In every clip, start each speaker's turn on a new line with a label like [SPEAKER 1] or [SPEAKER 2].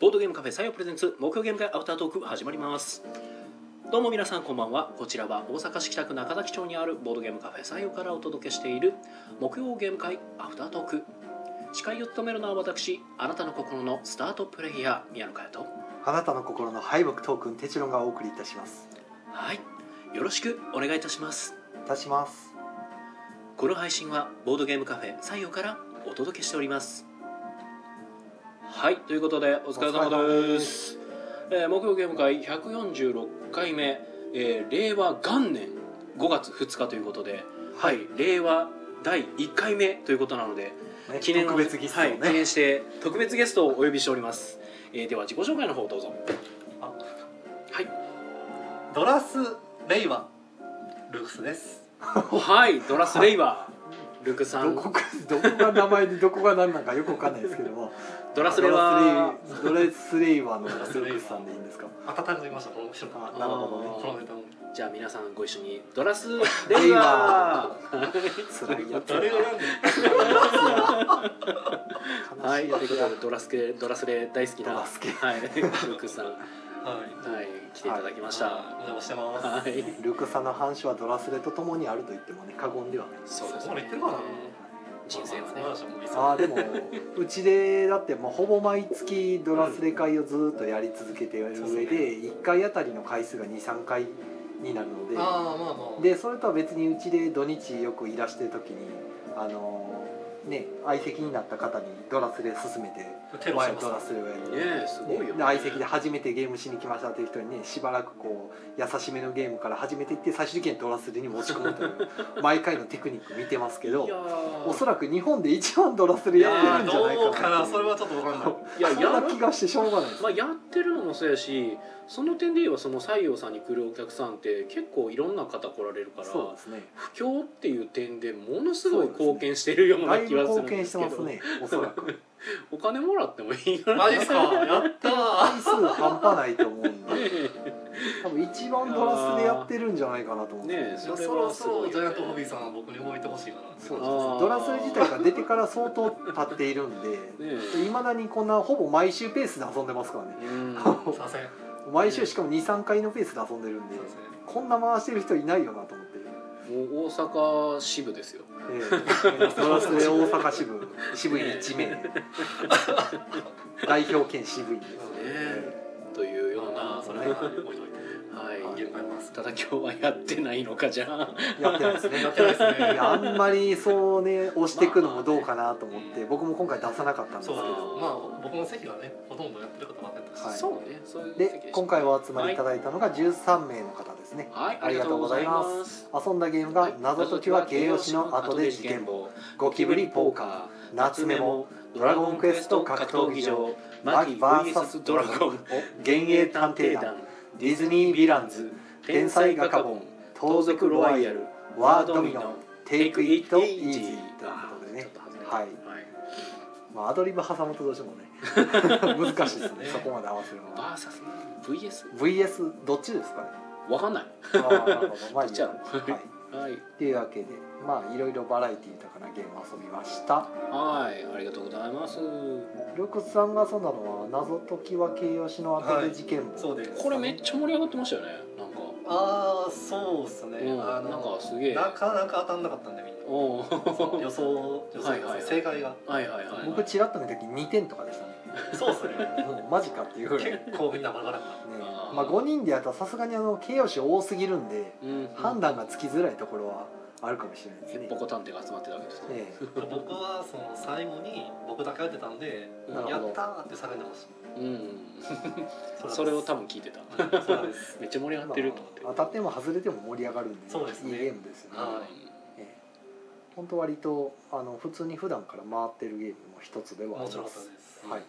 [SPEAKER 1] ードゲームカフェ採用プレゼンツ木曜ゲーム会アフタートーク始まりますどうも皆さんこんばんはこちらは大阪市北区中崎町にあるボードゲームカフェ採用からお届けしている木曜ゲーム会アフタートーク司会を務めるのは私あなたの心のスタートプレイヤー宮野佳代と
[SPEAKER 2] あなたの心の敗北トークンテチロンがお送りいたします
[SPEAKER 1] はいよろしくお願いいたします
[SPEAKER 2] いたします
[SPEAKER 1] この配信はボードゲームカフェ採用からお届けしておりますはいということでお疲れ様ですえー木曜ゲーム会146回目、えー令和元年5月2日ということではい、令和第1回目ということなので
[SPEAKER 2] ね
[SPEAKER 1] 記念の
[SPEAKER 2] 特別ゲストを
[SPEAKER 1] は
[SPEAKER 2] ね、
[SPEAKER 1] い、記念して特別ゲストをお呼びしております、えーでは自己紹介の方どうぞ
[SPEAKER 3] あ
[SPEAKER 1] はい
[SPEAKER 3] ドラス・レイワルークスです
[SPEAKER 1] はいドラス・レイバールクさ
[SPEAKER 2] ど
[SPEAKER 1] ん
[SPEAKER 2] こかどこが名前にどこが何なんかよくわかんないですけども
[SPEAKER 1] ドラス・レイバー
[SPEAKER 2] ドレスレイワーのルークスさんでいいんですか
[SPEAKER 3] 温かく言いましたこの人の
[SPEAKER 2] あなるほどね
[SPEAKER 3] このネタも
[SPEAKER 1] じゃあ皆さんご一緒にドラス レイバ
[SPEAKER 2] 辛いやつ
[SPEAKER 3] 誰が読んでる
[SPEAKER 1] ーはいというこ
[SPEAKER 2] 悲しいや
[SPEAKER 1] とでドラスケドラスレ大好きな
[SPEAKER 2] ド
[SPEAKER 1] は
[SPEAKER 2] ラスケ
[SPEAKER 1] いルークさんは
[SPEAKER 3] はい
[SPEAKER 1] い来ていただきましたは
[SPEAKER 3] お邪魔してます
[SPEAKER 1] い
[SPEAKER 2] つルークスさんの反射はドラスレとともにあると言ってもね過言ではない
[SPEAKER 1] そうです
[SPEAKER 3] これ
[SPEAKER 1] ね
[SPEAKER 3] 言ってるかな
[SPEAKER 1] 人生はね
[SPEAKER 3] まあまあその話はもういいです
[SPEAKER 2] あーでもうちでだってもうほぼ毎月ドラスレ会をずっとやり続けている上で1回あたりの回数が23回になるので
[SPEAKER 3] ああまあまあ
[SPEAKER 2] でそれとは別にうちで土日よくいらしてる時にあのーね相席になった方にドラスレ勧めて
[SPEAKER 3] テロし
[SPEAKER 2] 前
[SPEAKER 3] ます
[SPEAKER 2] ドラスレをやり
[SPEAKER 1] ねえすごいよ
[SPEAKER 2] で相席で初めてゲームしに来ましたっていう人にねしばらくこう優しめのゲームから始めていって最終的にドラスレに持ち込むという毎回のテクニック見てますけど
[SPEAKER 1] いやー
[SPEAKER 2] おそらく日本で一番ドラスレやってるんじゃない
[SPEAKER 3] どう
[SPEAKER 2] か
[SPEAKER 3] か
[SPEAKER 2] な
[SPEAKER 3] な
[SPEAKER 2] って
[SPEAKER 3] そ
[SPEAKER 2] い
[SPEAKER 3] れ
[SPEAKER 2] う
[SPEAKER 3] はちょっとわかんない
[SPEAKER 1] いや
[SPEAKER 2] そん
[SPEAKER 1] や
[SPEAKER 2] な
[SPEAKER 1] る
[SPEAKER 2] 気がしてしょうがないです、
[SPEAKER 1] まあやってるのもそうやしその点で言えばその西洋さんに来るお客さんって結構いろんな方来られるから
[SPEAKER 2] そうですね
[SPEAKER 1] 不況っていう点でものすごい貢献してるよう
[SPEAKER 2] だ
[SPEAKER 1] ない気
[SPEAKER 2] ぶ
[SPEAKER 1] はするん
[SPEAKER 2] 貢
[SPEAKER 1] で
[SPEAKER 2] 献し
[SPEAKER 1] すけ
[SPEAKER 2] てます
[SPEAKER 1] ど
[SPEAKER 2] ねおそらく
[SPEAKER 1] お金もらってもいいかな
[SPEAKER 3] マジっすかやったー
[SPEAKER 2] 回数半端ないと 思うんで多分一番ドラスでやってるんじゃないかなと思うんですよ
[SPEAKER 1] ねえそ
[SPEAKER 3] そ
[SPEAKER 1] れ
[SPEAKER 3] ろ
[SPEAKER 1] はす
[SPEAKER 3] そろ
[SPEAKER 1] ごい
[SPEAKER 3] ジャイアント
[SPEAKER 1] よ
[SPEAKER 3] ホビ
[SPEAKER 1] ね
[SPEAKER 3] ーさんは僕に動いてほしいかな
[SPEAKER 2] そうう
[SPEAKER 1] で
[SPEAKER 2] ですす
[SPEAKER 1] ね
[SPEAKER 2] ドラスレ自体が出てから相当経っているんで
[SPEAKER 1] ね
[SPEAKER 2] いまだにこんなほぼ毎週ペースで遊んでますからね
[SPEAKER 1] えうん
[SPEAKER 3] すいませんすい
[SPEAKER 2] 毎週しかも23回のペースで遊んでるんで
[SPEAKER 3] ません
[SPEAKER 2] こんな回してる人いないよなと思って、
[SPEAKER 1] もう大阪支部ですよ。
[SPEAKER 2] ええ ドラスレ大阪支部支部員1名代表兼支部員です
[SPEAKER 1] というよう
[SPEAKER 3] ま
[SPEAKER 1] な
[SPEAKER 3] あ、それは置いといて
[SPEAKER 1] は
[SPEAKER 3] ゲーム買います
[SPEAKER 1] い。ただ今日はやってないのかじゃあ。
[SPEAKER 2] やってないですね
[SPEAKER 3] やってないですね
[SPEAKER 2] いやあんまりそうね押していくのもどうかなと思って僕も今回出さなかったんです
[SPEAKER 3] そ
[SPEAKER 2] け
[SPEAKER 3] う
[SPEAKER 2] ど
[SPEAKER 3] まあ僕の席はねほとんどやってることばかりだったし、
[SPEAKER 2] はい
[SPEAKER 1] そうね。そういう席
[SPEAKER 2] で
[SPEAKER 1] した
[SPEAKER 2] 今回お集まりいただいたのが13名の方ですね
[SPEAKER 1] はい、あ
[SPEAKER 2] あ
[SPEAKER 1] り
[SPEAKER 2] り
[SPEAKER 1] が
[SPEAKER 2] が
[SPEAKER 1] と
[SPEAKER 2] と
[SPEAKER 1] う
[SPEAKER 2] う
[SPEAKER 1] ご
[SPEAKER 2] ご
[SPEAKER 1] ざ
[SPEAKER 2] ざ
[SPEAKER 1] い
[SPEAKER 2] い
[SPEAKER 1] ま。
[SPEAKER 2] ます遊んだゲームが謎解きは形容詞の後で事件簿ゴキブリポーカー夏メモドラゴンクエスト格闘技場マ
[SPEAKER 1] マ
[SPEAKER 2] キ
[SPEAKER 1] キ
[SPEAKER 2] VS
[SPEAKER 1] VS
[SPEAKER 2] ド
[SPEAKER 1] ド
[SPEAKER 2] ラ
[SPEAKER 1] ラゴ
[SPEAKER 2] ゴン
[SPEAKER 1] ン
[SPEAKER 2] 幻影探偵団ディズニーヴィランズ天才ガカボン盗賊ロワイヤルワードミノテイクイットイージーということでねはいまあアドリブ挟むとどうして もね難しいですねそこまで合わせるのは
[SPEAKER 1] バーサス VS
[SPEAKER 2] VS どっちですかね
[SPEAKER 1] わかんない。
[SPEAKER 2] あーなるほどまあいい
[SPEAKER 1] どっちや
[SPEAKER 2] や
[SPEAKER 1] ろ
[SPEAKER 2] はい
[SPEAKER 1] はい。
[SPEAKER 2] っていうわけでまあいろいろバラエティーとかなゲーム遊びました
[SPEAKER 1] はい、ありがとうございます。
[SPEAKER 2] ルクスさんが遊んだのは謎解きは形容詞の当てる事件簿、
[SPEAKER 3] そうです
[SPEAKER 1] これめっちゃ盛り上がってましたよね。なんか。
[SPEAKER 3] ああそうですね、
[SPEAKER 1] うん
[SPEAKER 3] あの
[SPEAKER 1] なんかすげえ
[SPEAKER 3] なかなか当たんなかったんでみん な
[SPEAKER 1] お
[SPEAKER 3] その
[SPEAKER 1] お。
[SPEAKER 3] 予想予想ですね、
[SPEAKER 1] はいはいはい
[SPEAKER 3] 正解 が
[SPEAKER 1] はいはいはい。
[SPEAKER 2] 僕ちらっと見た時2点とかでしたね
[SPEAKER 3] そうですね
[SPEAKER 2] もうマジかっていうぐらい、ね、
[SPEAKER 3] 結構みんなバラバラだ っ
[SPEAKER 2] まあ5人でやったらさすがにあの形容詞多すぎるんで
[SPEAKER 1] うん、
[SPEAKER 2] 判断がつきづらいところはあるかもしれないです
[SPEAKER 1] ヘ
[SPEAKER 2] ね
[SPEAKER 1] ッポコ探偵が集まってたわけですね。
[SPEAKER 2] ええ
[SPEAKER 3] た僕はその最後に僕だけやってたんで「
[SPEAKER 2] なるほど
[SPEAKER 3] やった!」って叫んでまし
[SPEAKER 1] う
[SPEAKER 3] た
[SPEAKER 1] ん、それを多
[SPEAKER 3] 分
[SPEAKER 1] 分聞いてた。
[SPEAKER 3] そうです
[SPEAKER 1] めっちゃ盛り上がってると思って。
[SPEAKER 2] まあ当たっても外れても盛り上がるんで
[SPEAKER 3] そうですね
[SPEAKER 2] いいゲームですよね、
[SPEAKER 3] はい
[SPEAKER 2] ええ本当割とあの普通に普段から回ってるゲームの一つではあ
[SPEAKER 3] 面
[SPEAKER 2] り
[SPEAKER 3] 白
[SPEAKER 2] ま
[SPEAKER 3] かったですす、
[SPEAKER 2] はい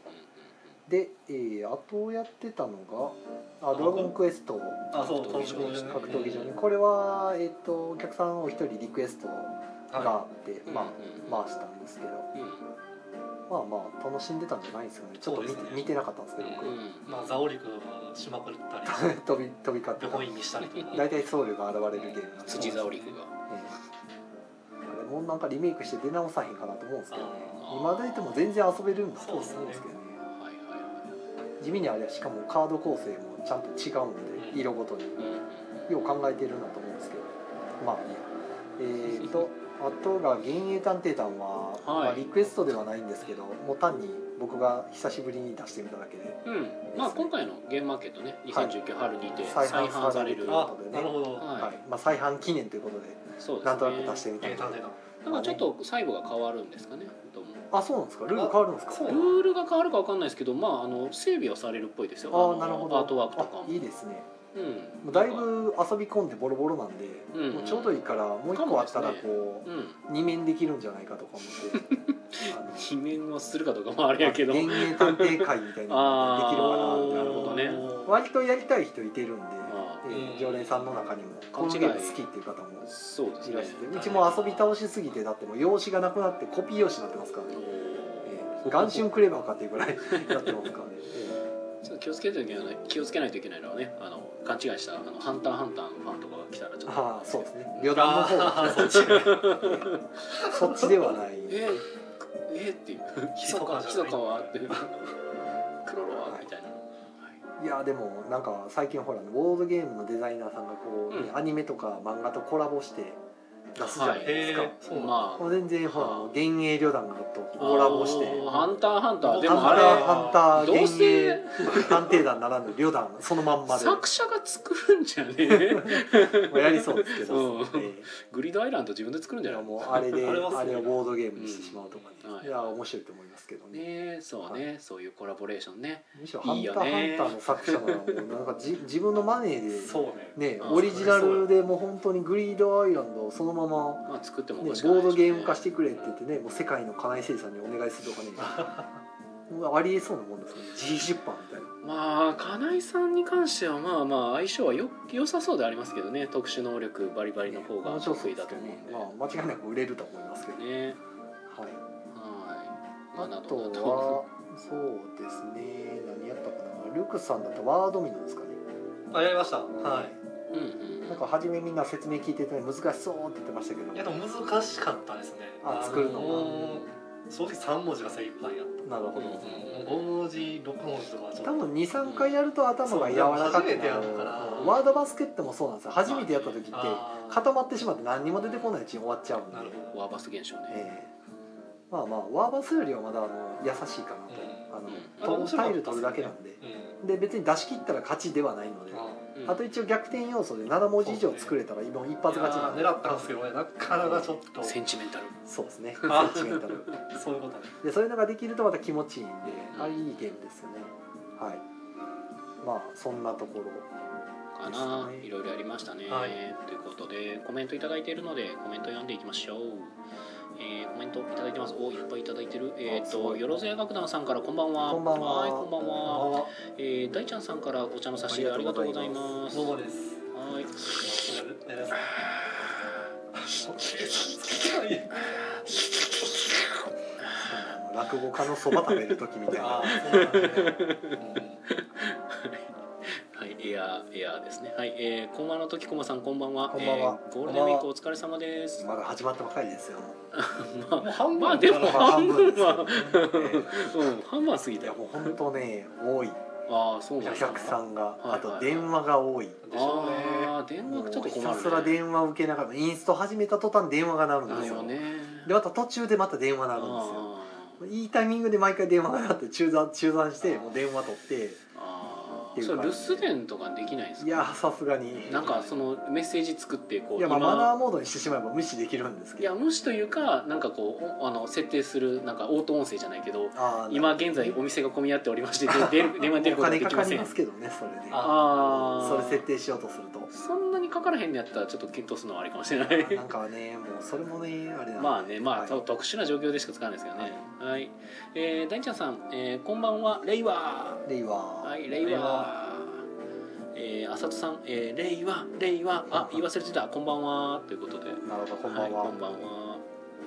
[SPEAKER 2] で、えー、あとやってたのがあ「ドラゴンクエスト」
[SPEAKER 3] あそう
[SPEAKER 1] 格闘技場
[SPEAKER 3] ですね
[SPEAKER 2] 格闘技場にこれは、えっとお客さんお一人リクエストがあ
[SPEAKER 3] は
[SPEAKER 2] って、
[SPEAKER 1] うん
[SPEAKER 2] ま
[SPEAKER 1] うん
[SPEAKER 2] あ、回したんですけど
[SPEAKER 1] うん
[SPEAKER 2] まあまあ楽しんでたんじゃないですかねちょっと見,、
[SPEAKER 3] そうですね
[SPEAKER 2] 見てなかったんですけど
[SPEAKER 1] う
[SPEAKER 2] 僕、
[SPEAKER 1] ん
[SPEAKER 3] いまあザオリクしまくったり
[SPEAKER 2] 飛び飛び交って
[SPEAKER 3] 旅
[SPEAKER 2] た
[SPEAKER 3] 行員にしたりとか
[SPEAKER 2] 大体僧侶が現れるゲームなんですけ
[SPEAKER 1] 土
[SPEAKER 2] ど
[SPEAKER 1] ザオリクが。
[SPEAKER 2] ええあれもうなんかリメイクして出直さへんかなと思うんですけどね
[SPEAKER 1] あー
[SPEAKER 2] 今だいても全然遊べるんだと
[SPEAKER 3] そう
[SPEAKER 2] 思
[SPEAKER 3] ですね
[SPEAKER 2] うんですけどね
[SPEAKER 1] はいはいはい。
[SPEAKER 2] 地味にあれしかもカード構成もちゃんと違うの
[SPEAKER 1] うん
[SPEAKER 2] で色ごとに
[SPEAKER 1] うん
[SPEAKER 2] よう考えてるなと思うんですけどまあいいやえー、とあとが「幻影探偵団は」
[SPEAKER 1] はい
[SPEAKER 2] まあ、リクエストではないんですけどもう単に僕が久しぶりに出してみただけで
[SPEAKER 1] うんまあ、今回のゲームマーケットね2019春にて
[SPEAKER 2] 再販
[SPEAKER 1] 再販される、
[SPEAKER 2] さ
[SPEAKER 1] は
[SPEAKER 3] あ
[SPEAKER 2] ということでね
[SPEAKER 3] なるほど、
[SPEAKER 1] い
[SPEAKER 2] はいまあ、再販記念ということで
[SPEAKER 1] そうですね
[SPEAKER 2] なんとなく出してみた
[SPEAKER 3] えー、
[SPEAKER 2] んで
[SPEAKER 3] 探偵団
[SPEAKER 1] なんかちょっと細部が変わるんですかねどうも
[SPEAKER 2] あそうなんですかルール変わるんですか
[SPEAKER 3] そう
[SPEAKER 1] ルールが変わるかわかんないですけど、まあ、あの整備はされるっぽいですよ
[SPEAKER 2] あ
[SPEAKER 1] の
[SPEAKER 2] あなるほど
[SPEAKER 1] アートワークとかも
[SPEAKER 2] あいいですね
[SPEAKER 1] うん、
[SPEAKER 2] もうだいぶ遊び込んでボロボロなんで、
[SPEAKER 1] うんうん
[SPEAKER 2] もうちょうどいいからもう一個あったらこ
[SPEAKER 1] うん
[SPEAKER 2] う、二面できるんじゃないかとか思って あの
[SPEAKER 1] 罷免をするかとかもあれやけど、
[SPEAKER 2] 幻影探偵会みたいなのができ
[SPEAKER 1] あ
[SPEAKER 2] るか
[SPEAKER 1] ー
[SPEAKER 2] な
[SPEAKER 1] なるほどね
[SPEAKER 2] 割とやりたい人いてるんで、
[SPEAKER 1] あ
[SPEAKER 2] え
[SPEAKER 3] うん
[SPEAKER 2] ー常連さんの中にもこ
[SPEAKER 1] 勘違い
[SPEAKER 2] のゲーム好きっていう方もいらっし
[SPEAKER 1] そうです
[SPEAKER 2] ゃ
[SPEAKER 1] ね
[SPEAKER 2] ってうちも遊び倒しすぎてだってもう用紙がなくなってコピー用紙になってますからね、えー、元春クレバーかっていうぐらいなってますからね、え
[SPEAKER 1] ちょっと気をつけないといけない気をつけないといけないのはねあの勘違いしたあのハンターハンターのファンとかが来たらち
[SPEAKER 2] ー
[SPEAKER 1] ょっと
[SPEAKER 2] ああそうですね旅団の方がそっち そっちではない
[SPEAKER 1] えええ っていうひそかひそかはって黒ロはみたいな、はい
[SPEAKER 2] いやでもなんか最近ほらボードゲームのデザイナーさんがこうね、
[SPEAKER 1] うん
[SPEAKER 2] アニメとか漫画とコラボして出すじゃないですか、
[SPEAKER 3] はいへーそうなんだ
[SPEAKER 1] ま
[SPEAKER 2] もう全然ほら
[SPEAKER 1] はあ
[SPEAKER 2] もう幻影旅団とコラボして
[SPEAKER 1] あーハンターハンターで
[SPEAKER 2] ハン
[SPEAKER 1] もあ
[SPEAKER 2] タ
[SPEAKER 1] れ
[SPEAKER 2] ーハンター
[SPEAKER 1] どう
[SPEAKER 2] 幻
[SPEAKER 1] せ
[SPEAKER 2] 影探偵団ならぬ旅団そのまんまで
[SPEAKER 1] 作者が作るんじゃねえ
[SPEAKER 2] もうやりそうですけど、
[SPEAKER 1] うん
[SPEAKER 2] え
[SPEAKER 1] グリッドアイランド自分で作るん
[SPEAKER 2] え
[SPEAKER 1] じ
[SPEAKER 2] い
[SPEAKER 1] ゃな
[SPEAKER 2] や
[SPEAKER 1] い
[SPEAKER 2] もうあれで
[SPEAKER 3] あれはすごいな
[SPEAKER 2] あれをボードゲームにしてしまうとかね、
[SPEAKER 1] うんはい
[SPEAKER 2] い、や面白いと思いますけどね
[SPEAKER 1] ねえそうね、そういうコラボレーションね
[SPEAKER 2] むしろ「ハン
[SPEAKER 1] いい
[SPEAKER 2] ター
[SPEAKER 1] よね
[SPEAKER 2] ハンター」の作者ならもうなんかじ自分のマネーで
[SPEAKER 3] そうね
[SPEAKER 2] ね
[SPEAKER 1] うん
[SPEAKER 2] オリジナルでもう本当にグリードアイランドをそのまま
[SPEAKER 1] まあ作ってもお
[SPEAKER 2] ね、ボ
[SPEAKER 1] かしくない
[SPEAKER 2] ードゲーム化しててくれって言ってねもう世界の金井誠さんにお願いするとかねもうありえそうなもんですね自費出版みたいな
[SPEAKER 1] まあ金井さんに関してはまあまあ相性はよ良さそうでありますけどね特殊能力バリバリの方が
[SPEAKER 2] 面白そ
[SPEAKER 1] 得
[SPEAKER 2] う
[SPEAKER 1] 意
[SPEAKER 2] で
[SPEAKER 1] だ
[SPEAKER 2] すけ
[SPEAKER 1] と
[SPEAKER 2] ど
[SPEAKER 1] 思
[SPEAKER 2] ね
[SPEAKER 1] うんで
[SPEAKER 2] まあ、間違いなく売れると思いますけど、
[SPEAKER 1] ね
[SPEAKER 2] はい、
[SPEAKER 1] はいまあな
[SPEAKER 2] あ
[SPEAKER 1] ど
[SPEAKER 2] と
[SPEAKER 1] など
[SPEAKER 2] はそうですね何やったかなルクさんだとワードミノですかね
[SPEAKER 3] あやりましたはい
[SPEAKER 1] うんうん
[SPEAKER 2] なんか初めみんな説明聞いてて難しそうって言ってましたけど
[SPEAKER 3] いやでも難しかったですね
[SPEAKER 2] あ作るのが
[SPEAKER 3] 正直3文字が精一杯やった
[SPEAKER 2] なるほど、
[SPEAKER 1] うん
[SPEAKER 3] 5文字6文字とかはちょっと
[SPEAKER 2] 多分23回やると頭が柔らかくな
[SPEAKER 3] そう初めてやる
[SPEAKER 2] る
[SPEAKER 3] から
[SPEAKER 2] ワードバスケットもそうなんですよ初めてやった時って
[SPEAKER 3] あー
[SPEAKER 2] 固まってしまって何にも出てこないうちに終わっちゃうんで
[SPEAKER 3] なるほど
[SPEAKER 1] ワーバス現象ね、
[SPEAKER 2] ええまあまあワーバスよりはまだあの優しいかなと、
[SPEAKER 3] うん
[SPEAKER 2] あの
[SPEAKER 1] うん
[SPEAKER 3] あ
[SPEAKER 2] トー
[SPEAKER 3] 面
[SPEAKER 2] ン
[SPEAKER 3] 白か
[SPEAKER 2] タ
[SPEAKER 3] っ
[SPEAKER 2] イル
[SPEAKER 3] たっすね
[SPEAKER 2] 取るだけなんで
[SPEAKER 3] うん
[SPEAKER 2] で別に出し切ったら勝ちではないので
[SPEAKER 3] あ
[SPEAKER 1] うん
[SPEAKER 2] あと一応逆転要素で7文字以上作れたら今一発勝ちなん
[SPEAKER 3] い
[SPEAKER 2] で
[SPEAKER 3] やー狙ったんですけどねなかなかちょっと
[SPEAKER 1] センチメンタル
[SPEAKER 2] そうですね
[SPEAKER 3] あ
[SPEAKER 2] センチメンタル
[SPEAKER 3] そういうことね
[SPEAKER 2] でそういうのができるとまた気持ちいいんで
[SPEAKER 1] うん
[SPEAKER 2] あれいいゲームですよねはいまあそんなところ
[SPEAKER 1] かな、
[SPEAKER 2] ですね
[SPEAKER 1] いろいろやりましたね、
[SPEAKER 3] はい
[SPEAKER 1] ということでコメントいただいているのでコメント読んでいきましょう、えーコメントいただいてますおいっぱいいただいてるえっ、
[SPEAKER 2] す
[SPEAKER 1] と
[SPEAKER 2] ごい
[SPEAKER 1] よろずや楽団さんからこんばんは
[SPEAKER 2] こんばんはい
[SPEAKER 1] こんばん
[SPEAKER 3] あ
[SPEAKER 1] はえー、大ちゃんさんからお茶の差し入れあ
[SPEAKER 2] あ
[SPEAKER 1] り
[SPEAKER 2] り
[SPEAKER 1] が
[SPEAKER 2] が
[SPEAKER 1] と
[SPEAKER 2] と
[SPEAKER 1] う
[SPEAKER 2] う
[SPEAKER 1] ご
[SPEAKER 2] ご
[SPEAKER 1] ざ
[SPEAKER 2] ざ
[SPEAKER 1] い
[SPEAKER 2] い
[SPEAKER 1] ま
[SPEAKER 2] ます
[SPEAKER 3] どう もです
[SPEAKER 1] はい
[SPEAKER 3] やります
[SPEAKER 2] あの落語家のそば食べる時みたい
[SPEAKER 3] あ
[SPEAKER 2] な
[SPEAKER 3] ーそうなんだね
[SPEAKER 1] はい、エアーエアーですね。はい、えー、こんばんの時こまさんこんばんは。
[SPEAKER 2] こんばんは
[SPEAKER 1] えーゴールデンウィークお疲れ様です。
[SPEAKER 2] まだ始まったばかりですよ
[SPEAKER 1] まあ
[SPEAKER 3] もう半分
[SPEAKER 1] まあでも
[SPEAKER 3] まあ
[SPEAKER 1] 半分
[SPEAKER 2] ですよ
[SPEAKER 1] は、
[SPEAKER 2] ええ
[SPEAKER 1] うん、半分は過ぎ
[SPEAKER 2] い
[SPEAKER 1] た
[SPEAKER 2] や
[SPEAKER 1] よ。
[SPEAKER 2] もう本当ね多い
[SPEAKER 1] ああ、そう
[SPEAKER 2] お
[SPEAKER 1] なんだ。
[SPEAKER 2] 客さんが
[SPEAKER 1] はい
[SPEAKER 2] あと電話が多い
[SPEAKER 3] でしょうね
[SPEAKER 1] ああ、電
[SPEAKER 2] も
[SPEAKER 1] 話ちょっ
[SPEAKER 2] う
[SPEAKER 1] と
[SPEAKER 2] ひ
[SPEAKER 1] 困る、
[SPEAKER 2] た
[SPEAKER 1] ね。
[SPEAKER 2] すら電話受けながらインスト始めた途端電話が鳴るん
[SPEAKER 1] な
[SPEAKER 2] で
[SPEAKER 1] る
[SPEAKER 2] す
[SPEAKER 1] よ
[SPEAKER 2] よ
[SPEAKER 1] ね。
[SPEAKER 2] でまた途中でまた電話鳴るんですよいいタイミングで毎回電話が鳴って中断中断してもう電話取っ
[SPEAKER 1] あ
[SPEAKER 2] っ
[SPEAKER 1] あ、
[SPEAKER 2] ていう
[SPEAKER 1] それ留
[SPEAKER 2] 感じ
[SPEAKER 1] 守電とかできないんです
[SPEAKER 2] て
[SPEAKER 1] か。
[SPEAKER 2] いやさすがに
[SPEAKER 1] なんかそのメッセージ作ってこう
[SPEAKER 2] いやまあ
[SPEAKER 1] 今
[SPEAKER 2] マナーモードにしてしまえば無視できるんです
[SPEAKER 1] い
[SPEAKER 2] け
[SPEAKER 1] や
[SPEAKER 2] ど
[SPEAKER 1] 無視というかなんかこうおあの設定するなんかオート音声じゃないけど
[SPEAKER 2] あー
[SPEAKER 1] 今現在お店が混み合っており ましてでで電話に出る
[SPEAKER 2] お
[SPEAKER 1] ことが
[SPEAKER 2] 金
[SPEAKER 1] で
[SPEAKER 2] か
[SPEAKER 1] き
[SPEAKER 2] か
[SPEAKER 1] ませ
[SPEAKER 2] り
[SPEAKER 1] ん
[SPEAKER 2] ますけどねそれね
[SPEAKER 3] あ
[SPEAKER 1] ああ
[SPEAKER 2] それ設定しようとすると
[SPEAKER 1] そんなにかからへんのやったらちょっと検討するのはありかもしれな
[SPEAKER 2] あー ないんかねもうそれもねあれなんで
[SPEAKER 1] まあねまあ、
[SPEAKER 2] はい
[SPEAKER 1] と特殊な状況でしか使わないですけどねはい、えー大ちゃんさん、えーこんばんはレイワ
[SPEAKER 2] レイ
[SPEAKER 1] ー
[SPEAKER 2] は
[SPEAKER 1] はいレイ
[SPEAKER 3] レイ
[SPEAKER 1] ワーえー、浅戸さん、えー、レイワレイワあ言い忘れてたこんばんはということで
[SPEAKER 2] なるほどこんばんは、
[SPEAKER 1] い、こんばんは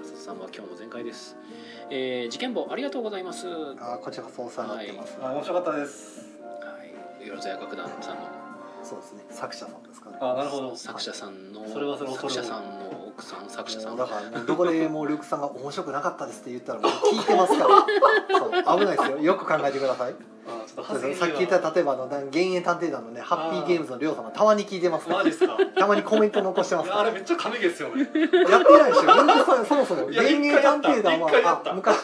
[SPEAKER 1] 浅戸さんは今日も全開です、えー、事件簿ありがとうございますは
[SPEAKER 2] あーこちらこそお世話になってます、
[SPEAKER 3] あ面白かったです
[SPEAKER 1] いよろずや楽団さんの
[SPEAKER 2] そうですね作者さんですかね
[SPEAKER 3] あなるほど
[SPEAKER 1] 作者さんの
[SPEAKER 3] それはそれは
[SPEAKER 1] 作者さんの奥さん作者さん
[SPEAKER 2] もうだからもうどこでもうルークさんが 面白くなかったですって言ったらもう聞いてますからそう危ないですよよく考えてください
[SPEAKER 3] あちょっと
[SPEAKER 2] そう
[SPEAKER 3] 発
[SPEAKER 2] そ
[SPEAKER 3] 言
[SPEAKER 2] う
[SPEAKER 3] に
[SPEAKER 2] さ
[SPEAKER 3] は
[SPEAKER 2] っき言った例えばあの幻影探偵団のねハッピーゲームズのりょう様たまに聞いてますか
[SPEAKER 3] マ
[SPEAKER 2] ら
[SPEAKER 3] ジですか
[SPEAKER 2] たまにコメント残してますか
[SPEAKER 3] あ
[SPEAKER 2] ら
[SPEAKER 3] れ
[SPEAKER 2] や
[SPEAKER 3] めっちゃ神ゲーですよ ね
[SPEAKER 2] ってないでしょ全然そそもそも
[SPEAKER 3] い
[SPEAKER 2] 幻
[SPEAKER 3] や
[SPEAKER 2] 影探偵団
[SPEAKER 3] 一回や
[SPEAKER 2] は
[SPEAKER 3] った
[SPEAKER 2] あ昔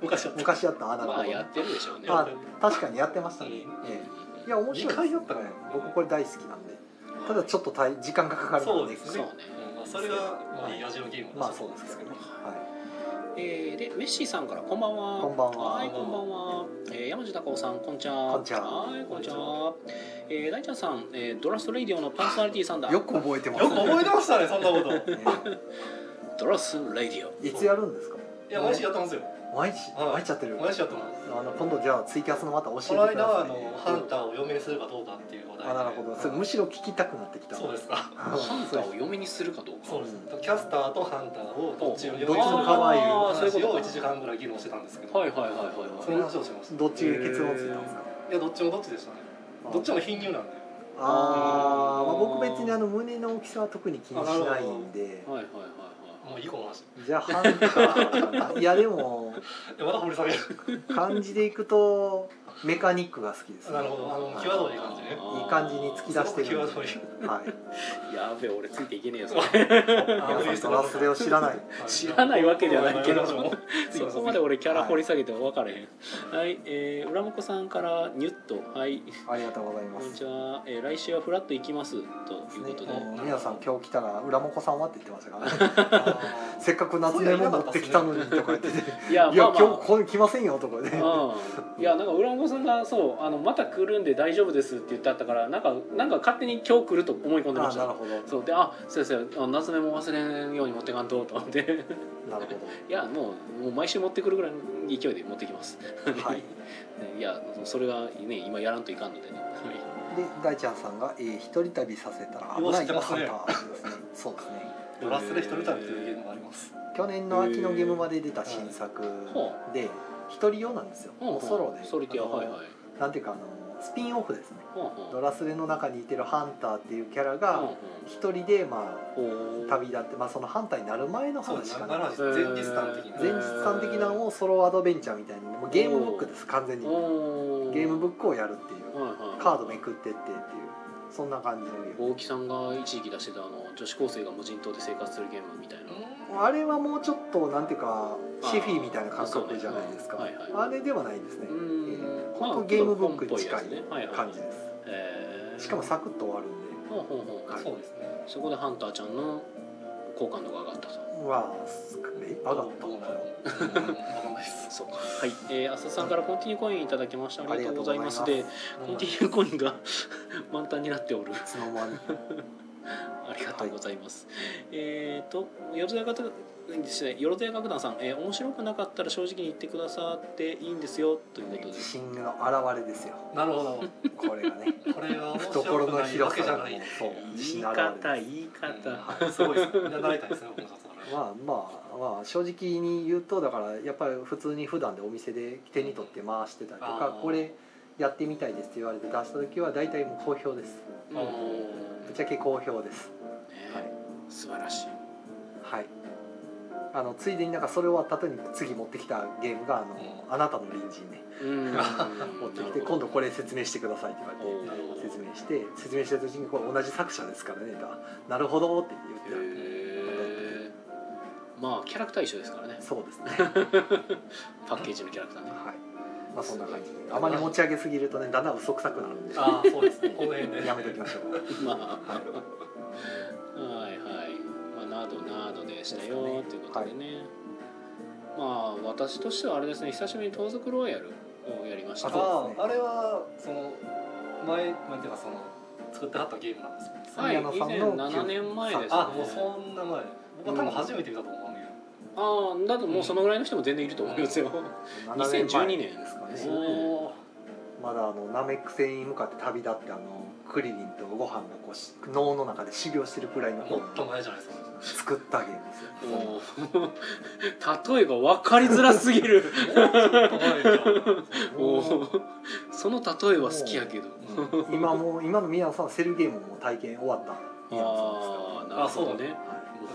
[SPEAKER 3] 昔は
[SPEAKER 2] 昔やったあなる
[SPEAKER 1] ま
[SPEAKER 2] ほ
[SPEAKER 1] あ
[SPEAKER 2] ど
[SPEAKER 1] やってるでしょうね。
[SPEAKER 2] まあ確かにやってましたね、ええいや面白い
[SPEAKER 3] 二回やったね
[SPEAKER 2] 僕これ大好きなんでただちょっと大時間がかかるので
[SPEAKER 3] そう
[SPEAKER 1] そ
[SPEAKER 3] です
[SPEAKER 1] う
[SPEAKER 3] ね
[SPEAKER 1] ね。
[SPEAKER 3] まあそれがまあいいラジオゲーム
[SPEAKER 2] まあそうですけどね、は
[SPEAKER 1] えー、でメッシーさんからこんばんは。
[SPEAKER 2] こんばんはい
[SPEAKER 1] こんばんは。えー、山地孝夫さんこんちゃ。
[SPEAKER 2] こんちは
[SPEAKER 1] はいこんちゃ。えー、大ちゃんさん、えー、ドラストレイディオのパーソナリティさんだ。
[SPEAKER 2] い、よく覚えてます
[SPEAKER 3] よく覚えてましたねそんなこと
[SPEAKER 2] え
[SPEAKER 1] ドラスレイディオ。
[SPEAKER 2] えいつやるんですか
[SPEAKER 3] いや毎週やってますよ
[SPEAKER 2] 毎日
[SPEAKER 3] はい
[SPEAKER 2] 毎日やってる
[SPEAKER 3] 毎週やってます
[SPEAKER 2] あの今度じゃあツイキャスのまた教えて
[SPEAKER 3] こ
[SPEAKER 2] く
[SPEAKER 3] の
[SPEAKER 2] だ
[SPEAKER 3] 間はあ
[SPEAKER 2] さい、
[SPEAKER 3] のハンターを嫁にするかどうかっていう話題で
[SPEAKER 2] あなるほどそれむしろ聞きたくなってきた
[SPEAKER 3] そうですか
[SPEAKER 1] ハンターを
[SPEAKER 2] を
[SPEAKER 1] 嫁にするかどうか。
[SPEAKER 3] そうですキャスターとハンターをどっちを嫁にす
[SPEAKER 2] ど
[SPEAKER 3] る
[SPEAKER 2] っち
[SPEAKER 3] か
[SPEAKER 2] の可愛い
[SPEAKER 1] あーそういう
[SPEAKER 3] 話
[SPEAKER 1] こと
[SPEAKER 3] を
[SPEAKER 1] か
[SPEAKER 3] 1時間ぐらい議論してたんですけど、
[SPEAKER 1] はいはいはいはい
[SPEAKER 3] そ
[SPEAKER 1] はい。
[SPEAKER 3] の話をしました
[SPEAKER 2] どっちが結論ついたんですか
[SPEAKER 3] いやどっちもどっちでしたねどっちも貧乳なんで
[SPEAKER 2] あー、まあ、僕別にあの胸の大きさは特に気にしないんで
[SPEAKER 1] はいはいはい
[SPEAKER 3] もういいこの話
[SPEAKER 2] じゃあハンターか ないやでも
[SPEAKER 3] でまた掘り下げる
[SPEAKER 2] 感じでいくとメカニックが好きです、ね、
[SPEAKER 3] なるほどあの際どい感じね
[SPEAKER 1] はい
[SPEAKER 2] い感じに突き出してるん
[SPEAKER 3] すごく
[SPEAKER 2] で
[SPEAKER 3] 際
[SPEAKER 2] は
[SPEAKER 1] は
[SPEAKER 2] い
[SPEAKER 1] い。やべえ俺ついていけねえよ。それ
[SPEAKER 3] あ
[SPEAKER 2] 皆さんドラスレを知らない
[SPEAKER 1] 知らないわけじゃないけど
[SPEAKER 3] も
[SPEAKER 1] そこまで俺キャラ掘り下げて分かれへん。はい、えー、浦本さんからニュッと、はい、
[SPEAKER 2] ありがとうござい
[SPEAKER 1] こ
[SPEAKER 2] ま
[SPEAKER 1] んに
[SPEAKER 2] す
[SPEAKER 1] ちは、えー、来週はフラット行きますということで。
[SPEAKER 2] もう皆さん今日来たら「裏もこさんは?」って言ってましたから ねせっかく夏目も持ってきたのにとか言ってて「
[SPEAKER 1] いや、
[SPEAKER 2] いや
[SPEAKER 1] まあ
[SPEAKER 2] 今
[SPEAKER 1] ま
[SPEAKER 2] 日ここに来ませんよ」とかね
[SPEAKER 1] あ。うん、いやなんか浦本さんがそうあのまた来るんで大丈夫ですって言ってあったからなんかなんか勝手に今日来ると思い込んでま
[SPEAKER 2] あ
[SPEAKER 1] し
[SPEAKER 2] なる
[SPEAKER 1] た
[SPEAKER 2] ほど
[SPEAKER 1] そうであ先生夏目も忘れんように持ってかんとと思って
[SPEAKER 2] なるほ
[SPEAKER 1] いやもうもう毎週持ってくるぐらいの勢いで持ってきます
[SPEAKER 2] どは い
[SPEAKER 1] ねいやそれがね今やらんといかんのでねはい
[SPEAKER 2] で大ちゃんさんが、えー「一人旅させたら危
[SPEAKER 3] よう
[SPEAKER 2] な
[SPEAKER 3] 知
[SPEAKER 2] い
[SPEAKER 3] ってますね
[SPEAKER 2] ハンター」ですねそうですね
[SPEAKER 3] ドラスレ一人旅というゲームがあります
[SPEAKER 2] 去年の秋のゲームまで出た新作で一人用なんですよ、もうソロで
[SPEAKER 1] ソリティア
[SPEAKER 2] あの
[SPEAKER 1] はいはい
[SPEAKER 2] なんていうかあのスピンオフですね
[SPEAKER 1] ほうほう
[SPEAKER 2] ドラスレの中にいてるハンターっていうキャラ
[SPEAKER 1] ほう
[SPEAKER 2] が
[SPEAKER 1] ほう
[SPEAKER 2] 一人でま
[SPEAKER 1] ほ
[SPEAKER 2] あ
[SPEAKER 1] う
[SPEAKER 2] 旅立って、まあ、そのハンターになる前の
[SPEAKER 3] そう
[SPEAKER 2] 話か
[SPEAKER 3] な
[SPEAKER 2] な
[SPEAKER 3] ら前日談的な
[SPEAKER 1] へ
[SPEAKER 2] 前日さん的なのをソロアドベンチャーみたいなもうゲームブックです完全に
[SPEAKER 1] お
[SPEAKER 2] ゲームブ
[SPEAKER 1] ッ
[SPEAKER 2] ックをやるっていう
[SPEAKER 1] はいはい
[SPEAKER 2] カードめくってってっていうそんな感じのゲーム
[SPEAKER 1] 大木さんが一時期出してたあの女子高生が無人島で生活するゲームみたいな
[SPEAKER 2] あれはもうちょっとなんていうか
[SPEAKER 1] あー
[SPEAKER 2] シェフィーみたいな感覚じゃないですか
[SPEAKER 1] そうねはいはい
[SPEAKER 2] あれではないですね
[SPEAKER 1] うーん
[SPEAKER 2] 本
[SPEAKER 1] ま
[SPEAKER 2] 当
[SPEAKER 1] あ
[SPEAKER 2] ゲームブックに近
[SPEAKER 1] 本っぽやつねはい
[SPEAKER 2] い
[SPEAKER 1] はい
[SPEAKER 2] 感じです
[SPEAKER 1] へー
[SPEAKER 2] しかもサクッと終わるんで
[SPEAKER 1] ほうほうほう
[SPEAKER 2] はい
[SPEAKER 3] そうですね
[SPEAKER 1] そこでハンターちゃんの好感度が上がったと
[SPEAKER 2] まあすえ上がった
[SPEAKER 3] ど
[SPEAKER 2] の
[SPEAKER 3] う
[SPEAKER 2] か
[SPEAKER 3] な
[SPEAKER 2] な
[SPEAKER 3] るか分かんないです
[SPEAKER 1] そうかはい、えー、浅田さんからコンティニューコインいただきましたありがとうございます
[SPEAKER 2] あり
[SPEAKER 1] で
[SPEAKER 2] がと
[SPEAKER 1] コンティニューコインが 満タンになっておる
[SPEAKER 2] いつの間に
[SPEAKER 1] ありがとうございます。えっ、と、よろずや楽団ですね、よろずや楽団さん、えー面白くなかったら正直に言ってくださっていいんですよということで
[SPEAKER 2] 自。信の表れですよ
[SPEAKER 3] なるほど
[SPEAKER 2] これがね
[SPEAKER 3] これは面白
[SPEAKER 2] 懐
[SPEAKER 3] く
[SPEAKER 2] の
[SPEAKER 3] ないわ
[SPEAKER 2] 広
[SPEAKER 3] け
[SPEAKER 2] さ
[SPEAKER 3] じゃ
[SPEAKER 2] がも
[SPEAKER 3] な
[SPEAKER 2] う
[SPEAKER 3] い
[SPEAKER 2] そう自
[SPEAKER 1] 言い
[SPEAKER 2] 信の表
[SPEAKER 1] 方、
[SPEAKER 2] れで
[SPEAKER 1] 言
[SPEAKER 2] す
[SPEAKER 1] い方。
[SPEAKER 3] はいすごいですね習いたいですねこの方は
[SPEAKER 2] まあまあまあ正直に言うとだからやっぱり普通に普段でお店で手に取って回してたりと
[SPEAKER 3] あ
[SPEAKER 2] か
[SPEAKER 3] ー
[SPEAKER 2] これやってみたいですって言われて出した時は大体もう好評です
[SPEAKER 1] うん
[SPEAKER 3] あ
[SPEAKER 2] ぶっちゃけ好評です
[SPEAKER 1] ね
[SPEAKER 2] はい
[SPEAKER 1] 素晴らしい。
[SPEAKER 2] はいあのついでになんかそれ終わった後に次持ってきたゲームがあの、
[SPEAKER 3] う
[SPEAKER 2] あなたの隣人ね
[SPEAKER 1] うん。
[SPEAKER 2] 持ってき
[SPEAKER 1] なるほ
[SPEAKER 2] て
[SPEAKER 1] ど
[SPEAKER 2] 今度これ説明してくださいって
[SPEAKER 1] お
[SPEAKER 2] 言われて
[SPEAKER 1] ー
[SPEAKER 2] 説明して説明した時にこれ同じ作者ですからねとなるほどって言って
[SPEAKER 1] へーまあキャラクター一緒ですからね
[SPEAKER 2] そうですね
[SPEAKER 1] パッケージのキャラクターね
[SPEAKER 2] はいまあそんな感じであまり持ち上げすぎるとねだんだん嘘くさくなるんで
[SPEAKER 3] あーそうですねこの辺で
[SPEAKER 2] やめときましょう
[SPEAKER 1] まあはいはい、まあ、などなどでしたよということでね、まあ私としてはあれですね久しぶりに盗賊ロイヤルをやりました
[SPEAKER 2] あそう
[SPEAKER 3] あ
[SPEAKER 2] ですね
[SPEAKER 3] ああれはその前前っていうかその作ってはったゲームなんですか
[SPEAKER 1] はい以
[SPEAKER 2] 宮野さんの
[SPEAKER 1] 前7年前ですね
[SPEAKER 3] あもうそんな前僕は多分初めて見たと思うんだけど
[SPEAKER 1] ああだともうそのぐらいの人も全然いると思いますよ、
[SPEAKER 2] 7年前
[SPEAKER 1] 2012年
[SPEAKER 2] ですか
[SPEAKER 1] です
[SPEAKER 2] ね
[SPEAKER 1] ねお
[SPEAKER 2] まだあのナメック星に向かって旅立ってあのクリリンとご飯がこうし脳の中で修行してるくらいの
[SPEAKER 3] も
[SPEAKER 2] 頃
[SPEAKER 3] っと前じゃないですか
[SPEAKER 2] 作ったゲームですよ
[SPEAKER 1] もう 例えば分かりづらすぎる
[SPEAKER 3] もっと前じゃん
[SPEAKER 1] もうその例えは好きやけど
[SPEAKER 2] うん今もう今の宮野さんはセルゲームも体験終わった宮野さんですか
[SPEAKER 1] ああなるほどね
[SPEAKER 2] らは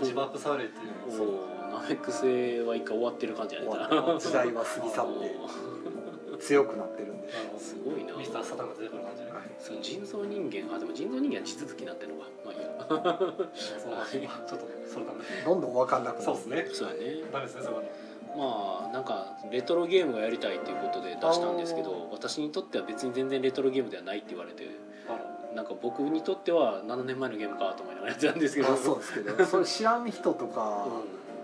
[SPEAKER 2] い
[SPEAKER 3] 自爆されて
[SPEAKER 1] お
[SPEAKER 2] そう
[SPEAKER 1] ーナメック星は一回終わってる感じやね
[SPEAKER 2] 終わった時代は過ぎ去
[SPEAKER 1] おー
[SPEAKER 2] って強くなってるんで、
[SPEAKER 1] すごいな
[SPEAKER 3] 見雑さとかが出てくる感じじゃない
[SPEAKER 2] はい
[SPEAKER 1] その人造人間あでも人造人間は地続きになってるのかまあいいや
[SPEAKER 3] そうなんですよちょっとそれダメ
[SPEAKER 2] どんどん分かんなくなる
[SPEAKER 3] そうですね
[SPEAKER 1] そうやね
[SPEAKER 3] ダメですねそれはね
[SPEAKER 1] まあなんかレトロゲームをやりたいっていうことで出したんですけ
[SPEAKER 2] あ
[SPEAKER 1] ど私にとっては別に全然レトロゲームではないって言われて
[SPEAKER 3] あら
[SPEAKER 1] なんか僕にとっては7年前のゲームかと思いながらやってたんですけど
[SPEAKER 2] あそうですけどそれ知らん人とか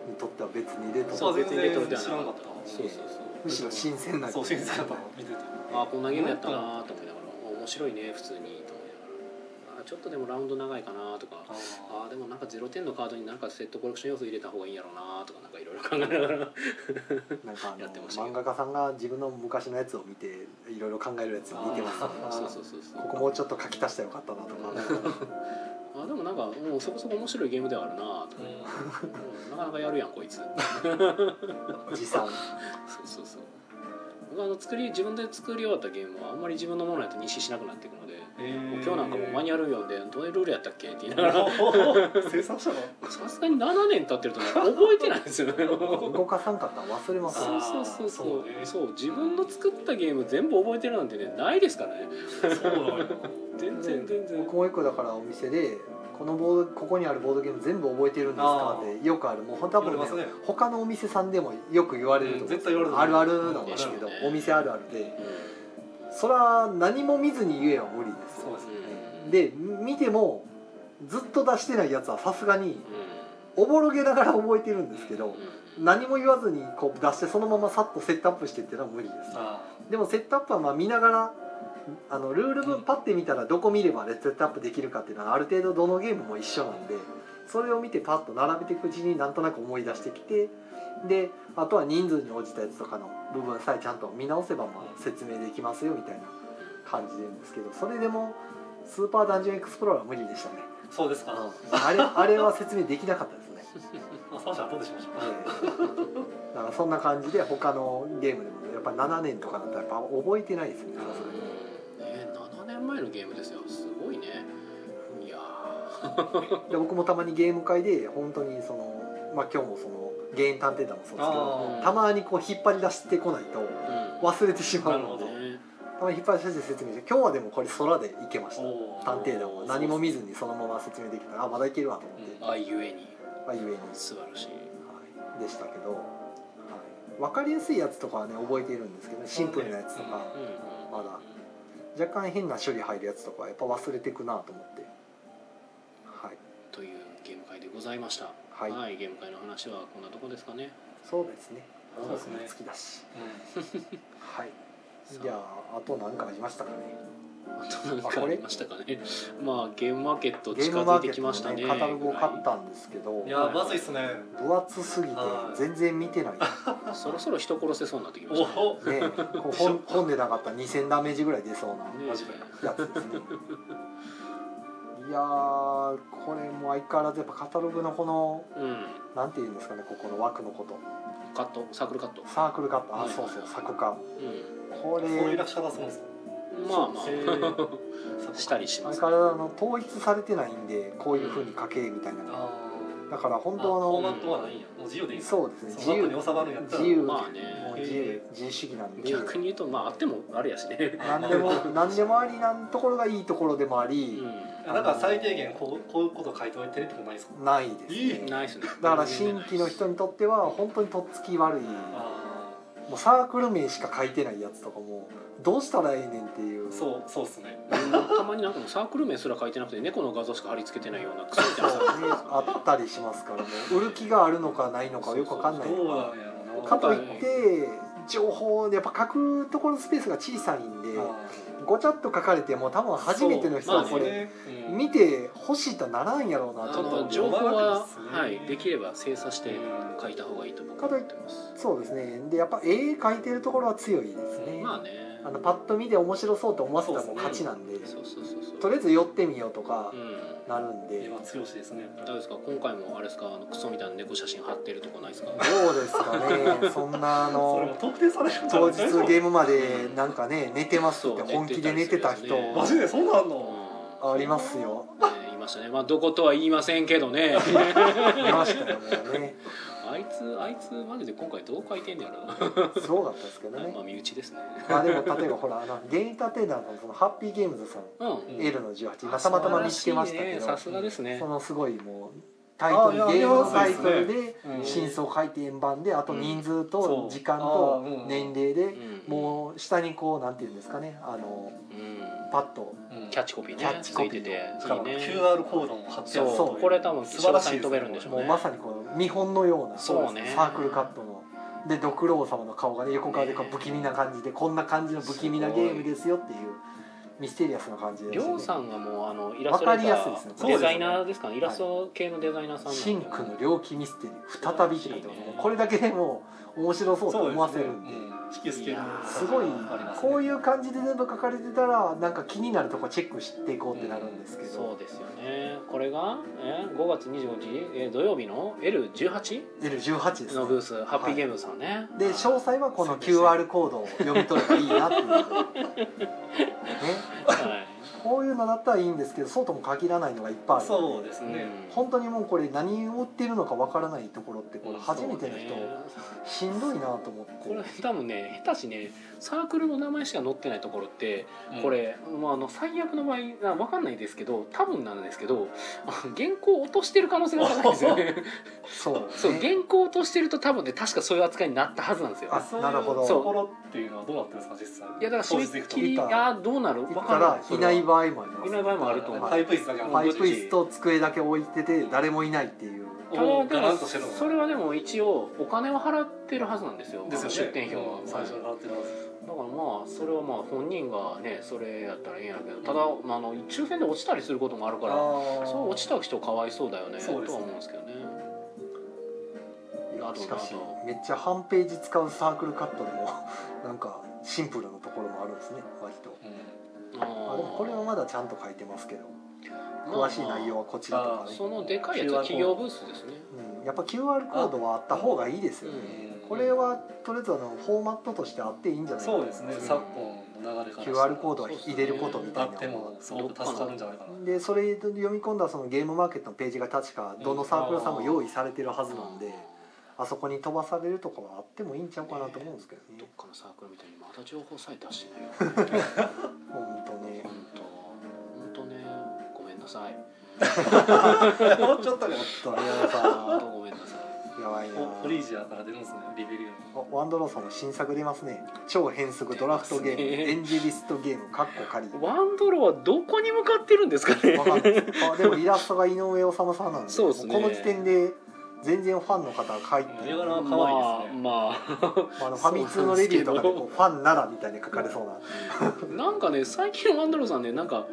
[SPEAKER 1] う
[SPEAKER 2] にとっては別にレト
[SPEAKER 1] ん、
[SPEAKER 2] ロ
[SPEAKER 1] そう
[SPEAKER 3] 全
[SPEAKER 1] 別
[SPEAKER 3] 然
[SPEAKER 1] にレトロではな
[SPEAKER 3] 知らん
[SPEAKER 1] か
[SPEAKER 3] か
[SPEAKER 1] っ
[SPEAKER 3] ったた
[SPEAKER 1] そうそうそう
[SPEAKER 2] むしろ新鮮な
[SPEAKER 3] そう新鮮だったの見てて
[SPEAKER 1] あこんなゲームやったなと思いながら面白いね普通にと思いながらあちょっとでもラウンド長いかなとかあでもなんか0点のカードになんかセットコレクション要素入れた方がいいんやろうなとかなんかいろいろ考えながら
[SPEAKER 2] なんかあ
[SPEAKER 1] や
[SPEAKER 2] の
[SPEAKER 1] ってましたけ
[SPEAKER 2] 漫
[SPEAKER 1] ど
[SPEAKER 2] 画家さんが自分の昔のやつを見ていろいろ考えるやつ見てますね
[SPEAKER 3] あー
[SPEAKER 1] そうそうそうそう
[SPEAKER 2] ここもうちょっと書き足したらよかったなとか
[SPEAKER 1] あでもなんかもうそこそこ面白いゲームではあるなと か、うんなかなかやるやんこいつそう
[SPEAKER 2] 持参
[SPEAKER 1] そうそう僕あの作り自分で作り終わったゲームはあんまり自分のものやと認識しなくなっていくのでもう今日なんかもうマニュアル読んでどういうルールやったっけって言いながら
[SPEAKER 3] ル生産したの
[SPEAKER 1] さすがに7年経ってるとね覚えてないんですよね
[SPEAKER 2] 動かさんかったら忘れます
[SPEAKER 1] そうそうそうそう
[SPEAKER 3] あーそうね
[SPEAKER 1] そう自分の作ったゲーム全部覚えてるなんてねないですからね
[SPEAKER 3] そうなのよ
[SPEAKER 1] 全然全然
[SPEAKER 2] 僕もう一個だからお店でこのボードここにあるボードゲーム全部覚えてるんですか
[SPEAKER 3] あー
[SPEAKER 2] ってよくあるもう多分
[SPEAKER 3] 言われます
[SPEAKER 2] ね
[SPEAKER 3] ね
[SPEAKER 2] 他のお店さんでもよく言われると思う
[SPEAKER 3] 絶対言われる
[SPEAKER 2] あるあるなんで
[SPEAKER 1] ですし
[SPEAKER 2] けど
[SPEAKER 1] ょうね
[SPEAKER 2] お店あるあるで
[SPEAKER 1] うん
[SPEAKER 2] そら何も見ずに言えば無理ですよ
[SPEAKER 3] そうですね
[SPEAKER 1] うん
[SPEAKER 2] で見てもずっと出してないやつはさすがに
[SPEAKER 1] う
[SPEAKER 2] おぼろげながら覚えてるんですけ
[SPEAKER 1] ん
[SPEAKER 2] ど
[SPEAKER 1] うん
[SPEAKER 2] 何も言わずにこう出してそのままさっとセットアップしてっていうのは無理です
[SPEAKER 3] あ
[SPEAKER 2] でもセットアップはまあ見ながらあのルール分パッて見たらどこ見ればセットアップできるかっていうのはある程度どのゲームも一緒なんでそれを見てパッと並べていくうちになんとなく思い出してきてであとは人数に応じたやつとかの部分さえちゃんと見直せばまあ説明できますよみたいな感じでんですけどそれでも「スーパーダンジョンエクスプローラー」は無理でしたね、
[SPEAKER 3] そうですか
[SPEAKER 2] あれあれは説明できなかったですね
[SPEAKER 3] まあサーシャはどうでしましょう
[SPEAKER 2] だからそんな感じで他のゲームでもやっぱ7年とかだったらやっぱ覚えてないですねさすがに
[SPEAKER 1] ね7年前のゲームですよすごいねいやー
[SPEAKER 2] で僕もたまにゲーム会で本当にそのまあ今日もそのゲーム探偵団もそうですけど
[SPEAKER 1] ー
[SPEAKER 3] あ
[SPEAKER 2] たまにこう引っ張り出してこないと
[SPEAKER 1] うん
[SPEAKER 2] 忘れてしまうの
[SPEAKER 3] なるほど
[SPEAKER 2] で
[SPEAKER 1] ね
[SPEAKER 2] たまに引っ張り出して説明して今日はでもこれ空で行けまし
[SPEAKER 3] あ
[SPEAKER 2] た
[SPEAKER 3] おー
[SPEAKER 2] 探偵団は何も見ずにそのまま説明できたらあまだいけるわと思って、
[SPEAKER 3] うん
[SPEAKER 1] あゆえに
[SPEAKER 2] まあ、ゆえに、は
[SPEAKER 1] 素晴らしい
[SPEAKER 2] い、でしたけど、はい、分かりやすいやつとかはね覚えているんですけど、ね、シンプルなやつとか
[SPEAKER 1] うんうん
[SPEAKER 2] まだ若干変な処理入るやつとかはやっぱ忘れていくなと思ってはい
[SPEAKER 1] というゲーム会でございました
[SPEAKER 2] はい
[SPEAKER 1] ゲーム会の話はこんなとこですかね
[SPEAKER 2] そうですね
[SPEAKER 3] そうですね
[SPEAKER 2] 音楽も好きだし
[SPEAKER 3] う
[SPEAKER 2] はい
[SPEAKER 1] さあ
[SPEAKER 2] じゃああと何かありましたかね
[SPEAKER 1] あと何かありましたかねまあゲームマーケット
[SPEAKER 2] ゲ
[SPEAKER 1] 近
[SPEAKER 2] ームマ
[SPEAKER 1] づい
[SPEAKER 2] ーケ
[SPEAKER 1] てきまし
[SPEAKER 2] ット
[SPEAKER 1] た
[SPEAKER 2] の
[SPEAKER 1] ね
[SPEAKER 2] ねカタログを買ったんですけど
[SPEAKER 3] んいやまずいっすね
[SPEAKER 2] 分厚すぎて
[SPEAKER 3] はい
[SPEAKER 2] 全然見てない
[SPEAKER 1] ぐらいそろそろ人殺せそうになってきま
[SPEAKER 3] お
[SPEAKER 1] したね
[SPEAKER 3] お
[SPEAKER 2] ねこう本本でなかったら2000ダメージぐらい出そうな
[SPEAKER 1] ね
[SPEAKER 3] マジかよ
[SPEAKER 2] やつですねいやーこれも相変わらずやっぱカタログのこの
[SPEAKER 1] うん
[SPEAKER 2] なんていうんですかねここの枠のこと
[SPEAKER 1] カットサークルカット
[SPEAKER 2] サークルカットあ
[SPEAKER 1] はい
[SPEAKER 2] そうそう作家
[SPEAKER 1] う
[SPEAKER 2] こ
[SPEAKER 3] そういう
[SPEAKER 2] れ
[SPEAKER 3] らし方するんですか
[SPEAKER 1] んまあま
[SPEAKER 3] そうそう
[SPEAKER 1] あしたりします
[SPEAKER 2] 相変わらずあの統一されてないんでこういうふうに書けみたいな
[SPEAKER 3] あ
[SPEAKER 2] だから
[SPEAKER 3] ー
[SPEAKER 2] 本
[SPEAKER 3] あ
[SPEAKER 2] 当あ
[SPEAKER 3] フォーマ
[SPEAKER 2] の
[SPEAKER 3] ットはないんやもう自由でいいんす
[SPEAKER 2] そうですね自
[SPEAKER 3] 自由
[SPEAKER 2] 由
[SPEAKER 3] に収まるんやったら
[SPEAKER 2] 自由
[SPEAKER 1] まあ
[SPEAKER 2] もう
[SPEAKER 1] ね
[SPEAKER 2] 自由自由主義なんで
[SPEAKER 1] 逆に言うとまああってもあれやしね
[SPEAKER 2] 何でも何でもありなんところがいいところでもあ
[SPEAKER 1] う
[SPEAKER 2] り、
[SPEAKER 1] ん
[SPEAKER 3] なんか最低限こうこういうこと書いておいてるってことないですか
[SPEAKER 2] ないですね
[SPEAKER 1] ないっすね
[SPEAKER 2] だから新規の人にとっては本当にとっつき悪いも
[SPEAKER 3] あ
[SPEAKER 2] うサークル名しか書いてないやつとかもどうしたらええねんっていう
[SPEAKER 3] あそうそうっすね
[SPEAKER 1] うんたまになんかもうサークル名すら書いてなくて猫の画像しか貼り付けてないようなクソみたいなサークル
[SPEAKER 2] ねあったりしますからね売る気があるのかないのかよくわかんない
[SPEAKER 3] どうなんやろうな
[SPEAKER 2] かといって情報でやっぱ書くところスペースが小さいんで
[SPEAKER 3] あ
[SPEAKER 2] ごちゃっと書かれても多分
[SPEAKER 3] ー
[SPEAKER 2] 初めての人はこれ
[SPEAKER 3] そうまあねうん
[SPEAKER 2] 見て欲しいとならんやろうな
[SPEAKER 1] あ
[SPEAKER 2] ちょっ
[SPEAKER 1] の
[SPEAKER 2] と
[SPEAKER 1] 情報は、は、
[SPEAKER 3] はいい
[SPEAKER 1] できれば精査して
[SPEAKER 3] うん
[SPEAKER 1] 書いた方がいいと僕は思ってます。
[SPEAKER 2] そうですねでやっぱ絵描いてるところは強いですね
[SPEAKER 1] まあね。
[SPEAKER 2] あのパッと見て面白そうと思わせたらもう
[SPEAKER 3] そう
[SPEAKER 2] 勝
[SPEAKER 3] で
[SPEAKER 2] ち
[SPEAKER 3] すね
[SPEAKER 2] なんで
[SPEAKER 1] そうそうそうそう。
[SPEAKER 2] とりあえず寄ってみようとか
[SPEAKER 1] うん。
[SPEAKER 2] なるんで
[SPEAKER 3] 今強しですね
[SPEAKER 1] どうですか今回もあれですかあのクソみたいな猫写真貼ってるとこないですか。
[SPEAKER 2] どうですかねそんなあ
[SPEAKER 3] それも
[SPEAKER 2] の
[SPEAKER 3] 特定されるんじゃ
[SPEAKER 2] 当
[SPEAKER 3] ない
[SPEAKER 2] 日ゲームまでなんかね寝てますって本気で寝てた人
[SPEAKER 1] そう寝てた
[SPEAKER 3] マ
[SPEAKER 1] り
[SPEAKER 3] ジでそんなんあん
[SPEAKER 1] う
[SPEAKER 3] の
[SPEAKER 1] ん。
[SPEAKER 2] ありますよ
[SPEAKER 1] ね言いましたね。まあどことは言いませんけどね。
[SPEAKER 2] いましたよね
[SPEAKER 1] あ あいつあいつマジで今回どう書いてんねやろな、
[SPEAKER 2] すごかったですけどね
[SPEAKER 1] まあ身内ですね
[SPEAKER 2] まあでも例えばほらあのゲインターテイナーのそのハッピーゲームズさん、
[SPEAKER 1] うん、
[SPEAKER 3] ん
[SPEAKER 2] L の18今たまたま見つけましたけど
[SPEAKER 1] 素晴らねさすがですね
[SPEAKER 2] そのすごいもうタイトル
[SPEAKER 3] あいや
[SPEAKER 2] ゲームの
[SPEAKER 3] あ
[SPEAKER 2] タ
[SPEAKER 3] り
[SPEAKER 2] イ
[SPEAKER 3] ます
[SPEAKER 2] ト
[SPEAKER 3] ね
[SPEAKER 2] ルで
[SPEAKER 1] うん
[SPEAKER 2] 真相回転版であと人数
[SPEAKER 3] う
[SPEAKER 2] と
[SPEAKER 3] ん
[SPEAKER 2] 時間
[SPEAKER 3] そ
[SPEAKER 2] と
[SPEAKER 3] うあーうん
[SPEAKER 2] 年齢で
[SPEAKER 1] うん
[SPEAKER 2] もう下にこうなんていうんですかねあの
[SPEAKER 1] うん
[SPEAKER 2] パッと
[SPEAKER 3] うん
[SPEAKER 1] キャッチコピー
[SPEAKER 2] キャ
[SPEAKER 1] ね
[SPEAKER 2] ッ
[SPEAKER 1] つ
[SPEAKER 2] チ
[SPEAKER 1] い
[SPEAKER 2] コピー
[SPEAKER 1] てて
[SPEAKER 3] しかも
[SPEAKER 1] いいね
[SPEAKER 3] QR コードも貼ってある
[SPEAKER 1] そう
[SPEAKER 2] そう
[SPEAKER 1] これ多分
[SPEAKER 3] 素晴らしい
[SPEAKER 1] 詳細
[SPEAKER 3] です
[SPEAKER 1] に飛べるんでしょう
[SPEAKER 2] もう
[SPEAKER 1] ね
[SPEAKER 2] まさにこの見本のような
[SPEAKER 1] そうね
[SPEAKER 2] サークルカットのでドクロー様の顔がね横からでこう不気味な感じでこんな感じの不気味なゲームですよっていうミステリアスな感じで
[SPEAKER 1] りょう
[SPEAKER 2] すね
[SPEAKER 1] さんがもうあのイラストレーター
[SPEAKER 2] わかりやすいですね
[SPEAKER 1] デザイナーですかね
[SPEAKER 2] い
[SPEAKER 1] イラスト系のデザイナーさんなんで
[SPEAKER 2] シンクの猟奇ミステリー再び開いてますこれだけでもう面白そうと思わせるんで
[SPEAKER 3] 引き付ける
[SPEAKER 2] すごい
[SPEAKER 3] ありますね
[SPEAKER 2] こういう感じで全部書かれてたらなんか気になるとこチェックしていこうってなるんですけ
[SPEAKER 1] そ
[SPEAKER 2] ど
[SPEAKER 1] う、ですよねこれが、え5月25日、え土曜日の L18
[SPEAKER 2] L18 です
[SPEAKER 1] のブー
[SPEAKER 2] ね
[SPEAKER 1] ス、ハッピーゲームズさんね
[SPEAKER 2] で
[SPEAKER 1] はい
[SPEAKER 2] 詳細はこの
[SPEAKER 3] そうですね
[SPEAKER 2] QR コードを読み取ればいいなっていうね
[SPEAKER 1] はい
[SPEAKER 2] こういうのだったらいいんですけどそうとも限らないのがいっぱいあるの
[SPEAKER 3] そうですね、
[SPEAKER 2] 本当にもうこれ何を売ってるのかわからないところってこれ初めて
[SPEAKER 1] そ
[SPEAKER 2] の
[SPEAKER 1] うね
[SPEAKER 2] 人しんどいなと思って
[SPEAKER 1] これ多分ね下手しねサークルの名前しか載ってないところってこれ、まあ、あの最悪の場合あ分かんないですけど多分なんですけど あの原稿を落としてる可能性が高いですよね
[SPEAKER 2] そう
[SPEAKER 1] そう
[SPEAKER 2] ね
[SPEAKER 1] 原稿を落としてると多分ね確かそういう扱いになったはずなんですよ
[SPEAKER 2] あ
[SPEAKER 3] そうい
[SPEAKER 2] なる
[SPEAKER 3] う
[SPEAKER 2] ほど
[SPEAKER 3] ところっていうのはどうなってるんですか実際
[SPEAKER 1] いやだから締め切り
[SPEAKER 2] 当日行った
[SPEAKER 1] あどうなる分
[SPEAKER 2] 行っ
[SPEAKER 1] か
[SPEAKER 2] た
[SPEAKER 1] んない
[SPEAKER 2] ら
[SPEAKER 1] そ
[SPEAKER 2] い
[SPEAKER 1] れは
[SPEAKER 2] ない場合もあります
[SPEAKER 1] いない場合もあると思う
[SPEAKER 3] パイプ椅子だけ
[SPEAKER 1] も
[SPEAKER 2] パ
[SPEAKER 1] う
[SPEAKER 2] イプ椅子と机だけ置いてて誰もいないっていう
[SPEAKER 1] ただで
[SPEAKER 3] ガラン
[SPEAKER 1] も
[SPEAKER 3] としてるの
[SPEAKER 1] それはでも一応お金を払ってるはずなんですよ
[SPEAKER 3] ですよね
[SPEAKER 1] 出店費は、
[SPEAKER 3] うん最初になってます
[SPEAKER 1] だからまあそれはまあ本人がねそれやったらええんやけどただ、まあ、あの抽選で落ちたりすることもあるからそう落ちた人かわいそうだよね
[SPEAKER 3] そうですね
[SPEAKER 1] とは思うんですけどねなど
[SPEAKER 2] しかし
[SPEAKER 1] など
[SPEAKER 2] めっちゃ半ページ使うサークルカットでも なんかシンプルなところもあるんですね割とあでもこれはまだちゃんと書いてますけど詳しい内容はこちらとかね
[SPEAKER 1] そのでかいやつは企業ブースですね
[SPEAKER 2] うん、やっぱ QR コードはあった方がいいですよね、これ
[SPEAKER 3] は
[SPEAKER 2] はとりあえずあのフォーマットとしてあっていいんじゃないかな
[SPEAKER 3] そうですね昨今の流れから
[SPEAKER 2] QR コードは入れることみた
[SPEAKER 3] あ
[SPEAKER 2] いな
[SPEAKER 3] ってもすごく助かるんじゃないかな
[SPEAKER 2] でそれと読み込んだそのゲームマーケットのページが確かどのサークルさんも用意されてるはずなんで、あそこに飛ばされるとかはあってもいいんちゃうかなと思うんですけど
[SPEAKER 1] どっ
[SPEAKER 2] ね、
[SPEAKER 1] かのサークルみたいにまだ情報さえ出 してないよ
[SPEAKER 2] 本当ね
[SPEAKER 1] 本当本当ねごめんなさい
[SPEAKER 2] ちょっと宮田
[SPEAKER 3] もうちょっとが
[SPEAKER 1] 本
[SPEAKER 2] さ
[SPEAKER 1] 当ごめんなさい
[SPEAKER 2] んやばいな
[SPEAKER 3] オリジアから出るんですねリベリオン
[SPEAKER 2] あワンドローさんの新作出ますね超変則ドラフトゲーム、
[SPEAKER 1] 出ますね
[SPEAKER 2] エンジェリストゲームカッコ仮
[SPEAKER 1] ワンドローはどこに向かってるんですかね
[SPEAKER 2] わかんないですあでもイラストが井上治さんなんで
[SPEAKER 1] そうですね
[SPEAKER 2] この時点で全然ファンの方が書いて
[SPEAKER 3] 絵柄は可愛いですね、
[SPEAKER 1] まあ、まあ
[SPEAKER 2] あのファミ通のレビューとかでこうファンならみたいに書かれそうな
[SPEAKER 1] なんかね最近のワンドローさんねなんか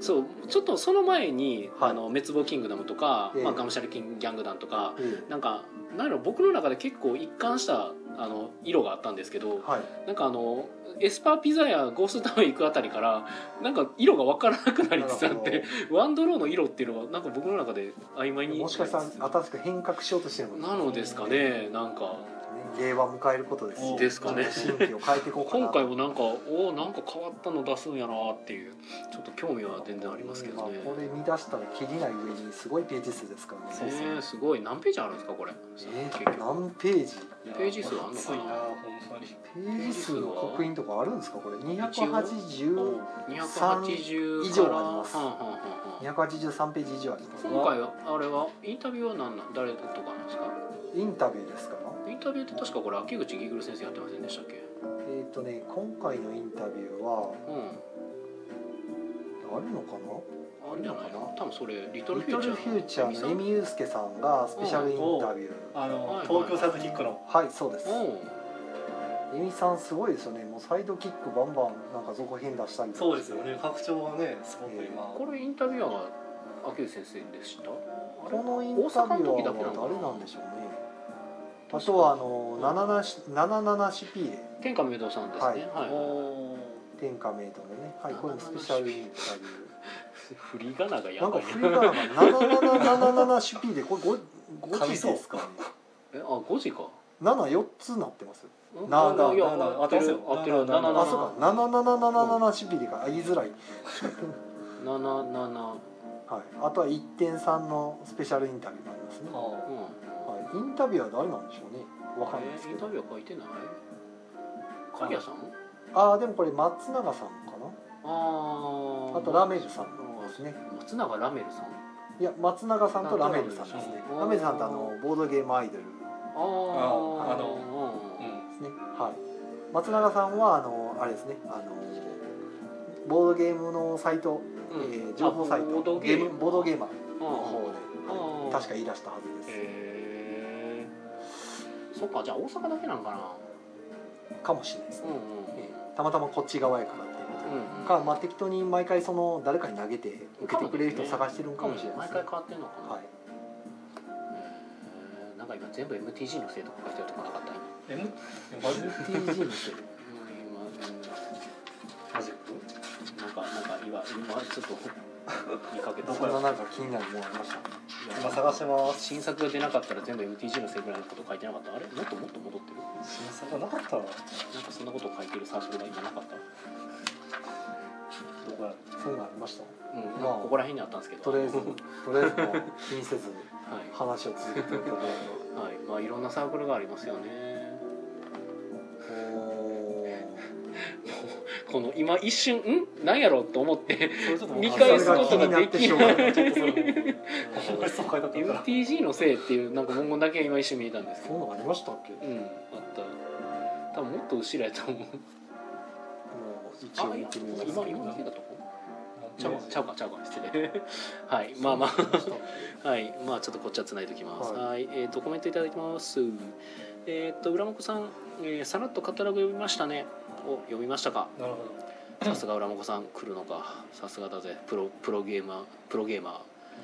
[SPEAKER 1] そうちょっとその前に「
[SPEAKER 2] はい
[SPEAKER 1] あの滅亡キングダム」とか、
[SPEAKER 2] ええ
[SPEAKER 1] まあ、ガムシャルキンギャングダムとか
[SPEAKER 2] え
[SPEAKER 1] なんかなんやろ僕の中で結構一貫したあの色があったんですけ
[SPEAKER 2] え
[SPEAKER 1] ど
[SPEAKER 2] はい
[SPEAKER 1] なんかあのエスパーピザやゴーストタウン行くあたりからなんか色が分からなくなりつつあってワンドローの色っていうのはなんか僕の中で曖昧に
[SPEAKER 2] もしかしたら新しく変革しようとしてるの
[SPEAKER 1] なのですかねなんか
[SPEAKER 2] 令和を迎えることですよ
[SPEAKER 1] ですかね
[SPEAKER 2] 新規を変えていこうかな
[SPEAKER 1] 今回もなんかおおんか変わったの出すんやなっていうちょっと興味は全然ありますけどね。
[SPEAKER 2] まあこれ見出したら切りない上にすごいページ数ですからね
[SPEAKER 1] そうですね。すごい何ページあるんですかこれ。
[SPEAKER 2] え
[SPEAKER 1] 結
[SPEAKER 2] ー、
[SPEAKER 1] 局
[SPEAKER 2] 何ページ
[SPEAKER 1] ページ数あんのかな
[SPEAKER 3] 熱いなほんまに
[SPEAKER 2] ページ数の刻印とかあるんですかこれ
[SPEAKER 3] お
[SPEAKER 2] 280
[SPEAKER 1] 二百八十
[SPEAKER 2] 以上あります
[SPEAKER 1] す。
[SPEAKER 2] 283ページ以上あります
[SPEAKER 1] 今回はあれはインタビューは何なん誰とかなんですか。
[SPEAKER 2] インタビューですから
[SPEAKER 1] インタビューって確かこれ秋口ギグル先生やってませんでしたっけ。
[SPEAKER 2] えっ、とね今回のインタビューは
[SPEAKER 1] うん。
[SPEAKER 2] あるのかな
[SPEAKER 1] あれじゃないの。多分それリトル
[SPEAKER 2] リ
[SPEAKER 1] フュー
[SPEAKER 2] ト
[SPEAKER 1] チャー
[SPEAKER 2] ル
[SPEAKER 1] の。
[SPEAKER 2] フューチャーのエミユースケさんがスペシャルインタビュー、
[SPEAKER 3] あの、
[SPEAKER 1] はい
[SPEAKER 3] 東京サイドキックの
[SPEAKER 2] はいそうです
[SPEAKER 1] う
[SPEAKER 2] エミさんすごいですよねもうサイドキックバンバンなんか続編出したり
[SPEAKER 3] そうですよね拡張はねすごく
[SPEAKER 2] ええ
[SPEAKER 3] 今、
[SPEAKER 1] ん。これインタビュアーは秋口先生でした。あれ
[SPEAKER 2] このインタビュー
[SPEAKER 1] 大阪の時だけなのかな
[SPEAKER 2] は誰なんでしょうねあとはあの77し77シピーレ
[SPEAKER 1] 天下明堂さんですね。
[SPEAKER 2] はい
[SPEAKER 1] はい。
[SPEAKER 3] おー
[SPEAKER 2] 天下メイドのねはいこれもスペシャルインタビュ
[SPEAKER 1] 振り仮名が
[SPEAKER 2] ー
[SPEAKER 1] や
[SPEAKER 2] なん
[SPEAKER 1] ば
[SPEAKER 2] か
[SPEAKER 1] いな。
[SPEAKER 2] 振り仮名が7777シピーレこれごご
[SPEAKER 3] 噛み
[SPEAKER 2] 時
[SPEAKER 3] そう
[SPEAKER 2] ですかね
[SPEAKER 1] えあ五時か。
[SPEAKER 2] 74つなってますよ
[SPEAKER 1] うん
[SPEAKER 2] なな
[SPEAKER 1] あいや
[SPEAKER 3] なな
[SPEAKER 1] 合ってる合ってる。
[SPEAKER 3] ななな
[SPEAKER 2] あそうか7777シピーレがあ言いづらい
[SPEAKER 1] 七七
[SPEAKER 2] はい、あとは1.3のスペシャルインタビューもありますね、
[SPEAKER 3] あ
[SPEAKER 1] うん。
[SPEAKER 2] はい、インタビュアー誰なんでしょうねわかんないです
[SPEAKER 1] えーイ
[SPEAKER 2] け
[SPEAKER 1] ンタ
[SPEAKER 2] ど、
[SPEAKER 1] ビューは書いてない鍵谷さん
[SPEAKER 2] ああでもこれ松永さんかな
[SPEAKER 1] あー
[SPEAKER 2] あとラメージュさんですね
[SPEAKER 1] 松永ラメルさん
[SPEAKER 2] いや松永さんとラメージュさんですね
[SPEAKER 1] うん
[SPEAKER 2] ラメージュさんってあのボードゲームアイドルで
[SPEAKER 1] ああ
[SPEAKER 3] ああう
[SPEAKER 1] の
[SPEAKER 3] ん
[SPEAKER 2] すねはい松永さんはあのあれですねあのボードゲームのサイト、えー情報サイト
[SPEAKER 1] ボードゲ
[SPEAKER 2] ゲ
[SPEAKER 1] ー
[SPEAKER 2] ームボードゲーマーの方
[SPEAKER 1] ム
[SPEAKER 2] で、
[SPEAKER 1] うん
[SPEAKER 2] 確か言い出したはずで
[SPEAKER 1] へえそっかじゃあ大阪だけなんかな
[SPEAKER 2] すかもしれないです
[SPEAKER 1] う
[SPEAKER 2] ね、
[SPEAKER 1] ん
[SPEAKER 2] えーたまたまこっち側やからっていうこと
[SPEAKER 1] うんうんうん
[SPEAKER 2] か、まあ、適当に毎回その誰かに投げて受けてくれる人を探してるんかもしれない
[SPEAKER 1] 毎
[SPEAKER 2] で
[SPEAKER 1] 回
[SPEAKER 2] すね
[SPEAKER 1] 変。わってんのかな
[SPEAKER 2] はい。
[SPEAKER 1] うんなんか今全部 MTG のせいとか書いてあるとこなかった今
[SPEAKER 3] M マジ
[SPEAKER 2] MTG のせい。
[SPEAKER 1] うん今
[SPEAKER 3] マジック
[SPEAKER 1] うんなんかなんか今今ちょっと見かけた
[SPEAKER 2] そんななんか気になるものありました。
[SPEAKER 3] 今探してます
[SPEAKER 1] 新作が出なかったら全部 MTG のせいぐらいのこと書いてなかったあれもっともっと戻ってる
[SPEAKER 3] 新作なかったな
[SPEAKER 1] なんかそんなこと書いてるサークルが今なかった
[SPEAKER 3] どこや
[SPEAKER 2] そういうのありました。
[SPEAKER 1] うん、なんか
[SPEAKER 2] まあ
[SPEAKER 1] ここら辺にあったんですけど
[SPEAKER 2] とりあえず、
[SPEAKER 1] は
[SPEAKER 2] とりあえずもう気にせず
[SPEAKER 1] い
[SPEAKER 2] 話を続けていただい
[SPEAKER 1] はい、まあいろんなサークルがありますよね。
[SPEAKER 2] て。おー
[SPEAKER 1] この今一瞬んなんやろと思って
[SPEAKER 3] それちょっと
[SPEAKER 1] 見返すことができない
[SPEAKER 2] それが気 にってしょうがない
[SPEAKER 3] 見返すと書いてあったから
[SPEAKER 1] MTG のせいっていうなんか文言だけが今一瞬見えたんですけ
[SPEAKER 2] そん
[SPEAKER 1] ど。
[SPEAKER 2] なのありましたっけ？も
[SPEAKER 1] うん、あった。多分もっと後ろやと思う。
[SPEAKER 2] う一応見てみます。
[SPEAKER 1] 今今見てたとこ？ちゃう
[SPEAKER 3] も
[SPEAKER 1] わちゃうかちゃうか失礼。はい、まあまあ。はい、まあちょっとこっちは繋いでおきます。
[SPEAKER 2] は
[SPEAKER 1] はい、えっ、とコメントいただいてます。えっ、と浦本さん、えーさらっとカタログ読みましたね。を読みましたか。
[SPEAKER 3] なるほど
[SPEAKER 1] さすが浦本さん来るのか。さすがだぜ。プロプロゲーマープロゲーマー。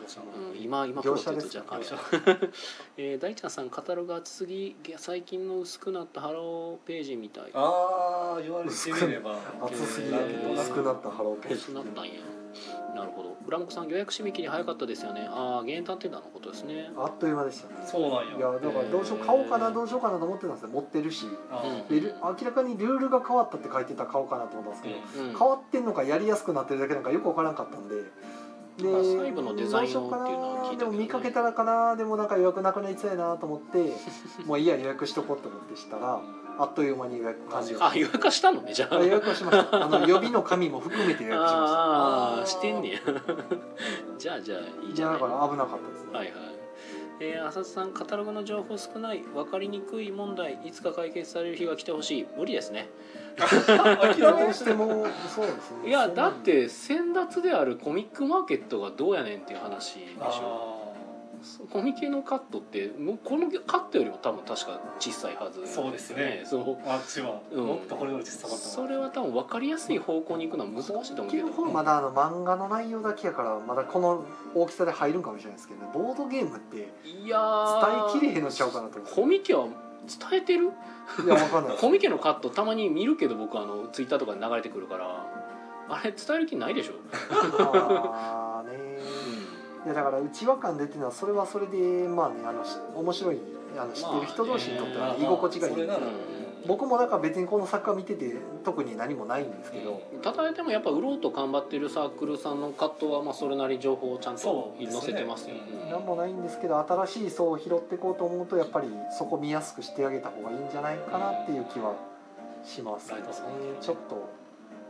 [SPEAKER 3] どうしたの
[SPEAKER 1] うん、今今プロって言う
[SPEAKER 2] 業
[SPEAKER 1] と
[SPEAKER 2] 者ですね
[SPEAKER 1] 若干あれだ えー大ちゃんさんカタログ厚すぎ最近の薄くなったハローページみたい
[SPEAKER 3] ああ言われてみれば
[SPEAKER 2] 暑すぎて薄くなったハローペー
[SPEAKER 1] 薄く
[SPEAKER 2] ジ。
[SPEAKER 1] なったんやなるほど浦本さん予約締め切り早かったですよねああ限定店のことですね
[SPEAKER 2] あっという間でしたね。
[SPEAKER 3] そうなん
[SPEAKER 2] い
[SPEAKER 3] や
[SPEAKER 2] やだからどうしよう買おうかなどうしようかなと思ってたんですよ持ってるし
[SPEAKER 3] あー
[SPEAKER 2] でル明らかにルールが変わったって書いてたら買おうかなと思ったんですけど、
[SPEAKER 3] う
[SPEAKER 1] うん
[SPEAKER 2] 変わってんのかやりやすくなってるだけなんかよく分からんかったんで。で
[SPEAKER 1] まあ細部のデザインを
[SPEAKER 2] どうしよかな
[SPEAKER 1] っていうのは聞いたけどね
[SPEAKER 2] でも見かけたらかなでもなんか予約なくなりそうやなと思って もういいや予約しとこうと思ってしたらあっという間に予約完了
[SPEAKER 1] あ予約はしたのねじゃあ
[SPEAKER 2] あ予約をしましたあの予備の紙も含めて予約
[SPEAKER 1] あ
[SPEAKER 2] しま
[SPEAKER 3] あ
[SPEAKER 1] あ
[SPEAKER 3] ー
[SPEAKER 1] してんねや じゃあじゃあいい
[SPEAKER 2] し
[SPEAKER 1] じ
[SPEAKER 2] た
[SPEAKER 1] ゃ
[SPEAKER 2] い
[SPEAKER 1] な
[SPEAKER 2] やだ
[SPEAKER 1] い
[SPEAKER 2] から危なかったですね、
[SPEAKER 1] はいはい。えー、浅田さんカタログの情報少ない分かりにくい問題いつか解決される日が来てほしい無理ですね
[SPEAKER 2] どうしてもそうですね
[SPEAKER 1] いやだって先達であるコミックマーケットがどうやねんっていう話でし
[SPEAKER 3] あ
[SPEAKER 1] ょコミケのカットってもうこのカットよりも多分確か小さいはず
[SPEAKER 3] そうですね
[SPEAKER 1] その
[SPEAKER 3] ーあっちは
[SPEAKER 1] うん
[SPEAKER 3] もっとこれより小さかった
[SPEAKER 1] そ
[SPEAKER 3] わ
[SPEAKER 1] れは多分分かりやすい方向に行くのは難しいと思うけど
[SPEAKER 2] こっちの方まだあの漫画の内容だけやからまだこの大きさで入るんかもしれないですけどねボードゲームって
[SPEAKER 1] いやー
[SPEAKER 2] 伝えきれへんのちゃうかなと思って
[SPEAKER 1] コミケは伝えてる
[SPEAKER 2] いやわかんないです
[SPEAKER 1] コミケのカットたまに見るけど僕あのツイッターとかで流れてくるからあれ伝える気ないでしょ、
[SPEAKER 2] まあねいやだから内輪感でっていうのはそれはそれでまあねあのし面白いあの知ってる人同士にとっては居心地がいい、
[SPEAKER 3] それなら
[SPEAKER 2] 僕もだから別にこの作家見てて特に何もないんですけど、
[SPEAKER 1] 叩いてもやっぱ売ろうと頑張ってるサークルさんのカットはまあそれなりに情報をちゃんと
[SPEAKER 3] そうですね
[SPEAKER 1] 載せてますよ、
[SPEAKER 3] うん
[SPEAKER 2] 何もないんですけど新しい層を拾っていこうと思うとやっぱりそこ見やすくしてあげた方がいいんじゃないかなっていう気はしますけどね
[SPEAKER 3] ライトさん
[SPEAKER 2] ちょっと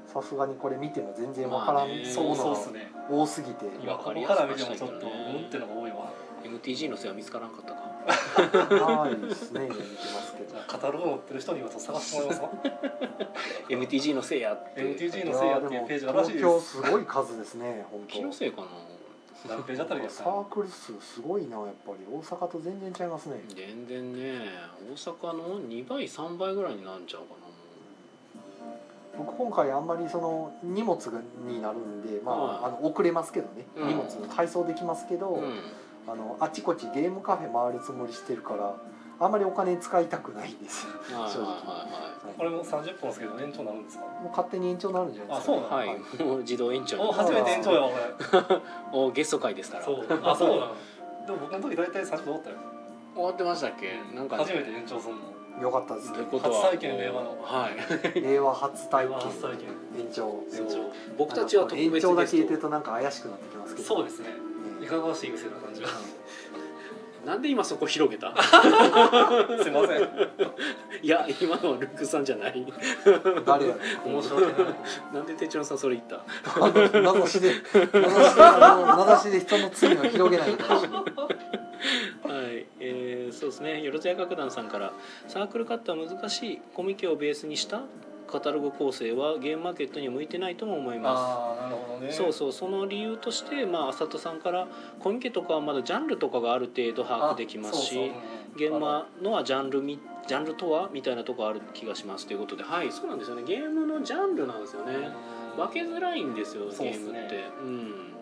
[SPEAKER 2] さすがにこれ見ても全然わからん
[SPEAKER 1] まあね
[SPEAKER 2] そう
[SPEAKER 3] そう
[SPEAKER 2] なの
[SPEAKER 3] そう
[SPEAKER 2] が
[SPEAKER 3] っすね
[SPEAKER 2] 多す ぎて
[SPEAKER 3] 今ここから見てもちょっとうんってのが多いわ
[SPEAKER 1] MTG のせいは見つからんかったか
[SPEAKER 2] ないですね見てますけ
[SPEAKER 3] じ
[SPEAKER 2] ど
[SPEAKER 3] ゃあカタログ持ってる人に今ちょっと探してもらいますわ
[SPEAKER 1] MTG のせいやって
[SPEAKER 3] MTG の
[SPEAKER 2] い
[SPEAKER 3] せいや
[SPEAKER 2] や
[SPEAKER 3] っ
[SPEAKER 2] で
[SPEAKER 3] ていう
[SPEAKER 2] も
[SPEAKER 3] ページがらしい
[SPEAKER 2] 東
[SPEAKER 3] で
[SPEAKER 2] 京
[SPEAKER 3] す
[SPEAKER 2] すごい数ですね本
[SPEAKER 1] 気の
[SPEAKER 2] 当
[SPEAKER 1] せいかな
[SPEAKER 3] 何ページあたりです
[SPEAKER 2] サ
[SPEAKER 3] か
[SPEAKER 2] ークル数すごいなやっぱり大阪と全然違いますね
[SPEAKER 1] 全然ね大阪の2倍3倍ぐらいになるんちゃうかな
[SPEAKER 2] 僕今回あんまりその荷物になるんで、まあ
[SPEAKER 1] はい
[SPEAKER 2] あの遅れますけどね、
[SPEAKER 1] うん
[SPEAKER 2] 荷物配送できますけど、
[SPEAKER 1] うん
[SPEAKER 2] あのあちこちゲームカフェ回るつもりしてるからあんまりお金使いたくないんですよ
[SPEAKER 1] はいはい
[SPEAKER 2] 正直
[SPEAKER 1] は
[SPEAKER 3] これも30分ですけど延長になるんですか
[SPEAKER 2] もう勝手に延長になるんじゃないですか、
[SPEAKER 3] あそう
[SPEAKER 1] いはい、
[SPEAKER 2] はい
[SPEAKER 1] はい、もう自動延長
[SPEAKER 3] お初めて延長やわこれ
[SPEAKER 1] おゲスト会ですから
[SPEAKER 3] そうあそうなのでも僕の時大体30分終わったよ
[SPEAKER 1] 終わってましたっけなんかね、
[SPEAKER 3] 初めて延長するの
[SPEAKER 2] よかったです
[SPEAKER 1] と
[SPEAKER 2] ね
[SPEAKER 1] いうことは
[SPEAKER 3] 初体験令和の
[SPEAKER 1] はい
[SPEAKER 2] 令和初体験
[SPEAKER 3] 初体験
[SPEAKER 2] 延長
[SPEAKER 3] 延長
[SPEAKER 1] 僕たちは特別
[SPEAKER 2] 延長だけ入れて
[SPEAKER 1] ゲス
[SPEAKER 2] る
[SPEAKER 1] ト
[SPEAKER 2] となんか怪しくなってきますけど
[SPEAKER 3] そうですね
[SPEAKER 2] え
[SPEAKER 3] い
[SPEAKER 2] え
[SPEAKER 3] かがわしい店の感じが
[SPEAKER 1] なんで今そこ広げた
[SPEAKER 3] すいません
[SPEAKER 1] いや今のはルックさんじゃない
[SPEAKER 2] 誰や
[SPEAKER 3] 面白い
[SPEAKER 1] なんで哲郎さんそれ言った
[SPEAKER 2] あの名指しで名指しであの名指しで人の罪を広げないでほしい
[SPEAKER 1] はい、えーそうですねよろずや楽団さんからサークルカットは難しいコミケをベースにしたカタログ構成はゲームマーケットには向いてないとも思います
[SPEAKER 3] ああなるほどね
[SPEAKER 1] そうそうその理由として、まあ、あさとさんからコミケとかはまだジャンルとかがある程度把握できますしゲームはのはジャンルみジャンルとはみたいなとこある気がしますということではいそうなんですよねゲームのジャンルなんですよね分けづらいんですよ
[SPEAKER 3] そう
[SPEAKER 1] ゲ
[SPEAKER 3] っ
[SPEAKER 1] ー
[SPEAKER 3] す
[SPEAKER 1] ム
[SPEAKER 3] ね
[SPEAKER 1] ってうん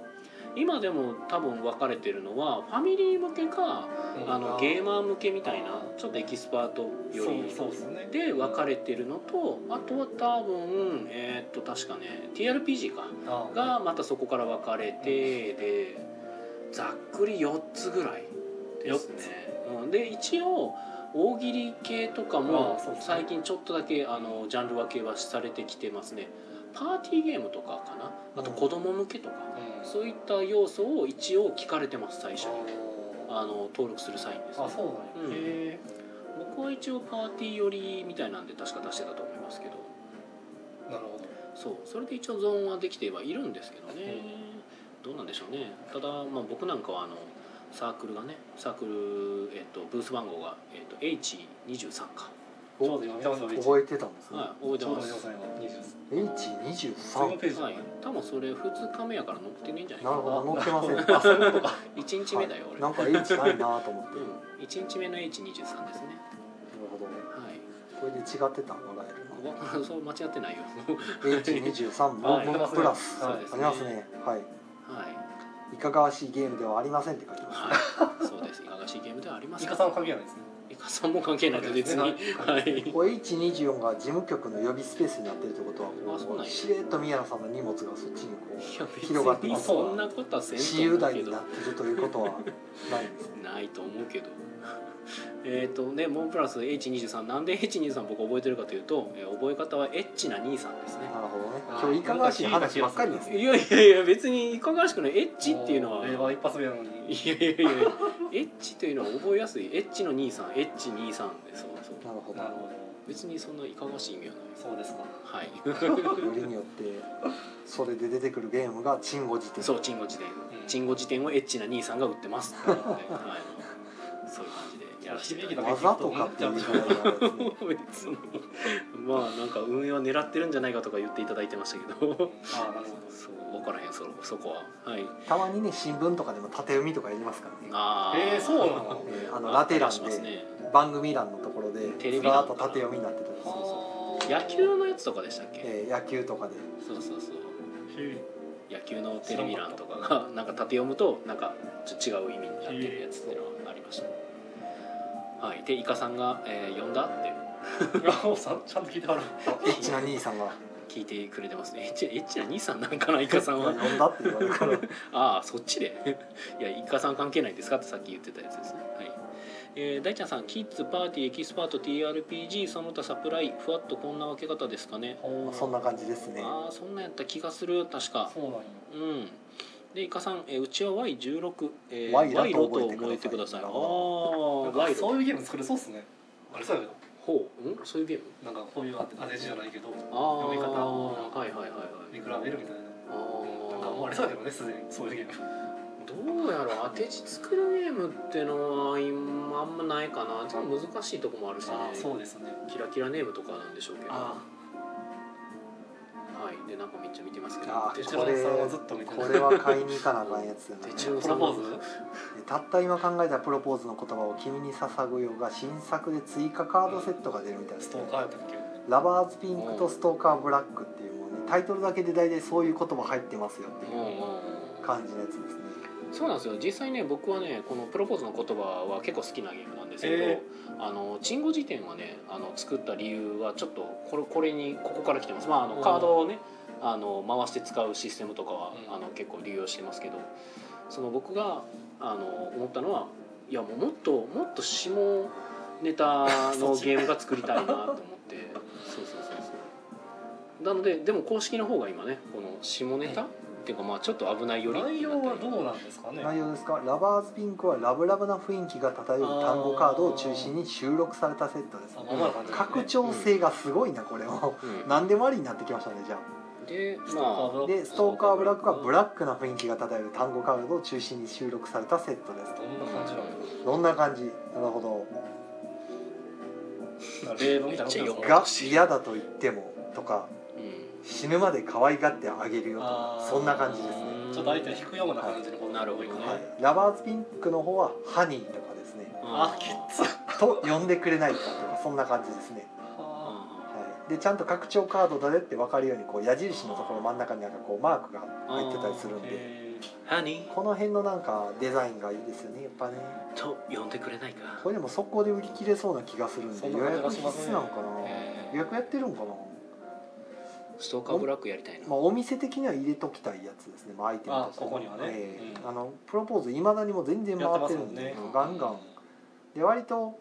[SPEAKER 1] 今でも多分分かれてるのはファミリー向けかあのゲーマー向けみたいなちょっとエキスパートより
[SPEAKER 3] そうそうですね
[SPEAKER 1] で分かれてるのとあとは多分えーっと確かね TRPG か
[SPEAKER 3] が
[SPEAKER 1] がまたそこから分かれてでざっくり4つぐらいですね。うん、で一応大喜利系とか
[SPEAKER 3] あ
[SPEAKER 1] も
[SPEAKER 3] そうですね
[SPEAKER 1] 最近ちょっとだけあのジャンル分けはされてきてますね。パーティーゲームとかかなあと子供向けとかそういった要素を一応聞かれてます最初にあの登録する際にですね
[SPEAKER 3] あそうな
[SPEAKER 1] うん
[SPEAKER 3] んやへ
[SPEAKER 1] 僕は一応パーティー寄りみたいなんで確か出してたと思いますけど
[SPEAKER 3] えなるほど
[SPEAKER 1] そうそれで一応ゾーンはできてはいるんですけどね、どうなんでしょうねただ、まあ、僕なんかはあのサークルがねサークル、えっとブース番号が、えっと H23 か、
[SPEAKER 3] ちょうど読みます
[SPEAKER 2] 覚えてたんですね
[SPEAKER 1] はい、覚えて
[SPEAKER 3] ちょう
[SPEAKER 1] ま
[SPEAKER 3] ど
[SPEAKER 1] す
[SPEAKER 3] 読みます
[SPEAKER 2] H23
[SPEAKER 3] ページ
[SPEAKER 1] はい、多分それ2日目やから載ってねえんじゃない
[SPEAKER 2] な
[SPEAKER 1] か
[SPEAKER 2] る
[SPEAKER 1] な
[SPEAKER 2] ほど載ってませ ん
[SPEAKER 3] あそういうことか
[SPEAKER 1] 1日目だよ、
[SPEAKER 2] はい
[SPEAKER 1] 俺
[SPEAKER 2] なんか H ないなと思ってなる
[SPEAKER 1] うん、1日目の H23 ですね
[SPEAKER 2] ほど
[SPEAKER 1] はい
[SPEAKER 2] これで違ってたのがえ
[SPEAKER 1] ここ はそう間違ってないよ
[SPEAKER 2] るな H23
[SPEAKER 1] はい
[SPEAKER 2] もプラス
[SPEAKER 3] はい
[SPEAKER 2] ありますねはい
[SPEAKER 1] はい
[SPEAKER 2] いかがわしいゲームではありませんって書きました
[SPEAKER 1] はい、そうです。いかがわしいゲームではありませ
[SPEAKER 3] イ
[SPEAKER 1] ん。
[SPEAKER 3] カさんは関係ないですね
[SPEAKER 1] イカさんも関係ないです別に。は
[SPEAKER 3] はいい。
[SPEAKER 2] これ H24 が事務局の予備スペースになってるってことは
[SPEAKER 1] あそうなん
[SPEAKER 2] こ
[SPEAKER 1] や
[SPEAKER 2] うしれっと宮野さんの荷物がそっちにこう広がって
[SPEAKER 1] いや別にそんなことはせん
[SPEAKER 2] 私
[SPEAKER 1] と
[SPEAKER 2] 有
[SPEAKER 1] 思う
[SPEAKER 2] 台
[SPEAKER 1] け
[SPEAKER 2] に
[SPEAKER 1] ど
[SPEAKER 2] なってるということはないんですね
[SPEAKER 1] ないと思うけど。 えっとね、モンプラス H23 なんで H23 僕覚えてるかというと、えー覚え方はエッチな兄さんですね
[SPEAKER 2] なるほどね
[SPEAKER 3] あー
[SPEAKER 2] 今日いかがわしい話ばっかりですね
[SPEAKER 1] いやいやいや別にいかがわしくないエッチっていうのは
[SPEAKER 3] 令和一発目なの
[SPEAKER 1] い
[SPEAKER 3] に
[SPEAKER 1] やいやいやエッチというのは覚えやすいエッチの兄さんエッチ兄さんでそうそう
[SPEAKER 2] なるほ
[SPEAKER 3] なる
[SPEAKER 2] ど
[SPEAKER 3] ほど
[SPEAKER 1] 別にそんないかがわしい意味は
[SPEAKER 3] そうですか
[SPEAKER 1] ない はい
[SPEAKER 2] よりによってそれで出てくるゲームがチンゴ辞典
[SPEAKER 1] そう、チンゴ辞典、
[SPEAKER 3] うん
[SPEAKER 1] チンゴ辞典をエッチな兄さんが売ってますっていうので、はい、そういう感じでやらせていただき
[SPEAKER 2] わざとかっていうぐらいなんですね
[SPEAKER 1] ます別にまあなんか運用狙ってるんじゃないかとか言っていただいてましたけど
[SPEAKER 3] ああなるほど
[SPEAKER 1] そう分からへんそそこははい
[SPEAKER 2] たまにね新聞とかでも縦読みとかやりますからね
[SPEAKER 1] あ
[SPEAKER 3] えーそうな
[SPEAKER 1] の
[SPEAKER 3] の
[SPEAKER 2] えーあのラテ欄
[SPEAKER 1] します
[SPEAKER 2] で
[SPEAKER 1] ね
[SPEAKER 2] 番組欄のところで
[SPEAKER 1] テレビ
[SPEAKER 2] ずら
[SPEAKER 1] 欄
[SPEAKER 2] ーっと縦読みになってたりする
[SPEAKER 1] 野球のやつとかでしたっけ、
[SPEAKER 2] えー野球とかで
[SPEAKER 1] そうそうそう野球のテレビ欄とかがなんか縦読むとなんかちょっと違う意味になってるやつっていうのがありました、はい、でイカさんが「えー、呼んだ?」って
[SPEAKER 3] ラオさんちゃんと聞 いてはる
[SPEAKER 2] あエッチな兄さんが
[SPEAKER 1] 聞いてくれてますねエッチエッチな兄さんなんかなイカさん は
[SPEAKER 2] 呼んだって言われるから
[SPEAKER 1] ああそっちで いやイカさん関係ないですかってさっき言ってたやつですねはい、えー、大ちゃんさんキッズパーティーエキスパート TRPG その他サプライふわっとこんな分け方ですかね
[SPEAKER 2] まあそんな感じですね。
[SPEAKER 1] ああそんなんやった気がする確か
[SPEAKER 3] そうなんよ
[SPEAKER 1] うんでイカさん、えーうちは Y16、えー、
[SPEAKER 2] 賄賂
[SPEAKER 1] Y
[SPEAKER 2] と
[SPEAKER 1] ロ
[SPEAKER 2] 覚
[SPEAKER 1] と
[SPEAKER 2] えてくださ
[SPEAKER 1] 覚えてください
[SPEAKER 2] い
[SPEAKER 1] ああ
[SPEAKER 3] なん
[SPEAKER 1] 賄
[SPEAKER 3] か
[SPEAKER 1] 賂
[SPEAKER 3] そういうゲーム作れそうっすねあれそうやけど
[SPEAKER 1] ほうんそういうゲーム
[SPEAKER 3] なんかこういうあ当て字じゃないけど
[SPEAKER 1] ああ
[SPEAKER 3] 読み方
[SPEAKER 1] はいはいはい
[SPEAKER 3] 見
[SPEAKER 1] はい
[SPEAKER 3] 比べるみたいな
[SPEAKER 1] あー
[SPEAKER 3] なんかもうあれそうやけどねすでにそういうゲーム
[SPEAKER 1] どうやろう当て字作るゲームってのは今あんまないかなちょっと難しいとこもあるしね
[SPEAKER 3] ああそうですね
[SPEAKER 1] キラキラネームとかなんでしょうけどは
[SPEAKER 3] あ
[SPEAKER 1] いでなんかめっちゃ見てますけど
[SPEAKER 2] あ
[SPEAKER 1] 手帳
[SPEAKER 3] 手帳
[SPEAKER 2] これ
[SPEAKER 3] さんはずっと見て
[SPEAKER 2] これは買いに行かなあかんやつだな
[SPEAKER 1] 手
[SPEAKER 3] プ
[SPEAKER 1] 帳
[SPEAKER 3] ロ
[SPEAKER 1] さん
[SPEAKER 3] ポ
[SPEAKER 1] の
[SPEAKER 3] ーズ
[SPEAKER 2] たった今考えたプロポーズの言葉を君に捧ぐよが新作で追加カードセットが出るみたいで
[SPEAKER 3] ス
[SPEAKER 2] す
[SPEAKER 3] ト
[SPEAKER 2] ね
[SPEAKER 3] ーカーやったっけ
[SPEAKER 2] ラバーズピンクとストーカーブラックっていうもうねタイトルだけで大体そういう言葉入ってますよって
[SPEAKER 1] うん
[SPEAKER 2] いう感じのやつですね
[SPEAKER 1] そうなんですよ実際ね僕はねこの「プロポーズの言葉」は結構好きなゲームなんですけど、
[SPEAKER 3] え
[SPEAKER 1] あのチンゴ辞典はねあの作った理由はちょっとこれこれにここから来てますまああのカードをねあの回して使うシステムとかは、
[SPEAKER 3] うん
[SPEAKER 1] あの結構利用してますけどその僕があの思ったのはいやもうもっともっと下ネタ のゲームが作りたいなと思ってそうそうそうそうなのででも公式の方が今ねこの下ネタっっていうかまあちょっと危ないより
[SPEAKER 3] 内容はどうなんですかね
[SPEAKER 2] 内容ですかラバーズピンクはラブラブな雰囲気が漂う単語カードを中心に収録されたセットです
[SPEAKER 3] あまあまあ感じですね
[SPEAKER 2] 拡張性がすごいなこれも
[SPEAKER 1] うん
[SPEAKER 2] 何でもありになってきましたねじゃ
[SPEAKER 1] でま
[SPEAKER 2] あでストーカーブラックはブラックな雰囲気が漂う単語カードを中心に収録されたセットです
[SPEAKER 3] どんな感じなの
[SPEAKER 2] どんな感じなるほど
[SPEAKER 3] 例文みたいなこと
[SPEAKER 1] めっちゃ
[SPEAKER 2] が嫌だと言ってもとか
[SPEAKER 1] あ、う
[SPEAKER 2] 死ぬまで可愛がってあげるよとかそんな感じですね
[SPEAKER 1] ね
[SPEAKER 3] ちょっと相手を引くような感じのこと
[SPEAKER 1] なるほどね
[SPEAKER 2] はい、ラバーズピンクの方はハニーとかですね
[SPEAKER 1] ん、
[SPEAKER 3] あきつ
[SPEAKER 2] と呼んでくれないかとかそんな感じですね、
[SPEAKER 3] は
[SPEAKER 1] あ
[SPEAKER 2] はい、でちゃんと拡張カードだねって分かるようにこう矢印のところ真ん中になんかこうマークが入ってたりするんで
[SPEAKER 3] へー
[SPEAKER 1] ハニ
[SPEAKER 2] この辺のなんかデザインがいいですよねやっぱね
[SPEAKER 1] ーと呼んでくれないか
[SPEAKER 2] これでも速攻で売り切れそうな気がするん
[SPEAKER 3] そ
[SPEAKER 2] で
[SPEAKER 3] んな
[SPEAKER 2] 予
[SPEAKER 3] 感じ
[SPEAKER 2] 約必
[SPEAKER 3] がします
[SPEAKER 2] 須
[SPEAKER 3] ね
[SPEAKER 2] なのかな
[SPEAKER 1] えー
[SPEAKER 2] 予約やってるんかな、
[SPEAKER 1] ストーカーブラックやりたいな、
[SPEAKER 2] まあ、お店的には入れときたいやつですね、まあ、アイテムとして
[SPEAKER 3] あここにはね
[SPEAKER 2] ええ
[SPEAKER 3] うん
[SPEAKER 2] あのプロポーズいまだにも全然回ってるんで
[SPEAKER 3] やってます
[SPEAKER 1] もんね
[SPEAKER 2] ガンガンで割と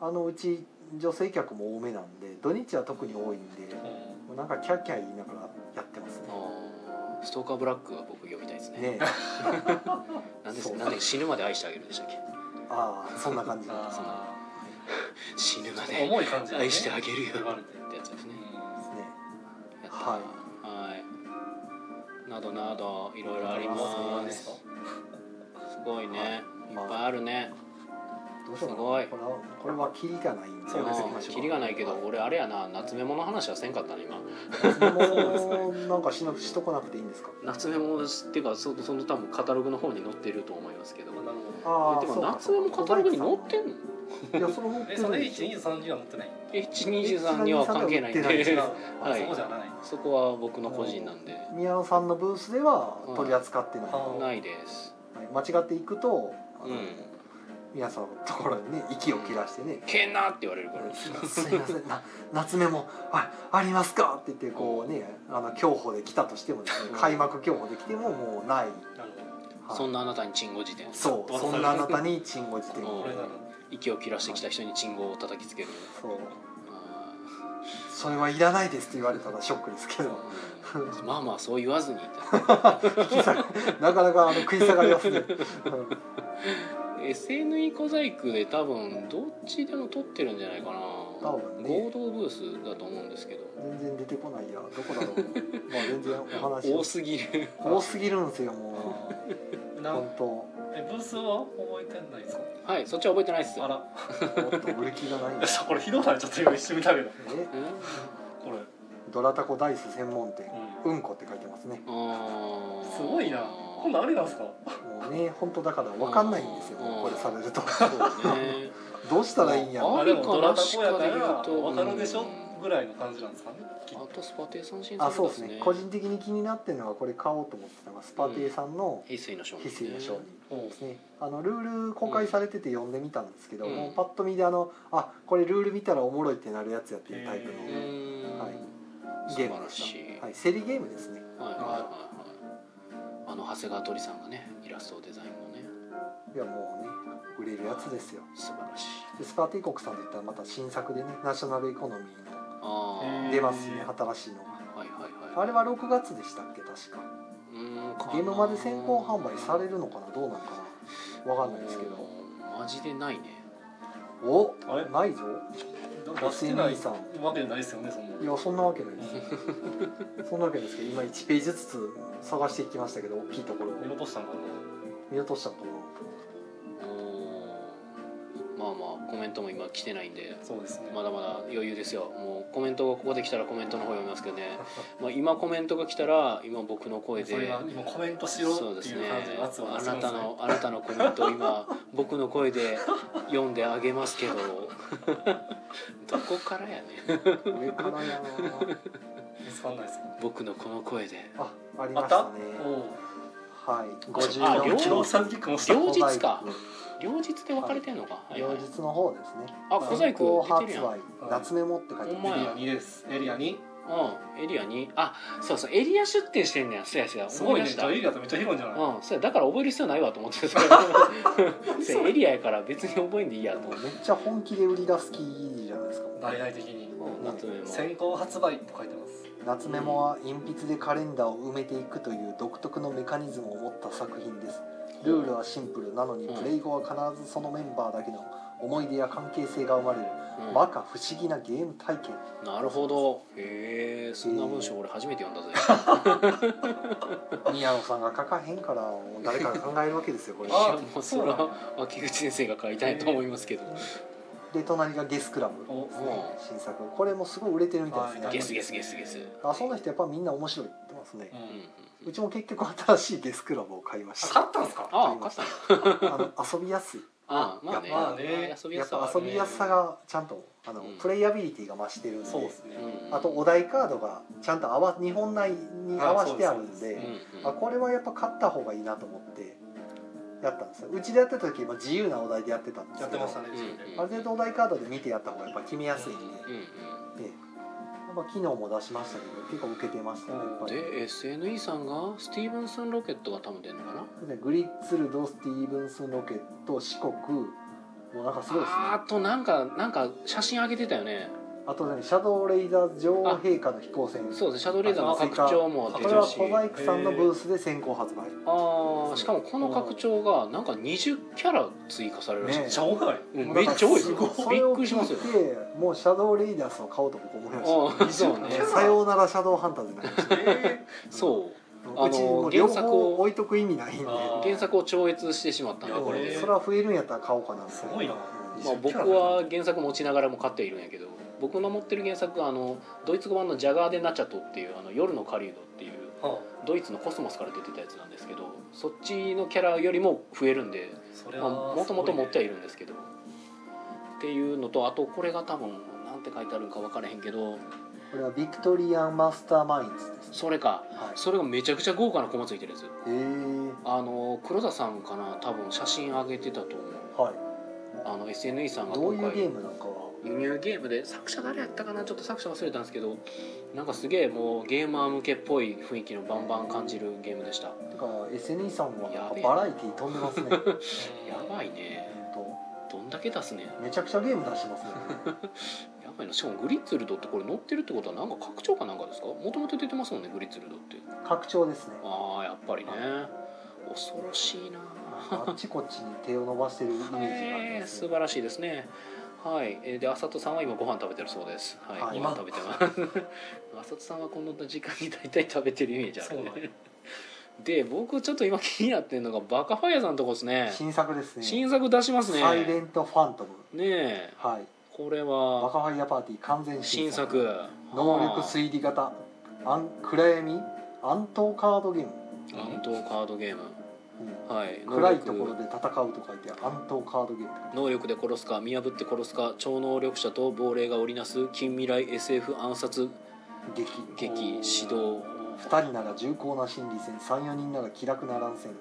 [SPEAKER 2] あのうち女性客も多めなんで土日は特に多いんで
[SPEAKER 3] うん
[SPEAKER 2] もうなんかキャッキャ言いながらやってますね
[SPEAKER 1] あーストーカーブラックは僕呼びたいですね
[SPEAKER 2] ねえ
[SPEAKER 1] なんで
[SPEAKER 2] そう
[SPEAKER 1] なんで死ぬまで愛してあげるでしたっけ
[SPEAKER 2] ああそんな感じです
[SPEAKER 1] そんな
[SPEAKER 3] あ
[SPEAKER 1] 死ぬま
[SPEAKER 3] ー
[SPEAKER 1] で
[SPEAKER 3] 重い感じでね
[SPEAKER 1] 愛してあげるよ
[SPEAKER 3] 言われて
[SPEAKER 1] ってやつですね
[SPEAKER 2] ね
[SPEAKER 1] やった
[SPEAKER 2] はい
[SPEAKER 1] はいなどなどいろいろあり
[SPEAKER 2] あり
[SPEAKER 1] ま
[SPEAKER 2] ますす
[SPEAKER 1] すごいね、
[SPEAKER 2] はい
[SPEAKER 1] い、っ
[SPEAKER 2] まあ
[SPEAKER 1] ぱいあるね
[SPEAKER 2] どうしようかな
[SPEAKER 1] すごい
[SPEAKER 2] これはこれはキリがないんで
[SPEAKER 3] そうですね
[SPEAKER 2] やめましょう
[SPEAKER 1] キリがないけど
[SPEAKER 2] は
[SPEAKER 1] 俺あれやな夏メモの話はせんかったね今
[SPEAKER 2] もうなんかしなしとこなくていいんですか
[SPEAKER 1] 夏メモっていうかそその多分カタログの方に載ってると思いますけど
[SPEAKER 3] あなるほど
[SPEAKER 2] ああ
[SPEAKER 1] でも
[SPEAKER 2] そうか
[SPEAKER 1] 夏メモカタログに載ってんの
[SPEAKER 2] いやそれ持って
[SPEAKER 3] え
[SPEAKER 2] る
[SPEAKER 3] そ
[SPEAKER 2] ん
[SPEAKER 3] れ
[SPEAKER 2] で
[SPEAKER 3] 一
[SPEAKER 2] し
[SPEAKER 3] 二三には載ってない
[SPEAKER 1] 123には関係ないん
[SPEAKER 2] 123
[SPEAKER 1] で
[SPEAKER 2] に
[SPEAKER 3] 違う
[SPEAKER 1] は
[SPEAKER 3] あ
[SPEAKER 1] い
[SPEAKER 3] そうじゃない
[SPEAKER 1] そこは僕の個人なんで
[SPEAKER 2] ょ宮野さんのブースでは
[SPEAKER 1] うん
[SPEAKER 2] 取り扱ってない、
[SPEAKER 3] あ
[SPEAKER 1] ないです
[SPEAKER 2] はい間違っていくとあの、
[SPEAKER 1] うん
[SPEAKER 2] 皆さんのところ にね息を切らしてね
[SPEAKER 1] 「けんな!」って言われるから
[SPEAKER 2] 「すいませんな夏目もあありますか?」って言ってこうねあの競歩で来たとしてもですね
[SPEAKER 1] うん
[SPEAKER 2] 開幕競歩で来てももうない、はい
[SPEAKER 3] なるほど
[SPEAKER 1] そんなあなたにチンゴ辞典
[SPEAKER 2] そうそんなあなたにチンゴ辞典
[SPEAKER 1] うん
[SPEAKER 3] これなら
[SPEAKER 1] 息を切らしてきた人にチンゴを叩きつける
[SPEAKER 2] そう
[SPEAKER 1] あ
[SPEAKER 2] それはいらないですって言われたらショックですけど
[SPEAKER 1] ーうんまあまあそう言わずに
[SPEAKER 2] 引き下がなかなかあの食い下がり ますね、うん、
[SPEAKER 1] SNE 小細工で多分どっちでも撮ってるんじゃないかな
[SPEAKER 2] 多分ね
[SPEAKER 1] 合同ブースだと思うんですけど
[SPEAKER 2] 全然出てこないやどこだ ろうまあ全然お話を
[SPEAKER 1] 多すぎる
[SPEAKER 2] 多すぎるんですよもう
[SPEAKER 3] な
[SPEAKER 2] 本当
[SPEAKER 3] えブースは覚えてないですか
[SPEAKER 1] はいそっちは覚えてないっす
[SPEAKER 3] あ
[SPEAKER 1] よ
[SPEAKER 3] ら
[SPEAKER 2] もっと売る気がない んだ
[SPEAKER 3] これひどくないちょっと今一瞬見たけど
[SPEAKER 2] え
[SPEAKER 1] うん
[SPEAKER 3] これ、
[SPEAKER 2] ドラタコダイス専門店
[SPEAKER 3] う
[SPEAKER 2] うんこって書いてますね
[SPEAKER 1] あー
[SPEAKER 3] ん、すごいなこんなんあれなんですか
[SPEAKER 2] もうね本当だから分かんないんですよ
[SPEAKER 1] うん
[SPEAKER 2] これされると
[SPEAKER 1] そう ね
[SPEAKER 2] どうしたらいいんやろ
[SPEAKER 1] あ
[SPEAKER 3] あ
[SPEAKER 1] り
[SPEAKER 3] れ
[SPEAKER 1] か
[SPEAKER 3] も
[SPEAKER 1] な
[SPEAKER 3] ドラタコやか
[SPEAKER 1] しかで言う
[SPEAKER 3] ら
[SPEAKER 1] と
[SPEAKER 3] 分かるでしょ
[SPEAKER 1] うん
[SPEAKER 3] ぐらいの感じなんですかねきっ
[SPEAKER 1] あ
[SPEAKER 3] と
[SPEAKER 1] とスパテー三振
[SPEAKER 2] あ
[SPEAKER 1] さ
[SPEAKER 2] そ
[SPEAKER 1] れたっ
[SPEAKER 2] うです
[SPEAKER 1] す
[SPEAKER 2] ね
[SPEAKER 1] ね
[SPEAKER 2] 個人的に気になってるのはこれ買おうと思ってたのがスパテイさんの
[SPEAKER 1] 翡翠の商
[SPEAKER 2] 翡
[SPEAKER 1] 品
[SPEAKER 2] 翠の商品
[SPEAKER 3] おう
[SPEAKER 2] ですねあのルール公開されてて読んでみたんですけど、
[SPEAKER 1] うん
[SPEAKER 2] もうパッと見であのあこれルール見たらおもろいってなるやつやっていうタイプの
[SPEAKER 1] う
[SPEAKER 3] へ
[SPEAKER 1] ーん
[SPEAKER 2] はいゲ
[SPEAKER 1] 素晴
[SPEAKER 2] ーム
[SPEAKER 1] ら
[SPEAKER 2] でし
[SPEAKER 1] しい
[SPEAKER 2] た、はい、競りゲームですね
[SPEAKER 1] はいはいはいはいあの長谷川鳥さんがねイラストをデザインもね
[SPEAKER 2] いやもうね売れるやつですよ
[SPEAKER 1] 素晴らしい
[SPEAKER 2] でスパー帝国さんといったらまた新作でねナショナルエコノミーの
[SPEAKER 1] あ
[SPEAKER 3] へ
[SPEAKER 1] あ
[SPEAKER 3] ー
[SPEAKER 2] 出ますね新しいのが
[SPEAKER 1] はいはいはい
[SPEAKER 2] あれは6月でしたっけ確か
[SPEAKER 1] うーんかな
[SPEAKER 2] ゲームまで先行販売されるのかなどうなんかなわかんないですけど
[SPEAKER 1] マジでないね
[SPEAKER 2] お
[SPEAKER 3] あれ
[SPEAKER 2] ないぞ
[SPEAKER 3] 出してない
[SPEAKER 2] さん
[SPEAKER 3] わけないですよねそん
[SPEAKER 2] い
[SPEAKER 3] な
[SPEAKER 2] やそんなわけないです そんなわけないですけど今1ページずつ探していきましたけど大きいところを
[SPEAKER 3] 見落としたんかな
[SPEAKER 2] 見落としたとこ
[SPEAKER 1] おーまあまあコメントも今来てないんで
[SPEAKER 3] そうですね
[SPEAKER 1] まだまだ余裕ですよもうコメントがここで来たらコメントの方読みますけど ね、まあ、今コメントが来たら今僕の声で
[SPEAKER 3] それが今コメントしろ
[SPEAKER 1] そう
[SPEAKER 3] っ
[SPEAKER 1] で
[SPEAKER 3] て
[SPEAKER 1] す
[SPEAKER 3] いう
[SPEAKER 1] ね
[SPEAKER 3] 感じの圧を
[SPEAKER 1] あ
[SPEAKER 3] 出し
[SPEAKER 1] な
[SPEAKER 3] てま
[SPEAKER 1] た
[SPEAKER 3] すね
[SPEAKER 1] のあなたのコメントを 今僕の声で読んであげますけどどこからやね
[SPEAKER 2] ろ上からやな
[SPEAKER 3] 見つかんないです
[SPEAKER 1] 僕のこの声で
[SPEAKER 2] あありま
[SPEAKER 3] あっ
[SPEAKER 2] したた
[SPEAKER 3] お
[SPEAKER 2] ね
[SPEAKER 3] おう
[SPEAKER 2] はい
[SPEAKER 1] あ両
[SPEAKER 2] 54
[SPEAKER 3] 昨日サンキックもした
[SPEAKER 1] 両
[SPEAKER 2] 小
[SPEAKER 1] 日
[SPEAKER 2] 細
[SPEAKER 1] か
[SPEAKER 2] 工
[SPEAKER 1] 両日で分かれてんのか、はいは
[SPEAKER 2] 両
[SPEAKER 1] い
[SPEAKER 2] 日の方ですね
[SPEAKER 1] あ小細工出
[SPEAKER 2] 発
[SPEAKER 1] てるやん
[SPEAKER 2] 売夏メモって書いて
[SPEAKER 1] ほんま
[SPEAKER 2] ます
[SPEAKER 1] や
[SPEAKER 3] エリア2ですエリア2
[SPEAKER 1] うんエリアにあそうそうエリア出店してんねやそうやそうや
[SPEAKER 3] す
[SPEAKER 1] 思
[SPEAKER 3] ご
[SPEAKER 1] い
[SPEAKER 3] い
[SPEAKER 1] 出
[SPEAKER 3] ね
[SPEAKER 1] し
[SPEAKER 3] じ
[SPEAKER 1] た
[SPEAKER 3] ゃあエリアとめっちゃ広いんじゃない
[SPEAKER 1] うん、そうやだから覚える必要ないわと思って たそうやエリアやから別に覚えんでいいやと思って
[SPEAKER 2] めっちゃ本気で売り出す気じゃないですかも
[SPEAKER 3] 大々的に
[SPEAKER 1] もう夏目も
[SPEAKER 3] 先行発売って書いてます
[SPEAKER 2] 夏メモは鉛筆でカレンダーを埋めていくという独特のメカニズムを持った作品ですルールはシンプルなのに
[SPEAKER 1] うん
[SPEAKER 2] プレイ後は必ずそのメンバーだけの思い出や関係性が生まれる
[SPEAKER 1] うん
[SPEAKER 2] 摩訶不思議なゲーム体験
[SPEAKER 1] なるほどへえそんな文章俺初めて読んだぜ
[SPEAKER 2] 宮野さんが書かへんからもう誰かが考えるわけですよこれ
[SPEAKER 1] いや
[SPEAKER 3] あ
[SPEAKER 1] もうそれは秋口先生が書いたいと思いますけど
[SPEAKER 2] で隣がゲスクラム
[SPEAKER 3] お
[SPEAKER 1] も
[SPEAKER 2] 新作これもすごい売れてるみたいです
[SPEAKER 1] う
[SPEAKER 3] は
[SPEAKER 1] ゲ
[SPEAKER 2] ね
[SPEAKER 3] い
[SPEAKER 1] スゲスゲスゲス
[SPEAKER 2] あそんな人やっぱみんな面白いって言ってますね
[SPEAKER 3] う
[SPEAKER 1] うん
[SPEAKER 3] ん
[SPEAKER 2] うちも結局新しいゲスクラブを買いました
[SPEAKER 3] 勝ったんですか
[SPEAKER 1] ああ勝ったの
[SPEAKER 2] あの遊びやすい
[SPEAKER 1] ああまあね
[SPEAKER 3] まあね
[SPEAKER 1] 遊びや
[SPEAKER 2] やっ
[SPEAKER 1] すさは
[SPEAKER 2] ぱ
[SPEAKER 1] あ
[SPEAKER 2] 遊
[SPEAKER 1] るね
[SPEAKER 2] びやすさがちゃんとあの、
[SPEAKER 1] うん
[SPEAKER 2] プレイアビリティが増してるんで
[SPEAKER 3] そうですね
[SPEAKER 1] うん
[SPEAKER 2] あとお題カードがちゃんと合わ日本内に合わせてあるん
[SPEAKER 3] はい
[SPEAKER 2] で
[SPEAKER 1] うんうん
[SPEAKER 2] あこれはやっぱ勝った方がいいなと思ってやったんですようちでやってた時は自由なお題でやってたんです
[SPEAKER 3] やっ
[SPEAKER 2] け
[SPEAKER 3] て
[SPEAKER 2] ど
[SPEAKER 3] ましたね自分で
[SPEAKER 1] うん
[SPEAKER 2] ある程度お題カードで見てやった方がやっぱ決めやすいんで,、
[SPEAKER 1] うん
[SPEAKER 2] でまあ、機能も出しましたけど結構受けてましたねやっ
[SPEAKER 1] う
[SPEAKER 2] ぱ
[SPEAKER 1] ん
[SPEAKER 2] り
[SPEAKER 1] で SNE さんがスティーブンソンロケットが多分出るのかな
[SPEAKER 2] でグリッツルドスティーブンスロケット四国もうなんかすごいですね
[SPEAKER 1] あとなんかなんか写真上げてたよね
[SPEAKER 2] あとねシャドウレイダー女王陛下の飛行船
[SPEAKER 1] そうですねシャドウレーザーの拡張も
[SPEAKER 2] こ
[SPEAKER 1] 出
[SPEAKER 2] れ
[SPEAKER 1] て
[SPEAKER 2] は
[SPEAKER 1] るし
[SPEAKER 2] 小細工さんのブースで先行発売
[SPEAKER 1] ああしかもこの拡張がなんか20キャラ追加されるらしい
[SPEAKER 2] ね
[SPEAKER 3] めっちゃ多くない
[SPEAKER 1] うんめっちゃ多いですよ
[SPEAKER 2] だから
[SPEAKER 1] びっくりしますよ
[SPEAKER 2] それを聞いてもうシャドウレイダースを買おうと僕思いまし
[SPEAKER 1] ああそう
[SPEAKER 2] た
[SPEAKER 1] ね
[SPEAKER 2] ね さようならシャドウハンターズになりました
[SPEAKER 3] え
[SPEAKER 1] そう
[SPEAKER 2] うちもう両方置いとく意味ないんで
[SPEAKER 3] あ
[SPEAKER 1] 原作を超越してしまったん
[SPEAKER 3] ー
[SPEAKER 1] で
[SPEAKER 3] いや
[SPEAKER 1] これ
[SPEAKER 3] ね
[SPEAKER 1] で
[SPEAKER 2] それは増えるんやったら買おうかな
[SPEAKER 3] すごいな
[SPEAKER 2] うん
[SPEAKER 1] まあ、僕は原作持ちながらも買っているんやけど僕の持ってる原作はあのドイツ語版の「ジャガー・デ・ナチャト」っていう「あの夜の狩人」っていう
[SPEAKER 3] ーは
[SPEAKER 1] ドイツのコスモスから出てたやつなんですけどそっちのキャラよりも増えるんで
[SPEAKER 3] あそれは
[SPEAKER 1] もともと持ってはい
[SPEAKER 3] る
[SPEAKER 1] るんですけどっていうのとあとこれが多分なんて書いてあるんか分からへんけど
[SPEAKER 2] これはビクトリアンマスターマインズです
[SPEAKER 1] それか
[SPEAKER 2] はい
[SPEAKER 1] それがめちゃくちゃ豪華なコマついてるやつ
[SPEAKER 2] へえ
[SPEAKER 1] あの黒田さんかな多分写真上げてたと思う
[SPEAKER 2] は
[SPEAKER 1] あの SNE さん
[SPEAKER 2] い
[SPEAKER 1] が
[SPEAKER 2] ど
[SPEAKER 1] 今
[SPEAKER 2] ういうゲ
[SPEAKER 1] 回
[SPEAKER 2] ームなんかは
[SPEAKER 1] 輸入ゲームで作者誰やったかなちょっと作者忘れたんですけどなんかすげえもうゲーマー向けっぽい雰囲気のバンバン感じるゲームでした
[SPEAKER 2] だから SNE さんはなん
[SPEAKER 1] やべえ
[SPEAKER 2] かバラエティー飛んで ますねうん
[SPEAKER 1] やばいね
[SPEAKER 2] と
[SPEAKER 1] どんだけ出すねん
[SPEAKER 2] めちゃくちゃゲーム出してますね
[SPEAKER 1] やばいなしかもグリッツルドってこれ乗ってるってことはなんか拡張かなんかですかもともと出てますもんねグリッツルドって
[SPEAKER 2] 拡張ですね
[SPEAKER 1] ああやっぱりね恐ろしいな
[SPEAKER 2] あっちこっちに手を伸ばしてるイメージがあり
[SPEAKER 1] へ
[SPEAKER 2] ま
[SPEAKER 1] ー
[SPEAKER 2] す
[SPEAKER 1] 素
[SPEAKER 2] ね
[SPEAKER 1] 晴らしいですねはいえーで浅戸さんは今ご飯食べてるそうですはい、
[SPEAKER 2] はい
[SPEAKER 1] ご飯食べてます 浅戸さんはこの時間に大体食べてるイメージあ
[SPEAKER 3] そう
[SPEAKER 1] る
[SPEAKER 3] な
[SPEAKER 1] ね
[SPEAKER 3] んや
[SPEAKER 1] で僕ちょっと今気になってるのがバカファイアさんのとこですね
[SPEAKER 2] 新作ですね
[SPEAKER 1] 新作出しますね
[SPEAKER 2] サイレ
[SPEAKER 1] ね
[SPEAKER 2] ントファントム
[SPEAKER 1] え
[SPEAKER 2] はい
[SPEAKER 1] これ
[SPEAKER 2] バ
[SPEAKER 1] は
[SPEAKER 2] カファイアパーティー完全新
[SPEAKER 1] 新
[SPEAKER 2] 作
[SPEAKER 1] 作
[SPEAKER 2] 能力推理型アン暗闇暗闘カードゲーム、
[SPEAKER 1] 乱闘カードゲームはい
[SPEAKER 2] うん暗いところで戦うと書いて暗闘カードゲーム
[SPEAKER 1] 能力で殺すか見破って殺すか超能力者と亡霊が織りなす近未来 SF 暗殺
[SPEAKER 2] 劇
[SPEAKER 1] 劇指導
[SPEAKER 2] 2人なら重厚な心理戦34人なら気楽な乱戦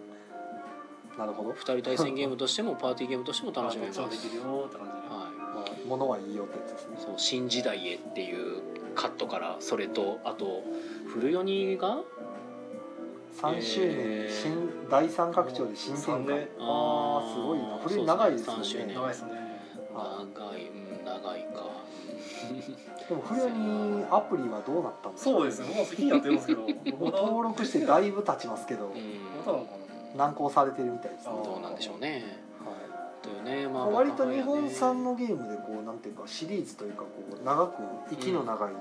[SPEAKER 2] なるほど
[SPEAKER 1] 2、人対戦ゲームとしてもパーティーゲームとしても楽しめ
[SPEAKER 3] め
[SPEAKER 1] ま
[SPEAKER 3] っ
[SPEAKER 1] す、
[SPEAKER 3] ちゃできる
[SPEAKER 1] は
[SPEAKER 3] よって感じ
[SPEAKER 2] まあ、物はいいよってやつですね
[SPEAKER 1] い、そう「新時代へ」っていうカットからそれとあと古世にが
[SPEAKER 2] 3周年
[SPEAKER 1] えー
[SPEAKER 2] に新、第3拡張で新展
[SPEAKER 3] 三
[SPEAKER 2] 開
[SPEAKER 3] 年
[SPEAKER 2] あーすごいなこれ長いですよ
[SPEAKER 1] そうですね三周
[SPEAKER 2] ね
[SPEAKER 1] 年
[SPEAKER 3] 長いですね
[SPEAKER 2] あ
[SPEAKER 1] 長いうん長いか
[SPEAKER 2] でも古谷にアプリはどうなったんですか
[SPEAKER 3] そうですねもう好きにやってますけど
[SPEAKER 2] もう登録してだいぶ経ちますけど
[SPEAKER 1] うん
[SPEAKER 3] そうなのか
[SPEAKER 2] 難航されてるみたいですね、
[SPEAKER 3] あー
[SPEAKER 2] は
[SPEAKER 1] どうなんでしょうね
[SPEAKER 2] い
[SPEAKER 1] というねま
[SPEAKER 2] ま
[SPEAKER 1] あ
[SPEAKER 2] あ、割と日本
[SPEAKER 1] ね
[SPEAKER 2] 産のゲームでこうなんていうかシリーズというかこう長く息の長い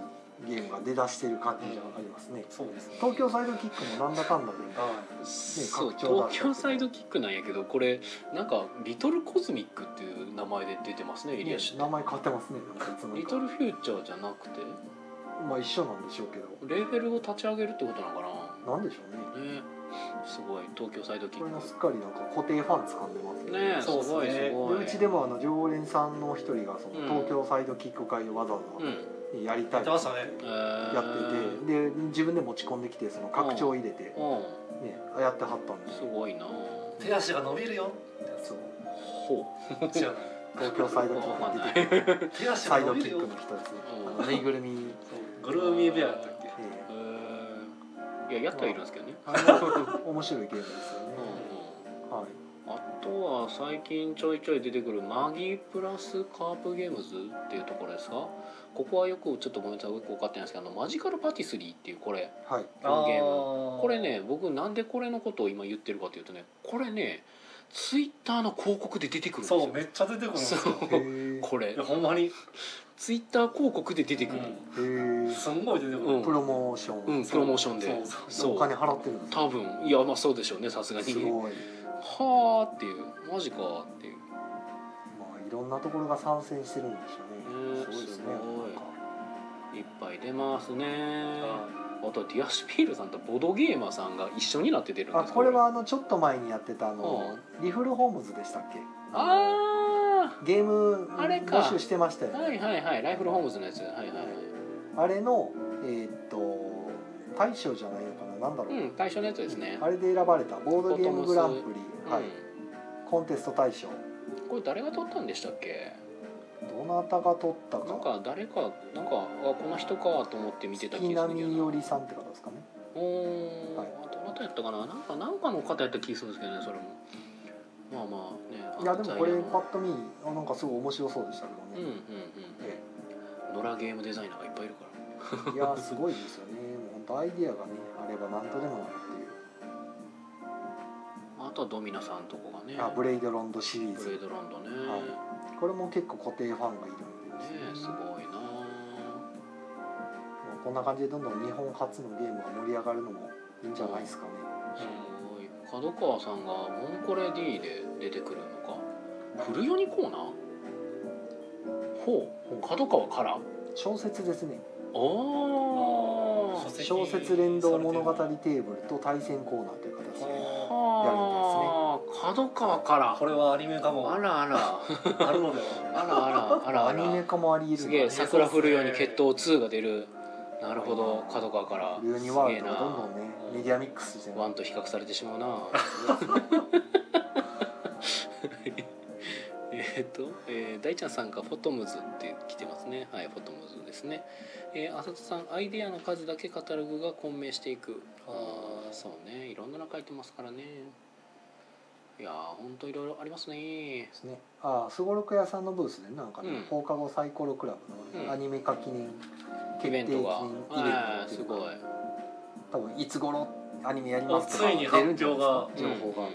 [SPEAKER 2] ゲームが出だしてる感じがありますね
[SPEAKER 3] そうですね
[SPEAKER 2] 東京サイドキックもなんだかんだで
[SPEAKER 3] はい
[SPEAKER 1] そう
[SPEAKER 2] 拡張だ
[SPEAKER 1] 東京サイドキックなんやけどこれなんか「リトルコズミック」っていう名前で出てますねイリアシ
[SPEAKER 2] 名前変わってますねなんかいつの間に
[SPEAKER 1] リ
[SPEAKER 2] か
[SPEAKER 1] トルフューチャーじゃなくて
[SPEAKER 2] まあ一緒なんでしょうけど
[SPEAKER 1] レーベルを立ち上げるってことなのか
[SPEAKER 2] なんでしょうね
[SPEAKER 1] なねすごい東京サイドキ
[SPEAKER 2] これ
[SPEAKER 1] ッ
[SPEAKER 2] もすっかりなんか固定ファン掴んでます
[SPEAKER 1] ねえ
[SPEAKER 3] そうっ
[SPEAKER 1] す
[SPEAKER 3] すね
[SPEAKER 1] ごいすご
[SPEAKER 2] で
[SPEAKER 1] いう
[SPEAKER 2] ちでもあの常連さんの一人がその
[SPEAKER 1] うん
[SPEAKER 2] 東京サイドキック会をわざわ
[SPEAKER 1] クうん
[SPEAKER 2] ざやりたい
[SPEAKER 3] やってましたね
[SPEAKER 1] え
[SPEAKER 2] や
[SPEAKER 1] ー
[SPEAKER 2] っててで自分で持ち込んできてその拡張を入れて、ね、
[SPEAKER 1] う
[SPEAKER 2] やってはったんで
[SPEAKER 1] んすごいな
[SPEAKER 3] 手足が伸びる よ
[SPEAKER 2] そう
[SPEAKER 1] ほう
[SPEAKER 3] 違う
[SPEAKER 2] 東京サイドキックに出てくる
[SPEAKER 3] 手足
[SPEAKER 2] サイ
[SPEAKER 3] が伸
[SPEAKER 2] ド
[SPEAKER 3] び
[SPEAKER 2] キ
[SPEAKER 3] る
[SPEAKER 2] ッ
[SPEAKER 3] よ
[SPEAKER 2] クの人ですね
[SPEAKER 1] うん
[SPEAKER 2] あのぬいぐるみ、
[SPEAKER 3] グルーミーベアやったっけ
[SPEAKER 2] ええ
[SPEAKER 1] えーいややってはいるんですけどね
[SPEAKER 2] あの面白いゲームですよね
[SPEAKER 1] う、ん
[SPEAKER 2] はい
[SPEAKER 1] あとは最近ちょいちょい出てくるマギプラスカープゲームズっていうところですかここはよくちょっとごめんなさいよく分かってないんですけどあのマジカルパティスリーっていうこれ
[SPEAKER 2] はい
[SPEAKER 1] このゲーム
[SPEAKER 3] あー
[SPEAKER 1] これね僕なんでこれのことを今言ってるかというとねこれねツイッターの広告で出てくるんですよ
[SPEAKER 3] そうめっちゃ出てくるんですよ
[SPEAKER 1] そう
[SPEAKER 2] へー
[SPEAKER 1] こ
[SPEAKER 3] い
[SPEAKER 1] れ
[SPEAKER 3] やほんまに、
[SPEAKER 1] ツイッター広告で出てくる、
[SPEAKER 2] へー
[SPEAKER 3] すんごい出てくる、
[SPEAKER 1] うん
[SPEAKER 2] プロモーション、
[SPEAKER 1] うんプロモーションで
[SPEAKER 3] そうそう
[SPEAKER 1] そう
[SPEAKER 2] お金払ってるんです
[SPEAKER 1] 多分いやまあそうでしょうねさすがに
[SPEAKER 2] すごい
[SPEAKER 1] はあっていうマジかっていう
[SPEAKER 2] まあいろんなところが参戦してるんでしょうね
[SPEAKER 1] ね
[SPEAKER 2] すごいです
[SPEAKER 1] す
[SPEAKER 2] ね
[SPEAKER 1] ごいいっぱい出ますねあ
[SPEAKER 3] は
[SPEAKER 1] とディアシュピールさんとボドゲーマーさんが一緒になって出るん
[SPEAKER 2] あ
[SPEAKER 1] です
[SPEAKER 2] これはあのちょっと前にやってたあの、リフルホームズでしたっけ
[SPEAKER 1] あ
[SPEAKER 2] ゲーム
[SPEAKER 1] あれか
[SPEAKER 2] 募集してましたよ
[SPEAKER 1] あ
[SPEAKER 2] ね
[SPEAKER 1] はいはいはいライフルホームズのやつはいはいはい
[SPEAKER 2] あれのえーっと大賞じゃないのかななんだろう、
[SPEAKER 1] うん対象のやつですね
[SPEAKER 2] あれで選ばれたボードゲームグランプリ、はい
[SPEAKER 1] うん
[SPEAKER 2] コンテスト大賞
[SPEAKER 1] これ誰が取ったんでしたっけ
[SPEAKER 2] どなたが取った
[SPEAKER 1] なん
[SPEAKER 2] か
[SPEAKER 1] か誰かなんかあこの人かと思って見てた
[SPEAKER 2] 木
[SPEAKER 1] 気がするけど
[SPEAKER 2] 南
[SPEAKER 1] な
[SPEAKER 2] よりさんって方ですかね
[SPEAKER 1] うーん、
[SPEAKER 2] はい
[SPEAKER 1] あどなたやったかななんかなんかの方やった気がするんですけどねそれもまあまあねあの
[SPEAKER 2] いやでもこれ
[SPEAKER 1] ザイアン
[SPEAKER 2] パッと見あなんかすごい面白そうでしたけ
[SPEAKER 1] うんうん
[SPEAKER 2] ど
[SPEAKER 1] うん、
[SPEAKER 2] ねえ
[SPEAKER 1] うん野良ゲームデザイナーがいっぱいいるから
[SPEAKER 2] えいやすごいですよねもう本当アイディアがねあれば何とでもなるっていう
[SPEAKER 1] あとはドミナさんとこがね
[SPEAKER 2] あブレイドロンドシリー
[SPEAKER 1] ブレイ
[SPEAKER 2] ズ
[SPEAKER 1] ドランドね,、
[SPEAKER 2] はいこれも結構固定ファンがいるんで
[SPEAKER 1] ねえすごいな
[SPEAKER 2] まあこんな感じでどんどん日本初のゲームが盛り上がるのもいいんじゃないですかね
[SPEAKER 1] あすごい角川さんが「モンコレ D」で出てくるのか古世にコーナーほう角川からあ
[SPEAKER 2] 小説ですね
[SPEAKER 1] あ
[SPEAKER 3] 書籍
[SPEAKER 2] 小説連動物語テーブルと対戦コーナーという形で
[SPEAKER 1] はあ角川から
[SPEAKER 3] これはアニメ化も
[SPEAKER 1] あ
[SPEAKER 3] あ
[SPEAKER 1] らあら
[SPEAKER 3] るので
[SPEAKER 1] あ
[SPEAKER 3] は
[SPEAKER 1] らあらあらあ
[SPEAKER 2] アニメ
[SPEAKER 1] ら
[SPEAKER 2] 化もありえる
[SPEAKER 1] すげえ
[SPEAKER 2] さ
[SPEAKER 1] 桜降るように決闘2が出るなるほど角川から
[SPEAKER 2] ユニワールドが
[SPEAKER 1] すげえな
[SPEAKER 2] ど
[SPEAKER 1] ん
[SPEAKER 2] どんねメディアミックスして
[SPEAKER 1] ワンと比較されてしまうなえっと、えー大ちゃんさんがフォトムズって来てますねはいフォトムズですね、えー浅田さんアイデアの数だけカタログが混迷していくああーそうねいろんなの書いてますからねいやーほんといろいろありますね
[SPEAKER 2] ですねああすごろく屋さんのブースでなんかね、
[SPEAKER 1] うん
[SPEAKER 2] 放課後サイコロクラブ
[SPEAKER 1] うん
[SPEAKER 2] のアニメ化記念
[SPEAKER 1] イ
[SPEAKER 2] 決
[SPEAKER 1] ベン
[SPEAKER 2] 定記念
[SPEAKER 1] ト
[SPEAKER 2] イベン
[SPEAKER 1] が
[SPEAKER 2] ト
[SPEAKER 1] ああ
[SPEAKER 2] ってい
[SPEAKER 1] す
[SPEAKER 2] うの
[SPEAKER 1] ごい
[SPEAKER 2] が多分いつ頃アニメやりますと
[SPEAKER 3] あ
[SPEAKER 2] か
[SPEAKER 3] ついに発表が
[SPEAKER 2] 出るんじゃないですか情報が、
[SPEAKER 1] うん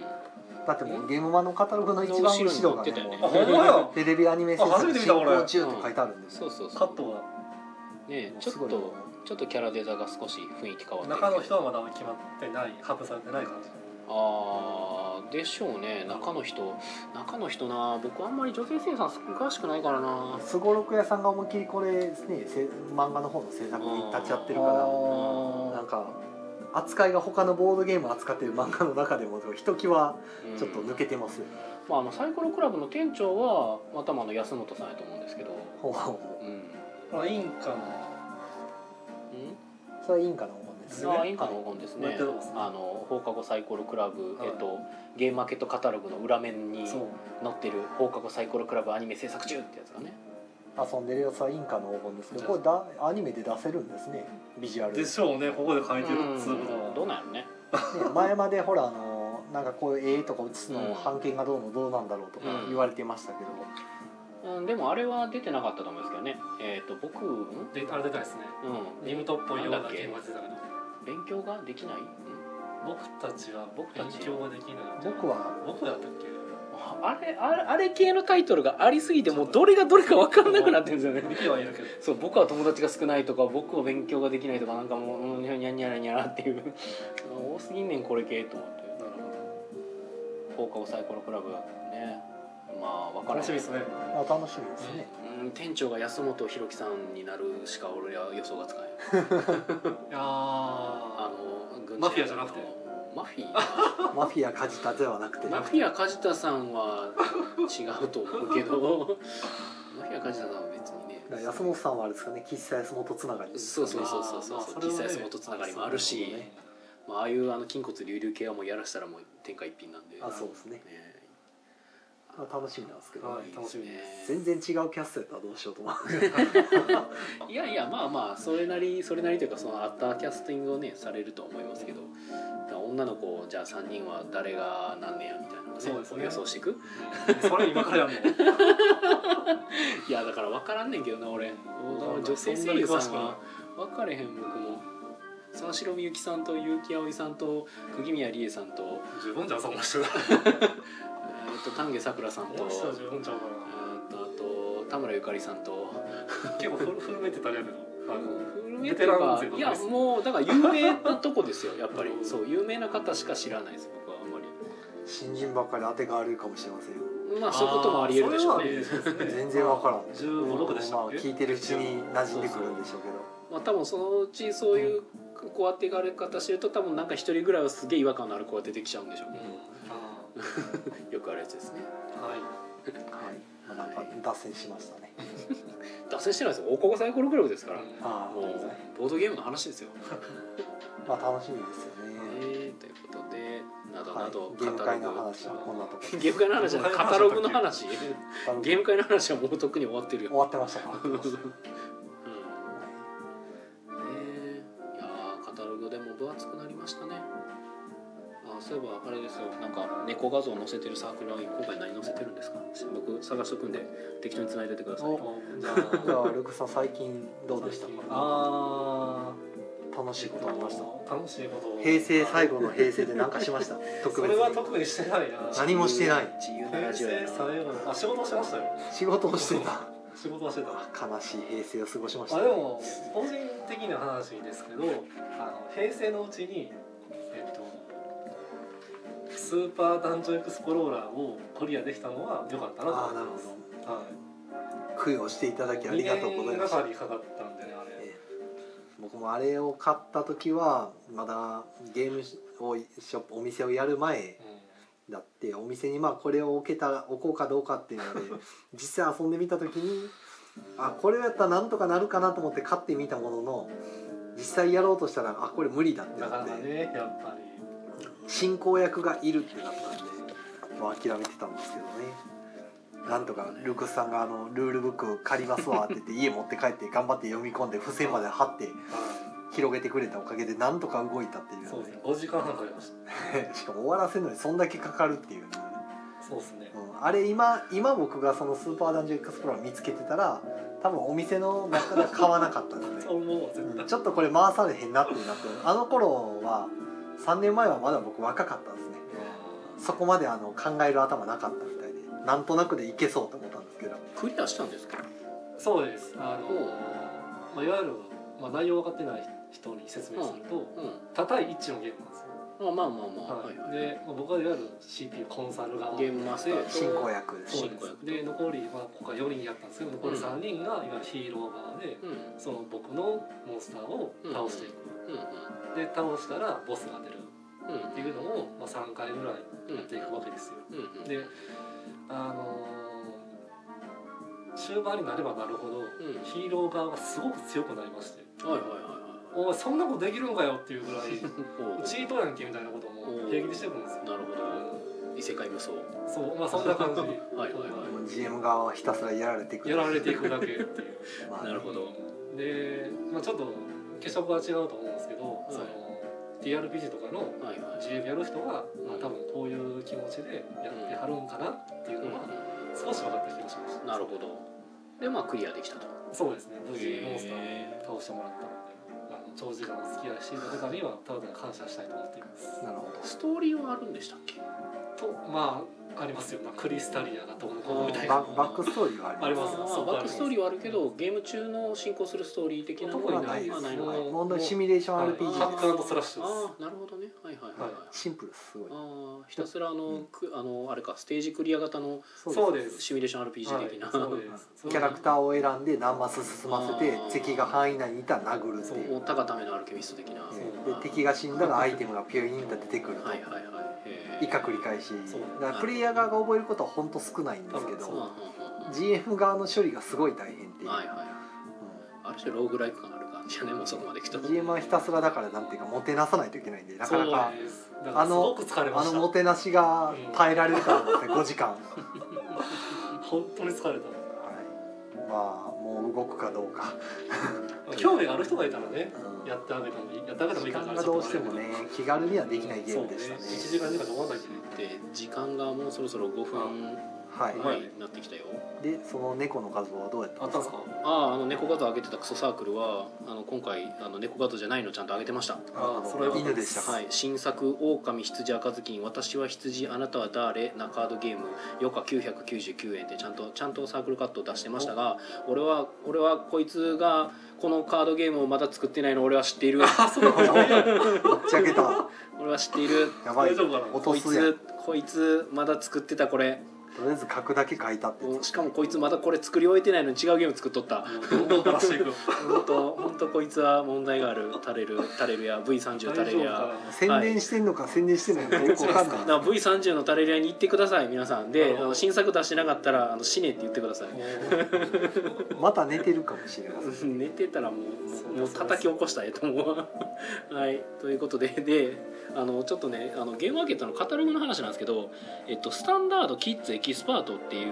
[SPEAKER 2] だってもうゲームマのカタログの一番後ろがね
[SPEAKER 1] 後ろに載ってたよね
[SPEAKER 2] もう
[SPEAKER 3] あほんまや
[SPEAKER 2] テレビアニメ制
[SPEAKER 3] あ初め
[SPEAKER 2] 作進
[SPEAKER 3] て見た俺
[SPEAKER 2] 行中って書いてあるんです
[SPEAKER 1] そ
[SPEAKER 2] よ、
[SPEAKER 1] うそうそう
[SPEAKER 3] カット
[SPEAKER 1] ね
[SPEAKER 2] もう
[SPEAKER 1] ちょっ
[SPEAKER 2] すごい
[SPEAKER 1] とちょっとキャラデザが少し雰囲気変わ
[SPEAKER 3] が
[SPEAKER 1] ってる
[SPEAKER 3] 中の人はまだ決まってない発表されてない感じ
[SPEAKER 1] あーでしょうね中の人中の人な僕あんまり女性生産詳しくないからな
[SPEAKER 2] すごろく屋さんが思いっきりこれですねせ漫画の方の制作に立ち会ってるか
[SPEAKER 1] ー
[SPEAKER 2] らなん
[SPEAKER 3] か
[SPEAKER 2] か扱いが他のボードゲームを扱ってる漫画の中でもひときわ
[SPEAKER 1] うん
[SPEAKER 2] ちょっと抜けてますよ、
[SPEAKER 1] まあ、あのサイコロクラブの店長はまたまああの安本さんやと思うんですけど
[SPEAKER 2] ほうほうほ
[SPEAKER 1] うん、うん、
[SPEAKER 3] あインカの
[SPEAKER 2] うそれはいいんかな思うんです
[SPEAKER 1] あ
[SPEAKER 2] ね
[SPEAKER 1] あいいかの黄金ですね,、
[SPEAKER 3] やってるとこですね
[SPEAKER 1] あの放課後サイコロクラブ、
[SPEAKER 3] はい
[SPEAKER 1] えっと、ゲームマーケットカタログの裏面に載
[SPEAKER 3] そう
[SPEAKER 1] ってる「放課後サイコロクラブアニメ制作中」ってやつがね
[SPEAKER 2] 遊んでるやつはインカの黄金ですけどこれだアニメで出せるんですねビジュアル
[SPEAKER 3] でしょうねここで書いてるっつうこと
[SPEAKER 1] うん
[SPEAKER 3] は
[SPEAKER 1] どうなんやろね
[SPEAKER 2] ね前までほらあのなんかこういう絵とか写す
[SPEAKER 1] うん
[SPEAKER 2] の版権がどうのどうなんだろうとか
[SPEAKER 1] うん
[SPEAKER 2] 言われてましたけど、
[SPEAKER 1] うん、でもあれは出てなかったと思うんですけどねえっ、と僕ん
[SPEAKER 3] であれ出たですね
[SPEAKER 1] うん
[SPEAKER 3] リムトっぽいよう
[SPEAKER 1] な
[SPEAKER 3] なん
[SPEAKER 1] だっけ
[SPEAKER 3] ゲームが出てたけど
[SPEAKER 1] 勉強ができない、
[SPEAKER 3] 僕たちは僕たち勉強ができない
[SPEAKER 2] 僕は
[SPEAKER 3] 僕だったっけ
[SPEAKER 1] あれあれあれ系のタイトルがありすぎてもうどれがどれか分かんなくなってるんですよね
[SPEAKER 3] 見てはいるけど
[SPEAKER 1] そう僕は友達が少ないとか僕は勉強ができないとかなんかもううんにゃにゃにゃにゃにゃっていう 多すぎんねんこれ系と思って
[SPEAKER 3] なる
[SPEAKER 1] 放課後サイコロクラブねまあ分
[SPEAKER 3] ほど
[SPEAKER 1] から
[SPEAKER 3] 楽しみ
[SPEAKER 1] ん
[SPEAKER 3] ですね
[SPEAKER 2] あ楽しみです ね、
[SPEAKER 1] うん店長が安本博樹さんになるしか俺は予想がつかない
[SPEAKER 3] いやー
[SPEAKER 1] あの軍事
[SPEAKER 3] マフィアじゃなくて
[SPEAKER 1] マフィア
[SPEAKER 2] マフィア梶田ではなくて
[SPEAKER 1] マフィア梶田さんは違うと思うけど マフィア梶田さんは別にね
[SPEAKER 2] 安本さんはあれですかね喫茶安本つながりです
[SPEAKER 1] そう
[SPEAKER 2] かね
[SPEAKER 1] そうそうそうそう
[SPEAKER 3] まあ
[SPEAKER 1] そう
[SPEAKER 3] それ
[SPEAKER 1] 実
[SPEAKER 3] はね
[SPEAKER 1] 際そのとつながりもあるし
[SPEAKER 2] そうね
[SPEAKER 1] まあ、ああいうあの筋骨隆々系はもうやらしたらもう天下一品なんで
[SPEAKER 2] あそうですね
[SPEAKER 1] ね
[SPEAKER 2] まあ楽しみなんですけど、ね
[SPEAKER 3] はい楽しみです
[SPEAKER 2] 全然違うキャストやったらどうしようと思う
[SPEAKER 1] いやいやまあまあそれなりそれなりというかそのアフターキャスティングをねされると思いますけどだから女の子じゃあ3人は誰が何年やみたいなのをね
[SPEAKER 3] そうですね
[SPEAKER 1] 予想していく
[SPEAKER 3] それ今からやんの
[SPEAKER 1] いやだから分からんねんけどな俺
[SPEAKER 3] かんない
[SPEAKER 1] 女性声優さ
[SPEAKER 3] そ
[SPEAKER 1] ん
[SPEAKER 3] んなに詳
[SPEAKER 1] は分かれへん僕も沢城みゆきさんと結城葵さんと釘宮理恵さんと,、
[SPEAKER 3] 十分じゃんその人が
[SPEAKER 1] えー、と丹下さくらさん
[SPEAKER 3] そ
[SPEAKER 1] と,、え
[SPEAKER 3] の人は十分ちゃうか
[SPEAKER 1] ー、とあと田村ゆかりさんと
[SPEAKER 3] な結構フル フルめてたりやけどあの
[SPEAKER 1] 古めっていうか
[SPEAKER 3] ベテラン勢の
[SPEAKER 1] いやもうだから有名なとこですよやっぱりそう有名な方しか知らないです僕はあんまり
[SPEAKER 2] 新人ばっかり当てが悪いかもしれませんよ
[SPEAKER 1] まあそういうこともありえるでしょう
[SPEAKER 3] あーそれはありえ
[SPEAKER 1] ね
[SPEAKER 3] るですね
[SPEAKER 2] 全然わからん
[SPEAKER 3] 15 16でした
[SPEAKER 2] ま
[SPEAKER 3] っ
[SPEAKER 2] あ
[SPEAKER 3] け
[SPEAKER 2] 聞いてるうちに馴染んでくるんでしょうけど
[SPEAKER 1] まあ多分そのうちそういうこうやっていかれ方してると多分なんか一人ぐらいはすげえ違和感のある子が出てきちゃうんでしょうね
[SPEAKER 3] あ
[SPEAKER 1] よくあるやつですね
[SPEAKER 3] ーはい
[SPEAKER 2] はい、まあなんか
[SPEAKER 1] はい
[SPEAKER 2] 脱線しましたね
[SPEAKER 1] 脱線してないですよ高校最高のクラブですからも
[SPEAKER 2] ああ、
[SPEAKER 1] うボードゲームの話ですよ
[SPEAKER 2] まあ楽しみですよね
[SPEAKER 1] えーということでなどなど
[SPEAKER 2] はい、ゲーム会の話はこんなところ
[SPEAKER 1] ゲーム会の話じゃないカタログの話ゲー
[SPEAKER 2] ム
[SPEAKER 1] ム会の話はもうとっくに終わってるよ
[SPEAKER 2] 終わってましたか
[SPEAKER 1] うんねえいやーカタログでも分厚くなりましたねあそういえばあれですよなんか猫画像載せてるサークルは今回何載せてるんですか僕探しとくんで適当に繋いでてください
[SPEAKER 2] お
[SPEAKER 3] じゃあ
[SPEAKER 2] じゃあルクさん最近どうでしたか
[SPEAKER 3] あ
[SPEAKER 2] 楽しいことありました
[SPEAKER 3] あ楽しいこと
[SPEAKER 2] 平成最後の平成で何かしました特
[SPEAKER 3] そ
[SPEAKER 2] 別
[SPEAKER 3] れ
[SPEAKER 2] に
[SPEAKER 3] は特にしてないな
[SPEAKER 2] 何もしてない
[SPEAKER 1] 自由な
[SPEAKER 3] 平
[SPEAKER 1] ラジオや
[SPEAKER 3] 成
[SPEAKER 1] な
[SPEAKER 3] 最後のあ仕事をしてましたよ
[SPEAKER 2] 仕事をしてた
[SPEAKER 3] 仕事はしてた
[SPEAKER 2] 悲しい平成を過ごしました
[SPEAKER 3] まあでも個人的な話ですけどあの平成のうちにえっとスーパーダンジョンエクスプローラーをクリアできたのは良かったなと
[SPEAKER 2] ああ
[SPEAKER 3] 思
[SPEAKER 2] な
[SPEAKER 3] っ
[SPEAKER 2] るほ
[SPEAKER 3] てます
[SPEAKER 2] ど
[SPEAKER 3] はい
[SPEAKER 2] 供養していただきありがとうございまし
[SPEAKER 3] 2
[SPEAKER 2] た
[SPEAKER 3] 年がかりかかったんでねあれ
[SPEAKER 2] ええ僕もあれを買った時はまだゲームをショップお店をやる前だってお店にまあこれを置けたら置こうかどうかっていうの で実際遊んでみた時にあこれやったらなんとかなるかなと思って買ってみたものの実際やろうとしたらあこれ無理だっ
[SPEAKER 3] うん
[SPEAKER 2] て
[SPEAKER 3] なか
[SPEAKER 2] な
[SPEAKER 3] な
[SPEAKER 2] っ
[SPEAKER 3] か
[SPEAKER 2] て、
[SPEAKER 3] ねやっぱり
[SPEAKER 2] 進行役がいるってなったんで、まあ、諦めてたんですけどねなんとかルクスさんがあの「ルールブック借りますわ」って言って家持って帰って頑張って読み込んで付箋まで貼って
[SPEAKER 3] は
[SPEAKER 2] 広げてくれたおかげでなんとか動いたっていう
[SPEAKER 3] い
[SPEAKER 2] ね
[SPEAKER 3] そうですね5時間半かかりまし
[SPEAKER 2] しかも終わらせるのにそんだけかかるっていうね、
[SPEAKER 3] たそうですね
[SPEAKER 2] うん、あれ今今僕がそのスーパーダンジョンエクスプローラー見つけてたら多分お店の中で買わなかったですね、
[SPEAKER 3] 俺も絶
[SPEAKER 2] うん
[SPEAKER 3] 対
[SPEAKER 2] ちょっとこれ回されへんなってなってあの頃は3年前はまだ僕若かったですねそこまであの考える頭なかったみたいでなんとなくでいけそうと思ったんですけど
[SPEAKER 1] クリアしたんですか
[SPEAKER 3] そうですあの
[SPEAKER 1] おう
[SPEAKER 3] まあいわゆるまあ内容分かってない人に説明すると
[SPEAKER 1] うん
[SPEAKER 3] 高い位置のゲームなんですよ
[SPEAKER 1] あまあまあまあ、
[SPEAKER 3] は
[SPEAKER 1] はいいはい
[SPEAKER 3] で、まあ、僕はいわゆる CPU コンサル側
[SPEAKER 1] ゲームマスター
[SPEAKER 3] で
[SPEAKER 2] 進行役です
[SPEAKER 3] そ
[SPEAKER 2] し
[SPEAKER 3] う
[SPEAKER 1] 進行役
[SPEAKER 3] ですで残り、まあ、ここは4人やったんですけど残り
[SPEAKER 1] うん
[SPEAKER 3] 3人がいわゆるヒーロー側で
[SPEAKER 1] うん
[SPEAKER 3] その僕のモンスターを倒していく、
[SPEAKER 1] うん
[SPEAKER 3] で倒したらボスが出る
[SPEAKER 1] うんうん
[SPEAKER 3] っていうのを、まあ、3回ぐらい
[SPEAKER 1] うん
[SPEAKER 3] やっていくわけですよ
[SPEAKER 1] うんうん
[SPEAKER 3] であのー終盤になればなるほど
[SPEAKER 1] うん
[SPEAKER 3] ヒーロー側がすごく強くなりまして
[SPEAKER 1] はいはい
[SPEAKER 3] 「お前そんなことできるんかよ」っていうぐらい
[SPEAKER 1] はい はいおう
[SPEAKER 3] 「チートやんけ」みたいなことも平気でしてくるんですよ
[SPEAKER 1] なるほど異世界無双
[SPEAKER 3] うんそうまあそんな感 じ
[SPEAKER 1] はいはいは
[SPEAKER 2] もう GM 側はひたすらやられていく
[SPEAKER 3] やられていくだけっていう
[SPEAKER 2] まあ
[SPEAKER 1] なるほど
[SPEAKER 3] で、まあ、ちょっと化粧は違うと思うんですけど、
[SPEAKER 1] い
[SPEAKER 3] その TRPG とかの
[SPEAKER 1] はいはい
[SPEAKER 3] GM やる人は、まあ、多分こういう気持ちでやってはるんかなっていうのは少し分かった気がしました
[SPEAKER 1] なるほどでまあクリアできたと
[SPEAKER 3] そうですね無事モンスター
[SPEAKER 1] へ
[SPEAKER 3] を倒してもらったのであの長時間お付き合いしていただいた方にはただ感謝したいと思っています
[SPEAKER 2] なるほど
[SPEAKER 1] ーストーリーはあるんでしたっけ
[SPEAKER 3] とまあありますよ、まあ、クリスタリアがどうのこうのみたいな
[SPEAKER 2] ババックストーリーはあり
[SPEAKER 3] あり
[SPEAKER 2] ま
[SPEAKER 3] ますす
[SPEAKER 1] あ
[SPEAKER 3] そ
[SPEAKER 1] ー
[SPEAKER 3] うか
[SPEAKER 1] バックストーリーはあるけどゲーム中の進行するストーリー的なの
[SPEAKER 3] 特
[SPEAKER 1] は
[SPEAKER 3] にない
[SPEAKER 1] まあ
[SPEAKER 3] です
[SPEAKER 1] ない
[SPEAKER 3] ね
[SPEAKER 1] のか
[SPEAKER 2] はい、本当にシミュレーション RPG
[SPEAKER 3] ハ
[SPEAKER 2] で
[SPEAKER 3] ッ
[SPEAKER 2] す
[SPEAKER 3] クアンドスラッシュです
[SPEAKER 1] ああなるほどねはいはいはいはい
[SPEAKER 3] は
[SPEAKER 2] シンプルですすごい
[SPEAKER 1] ああひたすらあのくあのあれかステージクリア型の
[SPEAKER 3] そうです
[SPEAKER 1] シミュレーション RPG 的な
[SPEAKER 3] はいそう
[SPEAKER 1] も
[SPEAKER 3] です
[SPEAKER 2] うんキャラクターを選んで何マス進ませて
[SPEAKER 1] あー
[SPEAKER 2] 敵が範囲内にいたら殴るっていう
[SPEAKER 1] う高ためのアルケミスト的な
[SPEAKER 2] え
[SPEAKER 1] は
[SPEAKER 3] そう
[SPEAKER 2] ーで敵が死んだらアイテムがピュイーンと出てくると、
[SPEAKER 1] いはいはいへー
[SPEAKER 2] 以下繰り返し
[SPEAKER 3] そう
[SPEAKER 2] だからプレイヤー側が覚えることは本当少ないんですけ
[SPEAKER 1] うんうんう
[SPEAKER 2] ど
[SPEAKER 1] んうん
[SPEAKER 2] GM 側の処理がすごい大変っていう、
[SPEAKER 1] はいはいある種ローグライク感ある感じやねもうそこまで来
[SPEAKER 2] う
[SPEAKER 1] た
[SPEAKER 2] ん GM はひたすらだからなんていうかもてなさないといけないんでなかなか
[SPEAKER 3] そうですだからすごく疲れま
[SPEAKER 2] あ
[SPEAKER 3] した
[SPEAKER 2] のもてなしが耐えられるかなんですね5時間
[SPEAKER 3] 本当に疲れた
[SPEAKER 2] はい、まあもう動くかどうか、
[SPEAKER 3] 興味がある人がいたらね
[SPEAKER 2] うん、
[SPEAKER 3] やってあげてもいいやってあげても
[SPEAKER 2] 時
[SPEAKER 3] いいかな
[SPEAKER 2] 間がどうしてもね気軽にはできないゲ
[SPEAKER 3] そ
[SPEAKER 2] ー
[SPEAKER 3] う
[SPEAKER 2] ム
[SPEAKER 3] ね
[SPEAKER 2] でしたね
[SPEAKER 3] 1時間2時間と思わなきゃいけない
[SPEAKER 1] で時間がもうそろそろ5分
[SPEAKER 2] はい、
[SPEAKER 3] ん
[SPEAKER 1] 前になってきたよ、
[SPEAKER 2] でその猫の数はどうやった
[SPEAKER 3] あ
[SPEAKER 2] ん
[SPEAKER 3] っ
[SPEAKER 2] で
[SPEAKER 3] た
[SPEAKER 2] す
[SPEAKER 3] ん
[SPEAKER 2] か
[SPEAKER 3] ですか
[SPEAKER 1] あああの猫ガード上げてたクソサークルはあの今回あの猫ガードじゃないのちゃんと上げてました
[SPEAKER 2] あ
[SPEAKER 3] あ
[SPEAKER 2] の
[SPEAKER 3] それは
[SPEAKER 2] 犬でしたか、
[SPEAKER 1] はい、新作「狼羊赤ずきん私は羊あなたは誰」なカードゲーム余価999円でちゃんとちゃんとサークルカットを出してましたが俺は俺はこいつがこのカードゲームをまだ作ってないの俺は知っている
[SPEAKER 3] あそう か
[SPEAKER 2] ぶっちゃけた
[SPEAKER 1] 俺は知っている
[SPEAKER 2] やばい
[SPEAKER 3] 大丈
[SPEAKER 2] 落
[SPEAKER 3] 夫かな
[SPEAKER 1] ことい
[SPEAKER 2] すやん
[SPEAKER 1] つこいつまだ作ってたこれ
[SPEAKER 2] とりあえず書くだけ書いたってやつ
[SPEAKER 1] しかもこいつまだこれ作り終えてないのに違うゲーム作っとった
[SPEAKER 3] どんどん出していくよ
[SPEAKER 1] 本当本当こいつは問題があるタレルタレルや V30
[SPEAKER 3] 大
[SPEAKER 1] タレ
[SPEAKER 3] 丈
[SPEAKER 1] ル
[SPEAKER 3] 夫
[SPEAKER 1] や
[SPEAKER 3] か
[SPEAKER 2] 宣伝してんのか宣伝してないのかよくわかんな
[SPEAKER 1] だか
[SPEAKER 2] い
[SPEAKER 1] ら V30 のタレリアに行ってください皆さんで
[SPEAKER 3] あ
[SPEAKER 1] あ
[SPEAKER 3] の
[SPEAKER 1] の新作出してなかったらあの死ねって言ってください
[SPEAKER 3] なも
[SPEAKER 2] また寝てるかもしれません
[SPEAKER 1] うん 寝てたらも
[SPEAKER 3] そ
[SPEAKER 1] う
[SPEAKER 3] うだ
[SPEAKER 1] もう
[SPEAKER 3] そうだ
[SPEAKER 1] 叩き起こしたらええと思う はいということでであのちょっとねあのゲームマーケットのカタログの話なんですけど、えっと、スタンダードキッズエキスパートっていう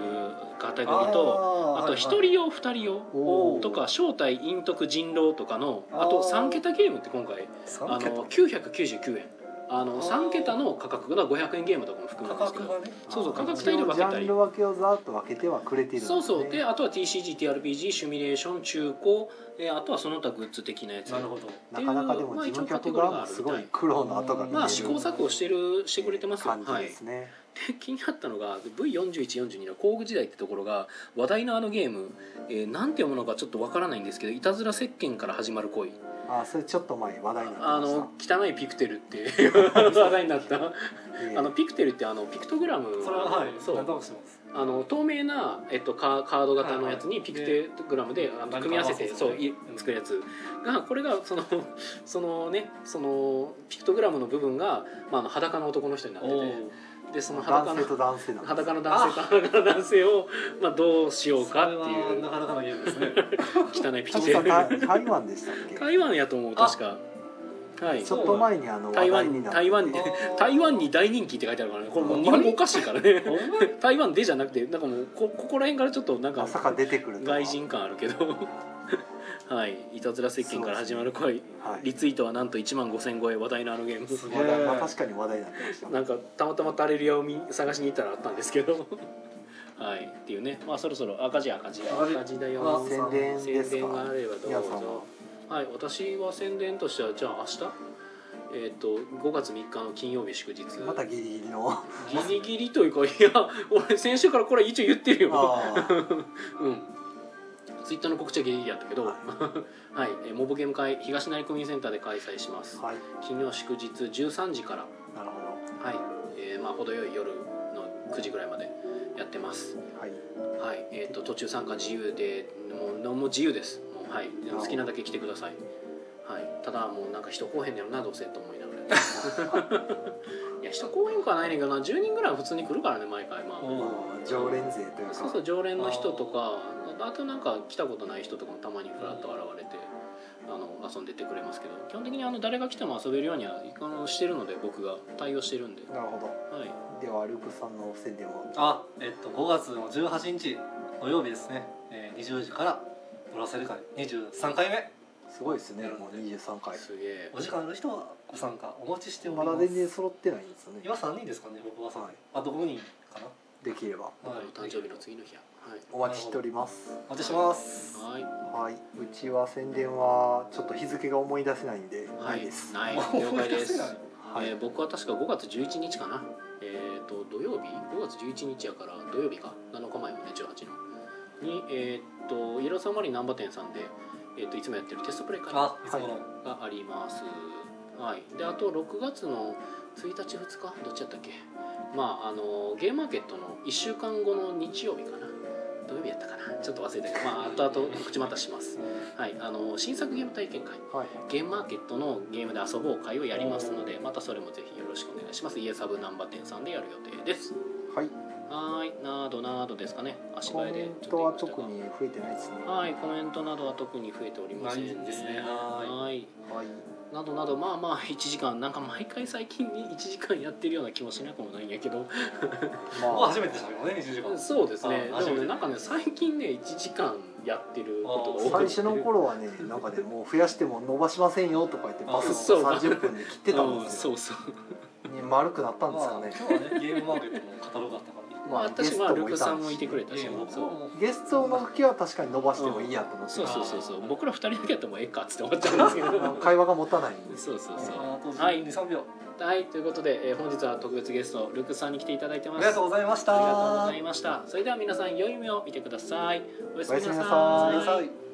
[SPEAKER 1] カテゴリーとあと1人用2人
[SPEAKER 2] お
[SPEAKER 1] 用
[SPEAKER 2] ー
[SPEAKER 1] とか招待陰徳人狼とかのあと
[SPEAKER 2] あー
[SPEAKER 1] 3桁ゲームって今回あ
[SPEAKER 2] 3
[SPEAKER 1] の999円あの
[SPEAKER 3] あー
[SPEAKER 1] 3桁の価格が500円ゲームとかも含む
[SPEAKER 3] 価
[SPEAKER 1] んですけ
[SPEAKER 3] 格
[SPEAKER 1] ど
[SPEAKER 3] がね
[SPEAKER 1] そうそう価格帯
[SPEAKER 2] ジ
[SPEAKER 1] で分けた
[SPEAKER 2] ャ
[SPEAKER 1] り
[SPEAKER 2] ンル分けをざーっと分けてはくれてるんです
[SPEAKER 1] そ
[SPEAKER 2] ね
[SPEAKER 1] うそうであとは TCGTRPG シミュレーション中古えーあとはその他グッズ的なやつ
[SPEAKER 3] なるほど
[SPEAKER 2] なかなかでも事務局側もすごい苦労の跡が見える
[SPEAKER 1] まあ試行錯誤してるしてくれてますよ、
[SPEAKER 2] 感じ
[SPEAKER 1] はい
[SPEAKER 2] ですね、
[SPEAKER 1] で気になったのが V4142 の工具時代ってところが話題のあのゲーム、えーなんて読むのかちょっとわからないんですけど「いたずら石鹸から始まる恋」
[SPEAKER 2] あそれちょっと前話題にな
[SPEAKER 1] あ
[SPEAKER 2] ってま
[SPEAKER 1] の汚いピクテルって話題になった
[SPEAKER 2] したええ
[SPEAKER 1] あのピクテルってあのピクトグラム
[SPEAKER 3] それははい
[SPEAKER 1] そう
[SPEAKER 3] 何ともしてます
[SPEAKER 1] あの透明な、えっと、カーカード型のやつにピクテグラムで、あの組み合わせて
[SPEAKER 3] なんか合
[SPEAKER 1] そ
[SPEAKER 3] わ
[SPEAKER 1] う
[SPEAKER 3] せてね
[SPEAKER 1] い作るやつがこれがその そのねそのピクトグラムの部分が、まあ、あの裸の男の人になってて
[SPEAKER 3] お
[SPEAKER 1] でその裸
[SPEAKER 2] 男性
[SPEAKER 1] の
[SPEAKER 2] と男性なんです
[SPEAKER 1] 裸の男性と裸の男性を、まあ、どうしようかってい
[SPEAKER 3] な
[SPEAKER 1] う
[SPEAKER 3] かなかのゲームで すね
[SPEAKER 1] 汚いピク
[SPEAKER 2] 確
[SPEAKER 1] テ
[SPEAKER 2] か
[SPEAKER 1] ル
[SPEAKER 2] た台湾でしたっけ
[SPEAKER 1] 台湾やと思う確かはい
[SPEAKER 2] ちょっと前にあの話
[SPEAKER 1] 台
[SPEAKER 2] 題に
[SPEAKER 1] 湾
[SPEAKER 2] なって
[SPEAKER 1] 台湾
[SPEAKER 2] で
[SPEAKER 1] で台湾に大人気って書いてあるからねこれもう日本語おかしいからね台湾でじゃなくてなんかもうこここら辺からちょっとなんか
[SPEAKER 2] まさか出てくるとは
[SPEAKER 1] 外人感あるけど はいいたずら石鹸から始まる恋、
[SPEAKER 2] はい
[SPEAKER 1] リツイートはなんと1万5000超え話題のあのゲーム
[SPEAKER 3] すごい
[SPEAKER 2] 話題
[SPEAKER 3] へー
[SPEAKER 2] まあ確かに話題になってました
[SPEAKER 1] なんかたまたまタレリアを見探しに行ったらあったんですけど はいっていうねまあそろそろ赤字赤字
[SPEAKER 3] 赤字
[SPEAKER 1] 赤字だよ
[SPEAKER 3] あ
[SPEAKER 2] 宣伝で
[SPEAKER 1] 宣
[SPEAKER 2] す
[SPEAKER 1] 伝があ
[SPEAKER 2] か
[SPEAKER 1] ればどう
[SPEAKER 2] 皆さん
[SPEAKER 1] ぞはい私は宣伝としてはじゃあ明日えっ、と5月3日の金曜日祝日
[SPEAKER 2] またギリギリのあ
[SPEAKER 1] ギリギリというかいや俺先週からこれ一応言ってるよ
[SPEAKER 2] ー
[SPEAKER 1] うん、ツイッターの告知はギリギリやったけど、
[SPEAKER 2] は
[SPEAKER 1] はいいえーモブゲーム会東成コミュニティセンターで開催します
[SPEAKER 2] はい
[SPEAKER 1] 金曜祝日13時から、
[SPEAKER 2] なるほ
[SPEAKER 1] はいえーまあ、程よい夜の9時ぐらいまでやってます、
[SPEAKER 2] どはい
[SPEAKER 1] はいえー、と途中参加自由でもうもう自由ですもう、はい、
[SPEAKER 2] るほど
[SPEAKER 1] 好きなだけ来てください、はい、ただもうなんか人来おへんねやろなどうせと思いながら いや人来おへんかないねんけどな10人ぐらいは普通に来るからね毎回まあ、
[SPEAKER 3] うん
[SPEAKER 2] まあ常連勢というか
[SPEAKER 1] そうそう常連の人とかあとなんか来たことない人とかもたまにふらっと現れて、あの遊んでってくれますけど基本的にあの誰が来ても遊べるようにはあのしてるので僕が対応してるんで、は
[SPEAKER 2] なるほど
[SPEAKER 1] い、
[SPEAKER 2] ではルクさんの宣伝を
[SPEAKER 3] あえっと5月の18日土曜日ですね、えー、20時から「ブラセル会」23回目
[SPEAKER 2] すごいですねもう23回
[SPEAKER 1] すげえ
[SPEAKER 3] お時間ある人はご参加お待ちしており
[SPEAKER 2] ま
[SPEAKER 3] ま
[SPEAKER 2] だ
[SPEAKER 3] す
[SPEAKER 2] 全然揃ってないんですよね
[SPEAKER 3] 今3人ですかね僕は3人、
[SPEAKER 2] はい
[SPEAKER 3] あと5人か
[SPEAKER 2] できれば
[SPEAKER 3] な、はい、
[SPEAKER 1] お誕生日の次の日や
[SPEAKER 2] お待ちしております
[SPEAKER 3] お待ちしてます
[SPEAKER 1] はいは
[SPEAKER 2] はい、うちは宣伝はちょっと日付が思い出せないんで、
[SPEAKER 1] い
[SPEAKER 2] ないです。
[SPEAKER 1] ない了解 です、えー僕は確か5月11日かなえっ、と土曜日5月11日やから土曜日か7日前もね18のにえっ、とイエローサンマリン難波店さんで、えー、といつもやってるテストプレイ会
[SPEAKER 3] あいつもの、
[SPEAKER 1] があります。はい、であと6月の1日2日どっちやったっけまああのゲームマーケットの1週間後の日曜日かな土曜日やったかなちょっと忘れたけどまああとあと告知またしますはいあの新作ゲーム体験会
[SPEAKER 2] はい、
[SPEAKER 1] ゲームマーケットのゲームで遊ぼう会をやりますのでまたそれもぜひよろしくお願いします家サブ難波店さんでやる予定です
[SPEAKER 2] はい、
[SPEAKER 1] はいなどなどですかね足
[SPEAKER 2] コ
[SPEAKER 1] 早
[SPEAKER 2] メ
[SPEAKER 1] で
[SPEAKER 2] ン
[SPEAKER 1] ちょっと
[SPEAKER 2] ト
[SPEAKER 1] 言い
[SPEAKER 2] は
[SPEAKER 1] ました
[SPEAKER 2] 特
[SPEAKER 1] が
[SPEAKER 2] に増えてないですね。
[SPEAKER 1] はいコメントなどは特に増えておりませんね
[SPEAKER 3] ないですね
[SPEAKER 1] は
[SPEAKER 3] はい
[SPEAKER 2] はい。
[SPEAKER 1] などなどまあまあ1時間なんか毎回最近に1時間やってるような気もしなくもないんやけど
[SPEAKER 2] ま
[SPEAKER 3] 僕
[SPEAKER 2] あ
[SPEAKER 3] 初めてでしたけどね1時間
[SPEAKER 1] そうですね
[SPEAKER 3] あ
[SPEAKER 1] で
[SPEAKER 3] 初
[SPEAKER 1] も
[SPEAKER 3] めて
[SPEAKER 1] ねなんかね最近ね1時間やってることが多
[SPEAKER 2] 最
[SPEAKER 1] くて
[SPEAKER 2] 初の頃はね、なんかね、もう増やしても伸ばしませんよとか言って、バス
[SPEAKER 1] そう
[SPEAKER 2] 三十分で切ってたん
[SPEAKER 1] うん
[SPEAKER 2] です
[SPEAKER 1] そ
[SPEAKER 2] よ。
[SPEAKER 1] うそう
[SPEAKER 2] ね丸くなったんですか
[SPEAKER 3] まあ今
[SPEAKER 2] ね
[SPEAKER 3] 日。はねゲームマーケットのカタログだったから
[SPEAKER 1] まあ私はルクさんもいてくれ
[SPEAKER 2] た
[SPEAKER 1] た
[SPEAKER 3] い
[SPEAKER 1] し
[SPEAKER 3] や僕
[SPEAKER 1] そ
[SPEAKER 3] は
[SPEAKER 1] う
[SPEAKER 3] もう
[SPEAKER 2] しゲストの時は確かに伸ばしてもいいやと思って。
[SPEAKER 1] そうそうそうそう僕ら2人だけやったらもうええかっつって思っちゃうんですけど
[SPEAKER 2] 会話が持たないんです。
[SPEAKER 1] そうそうそ
[SPEAKER 3] あと
[SPEAKER 1] はい
[SPEAKER 3] 12、3秒
[SPEAKER 1] うはいということで、えー本日は特別ゲストルクさんに来ていただいて
[SPEAKER 3] あ
[SPEAKER 1] ま
[SPEAKER 3] り
[SPEAKER 1] す
[SPEAKER 3] がとうございました
[SPEAKER 1] ありがとうございましたそれでは皆さん良い夢を見てくださいおやすみな
[SPEAKER 2] おやすみな
[SPEAKER 1] さ
[SPEAKER 2] さ
[SPEAKER 1] い
[SPEAKER 3] い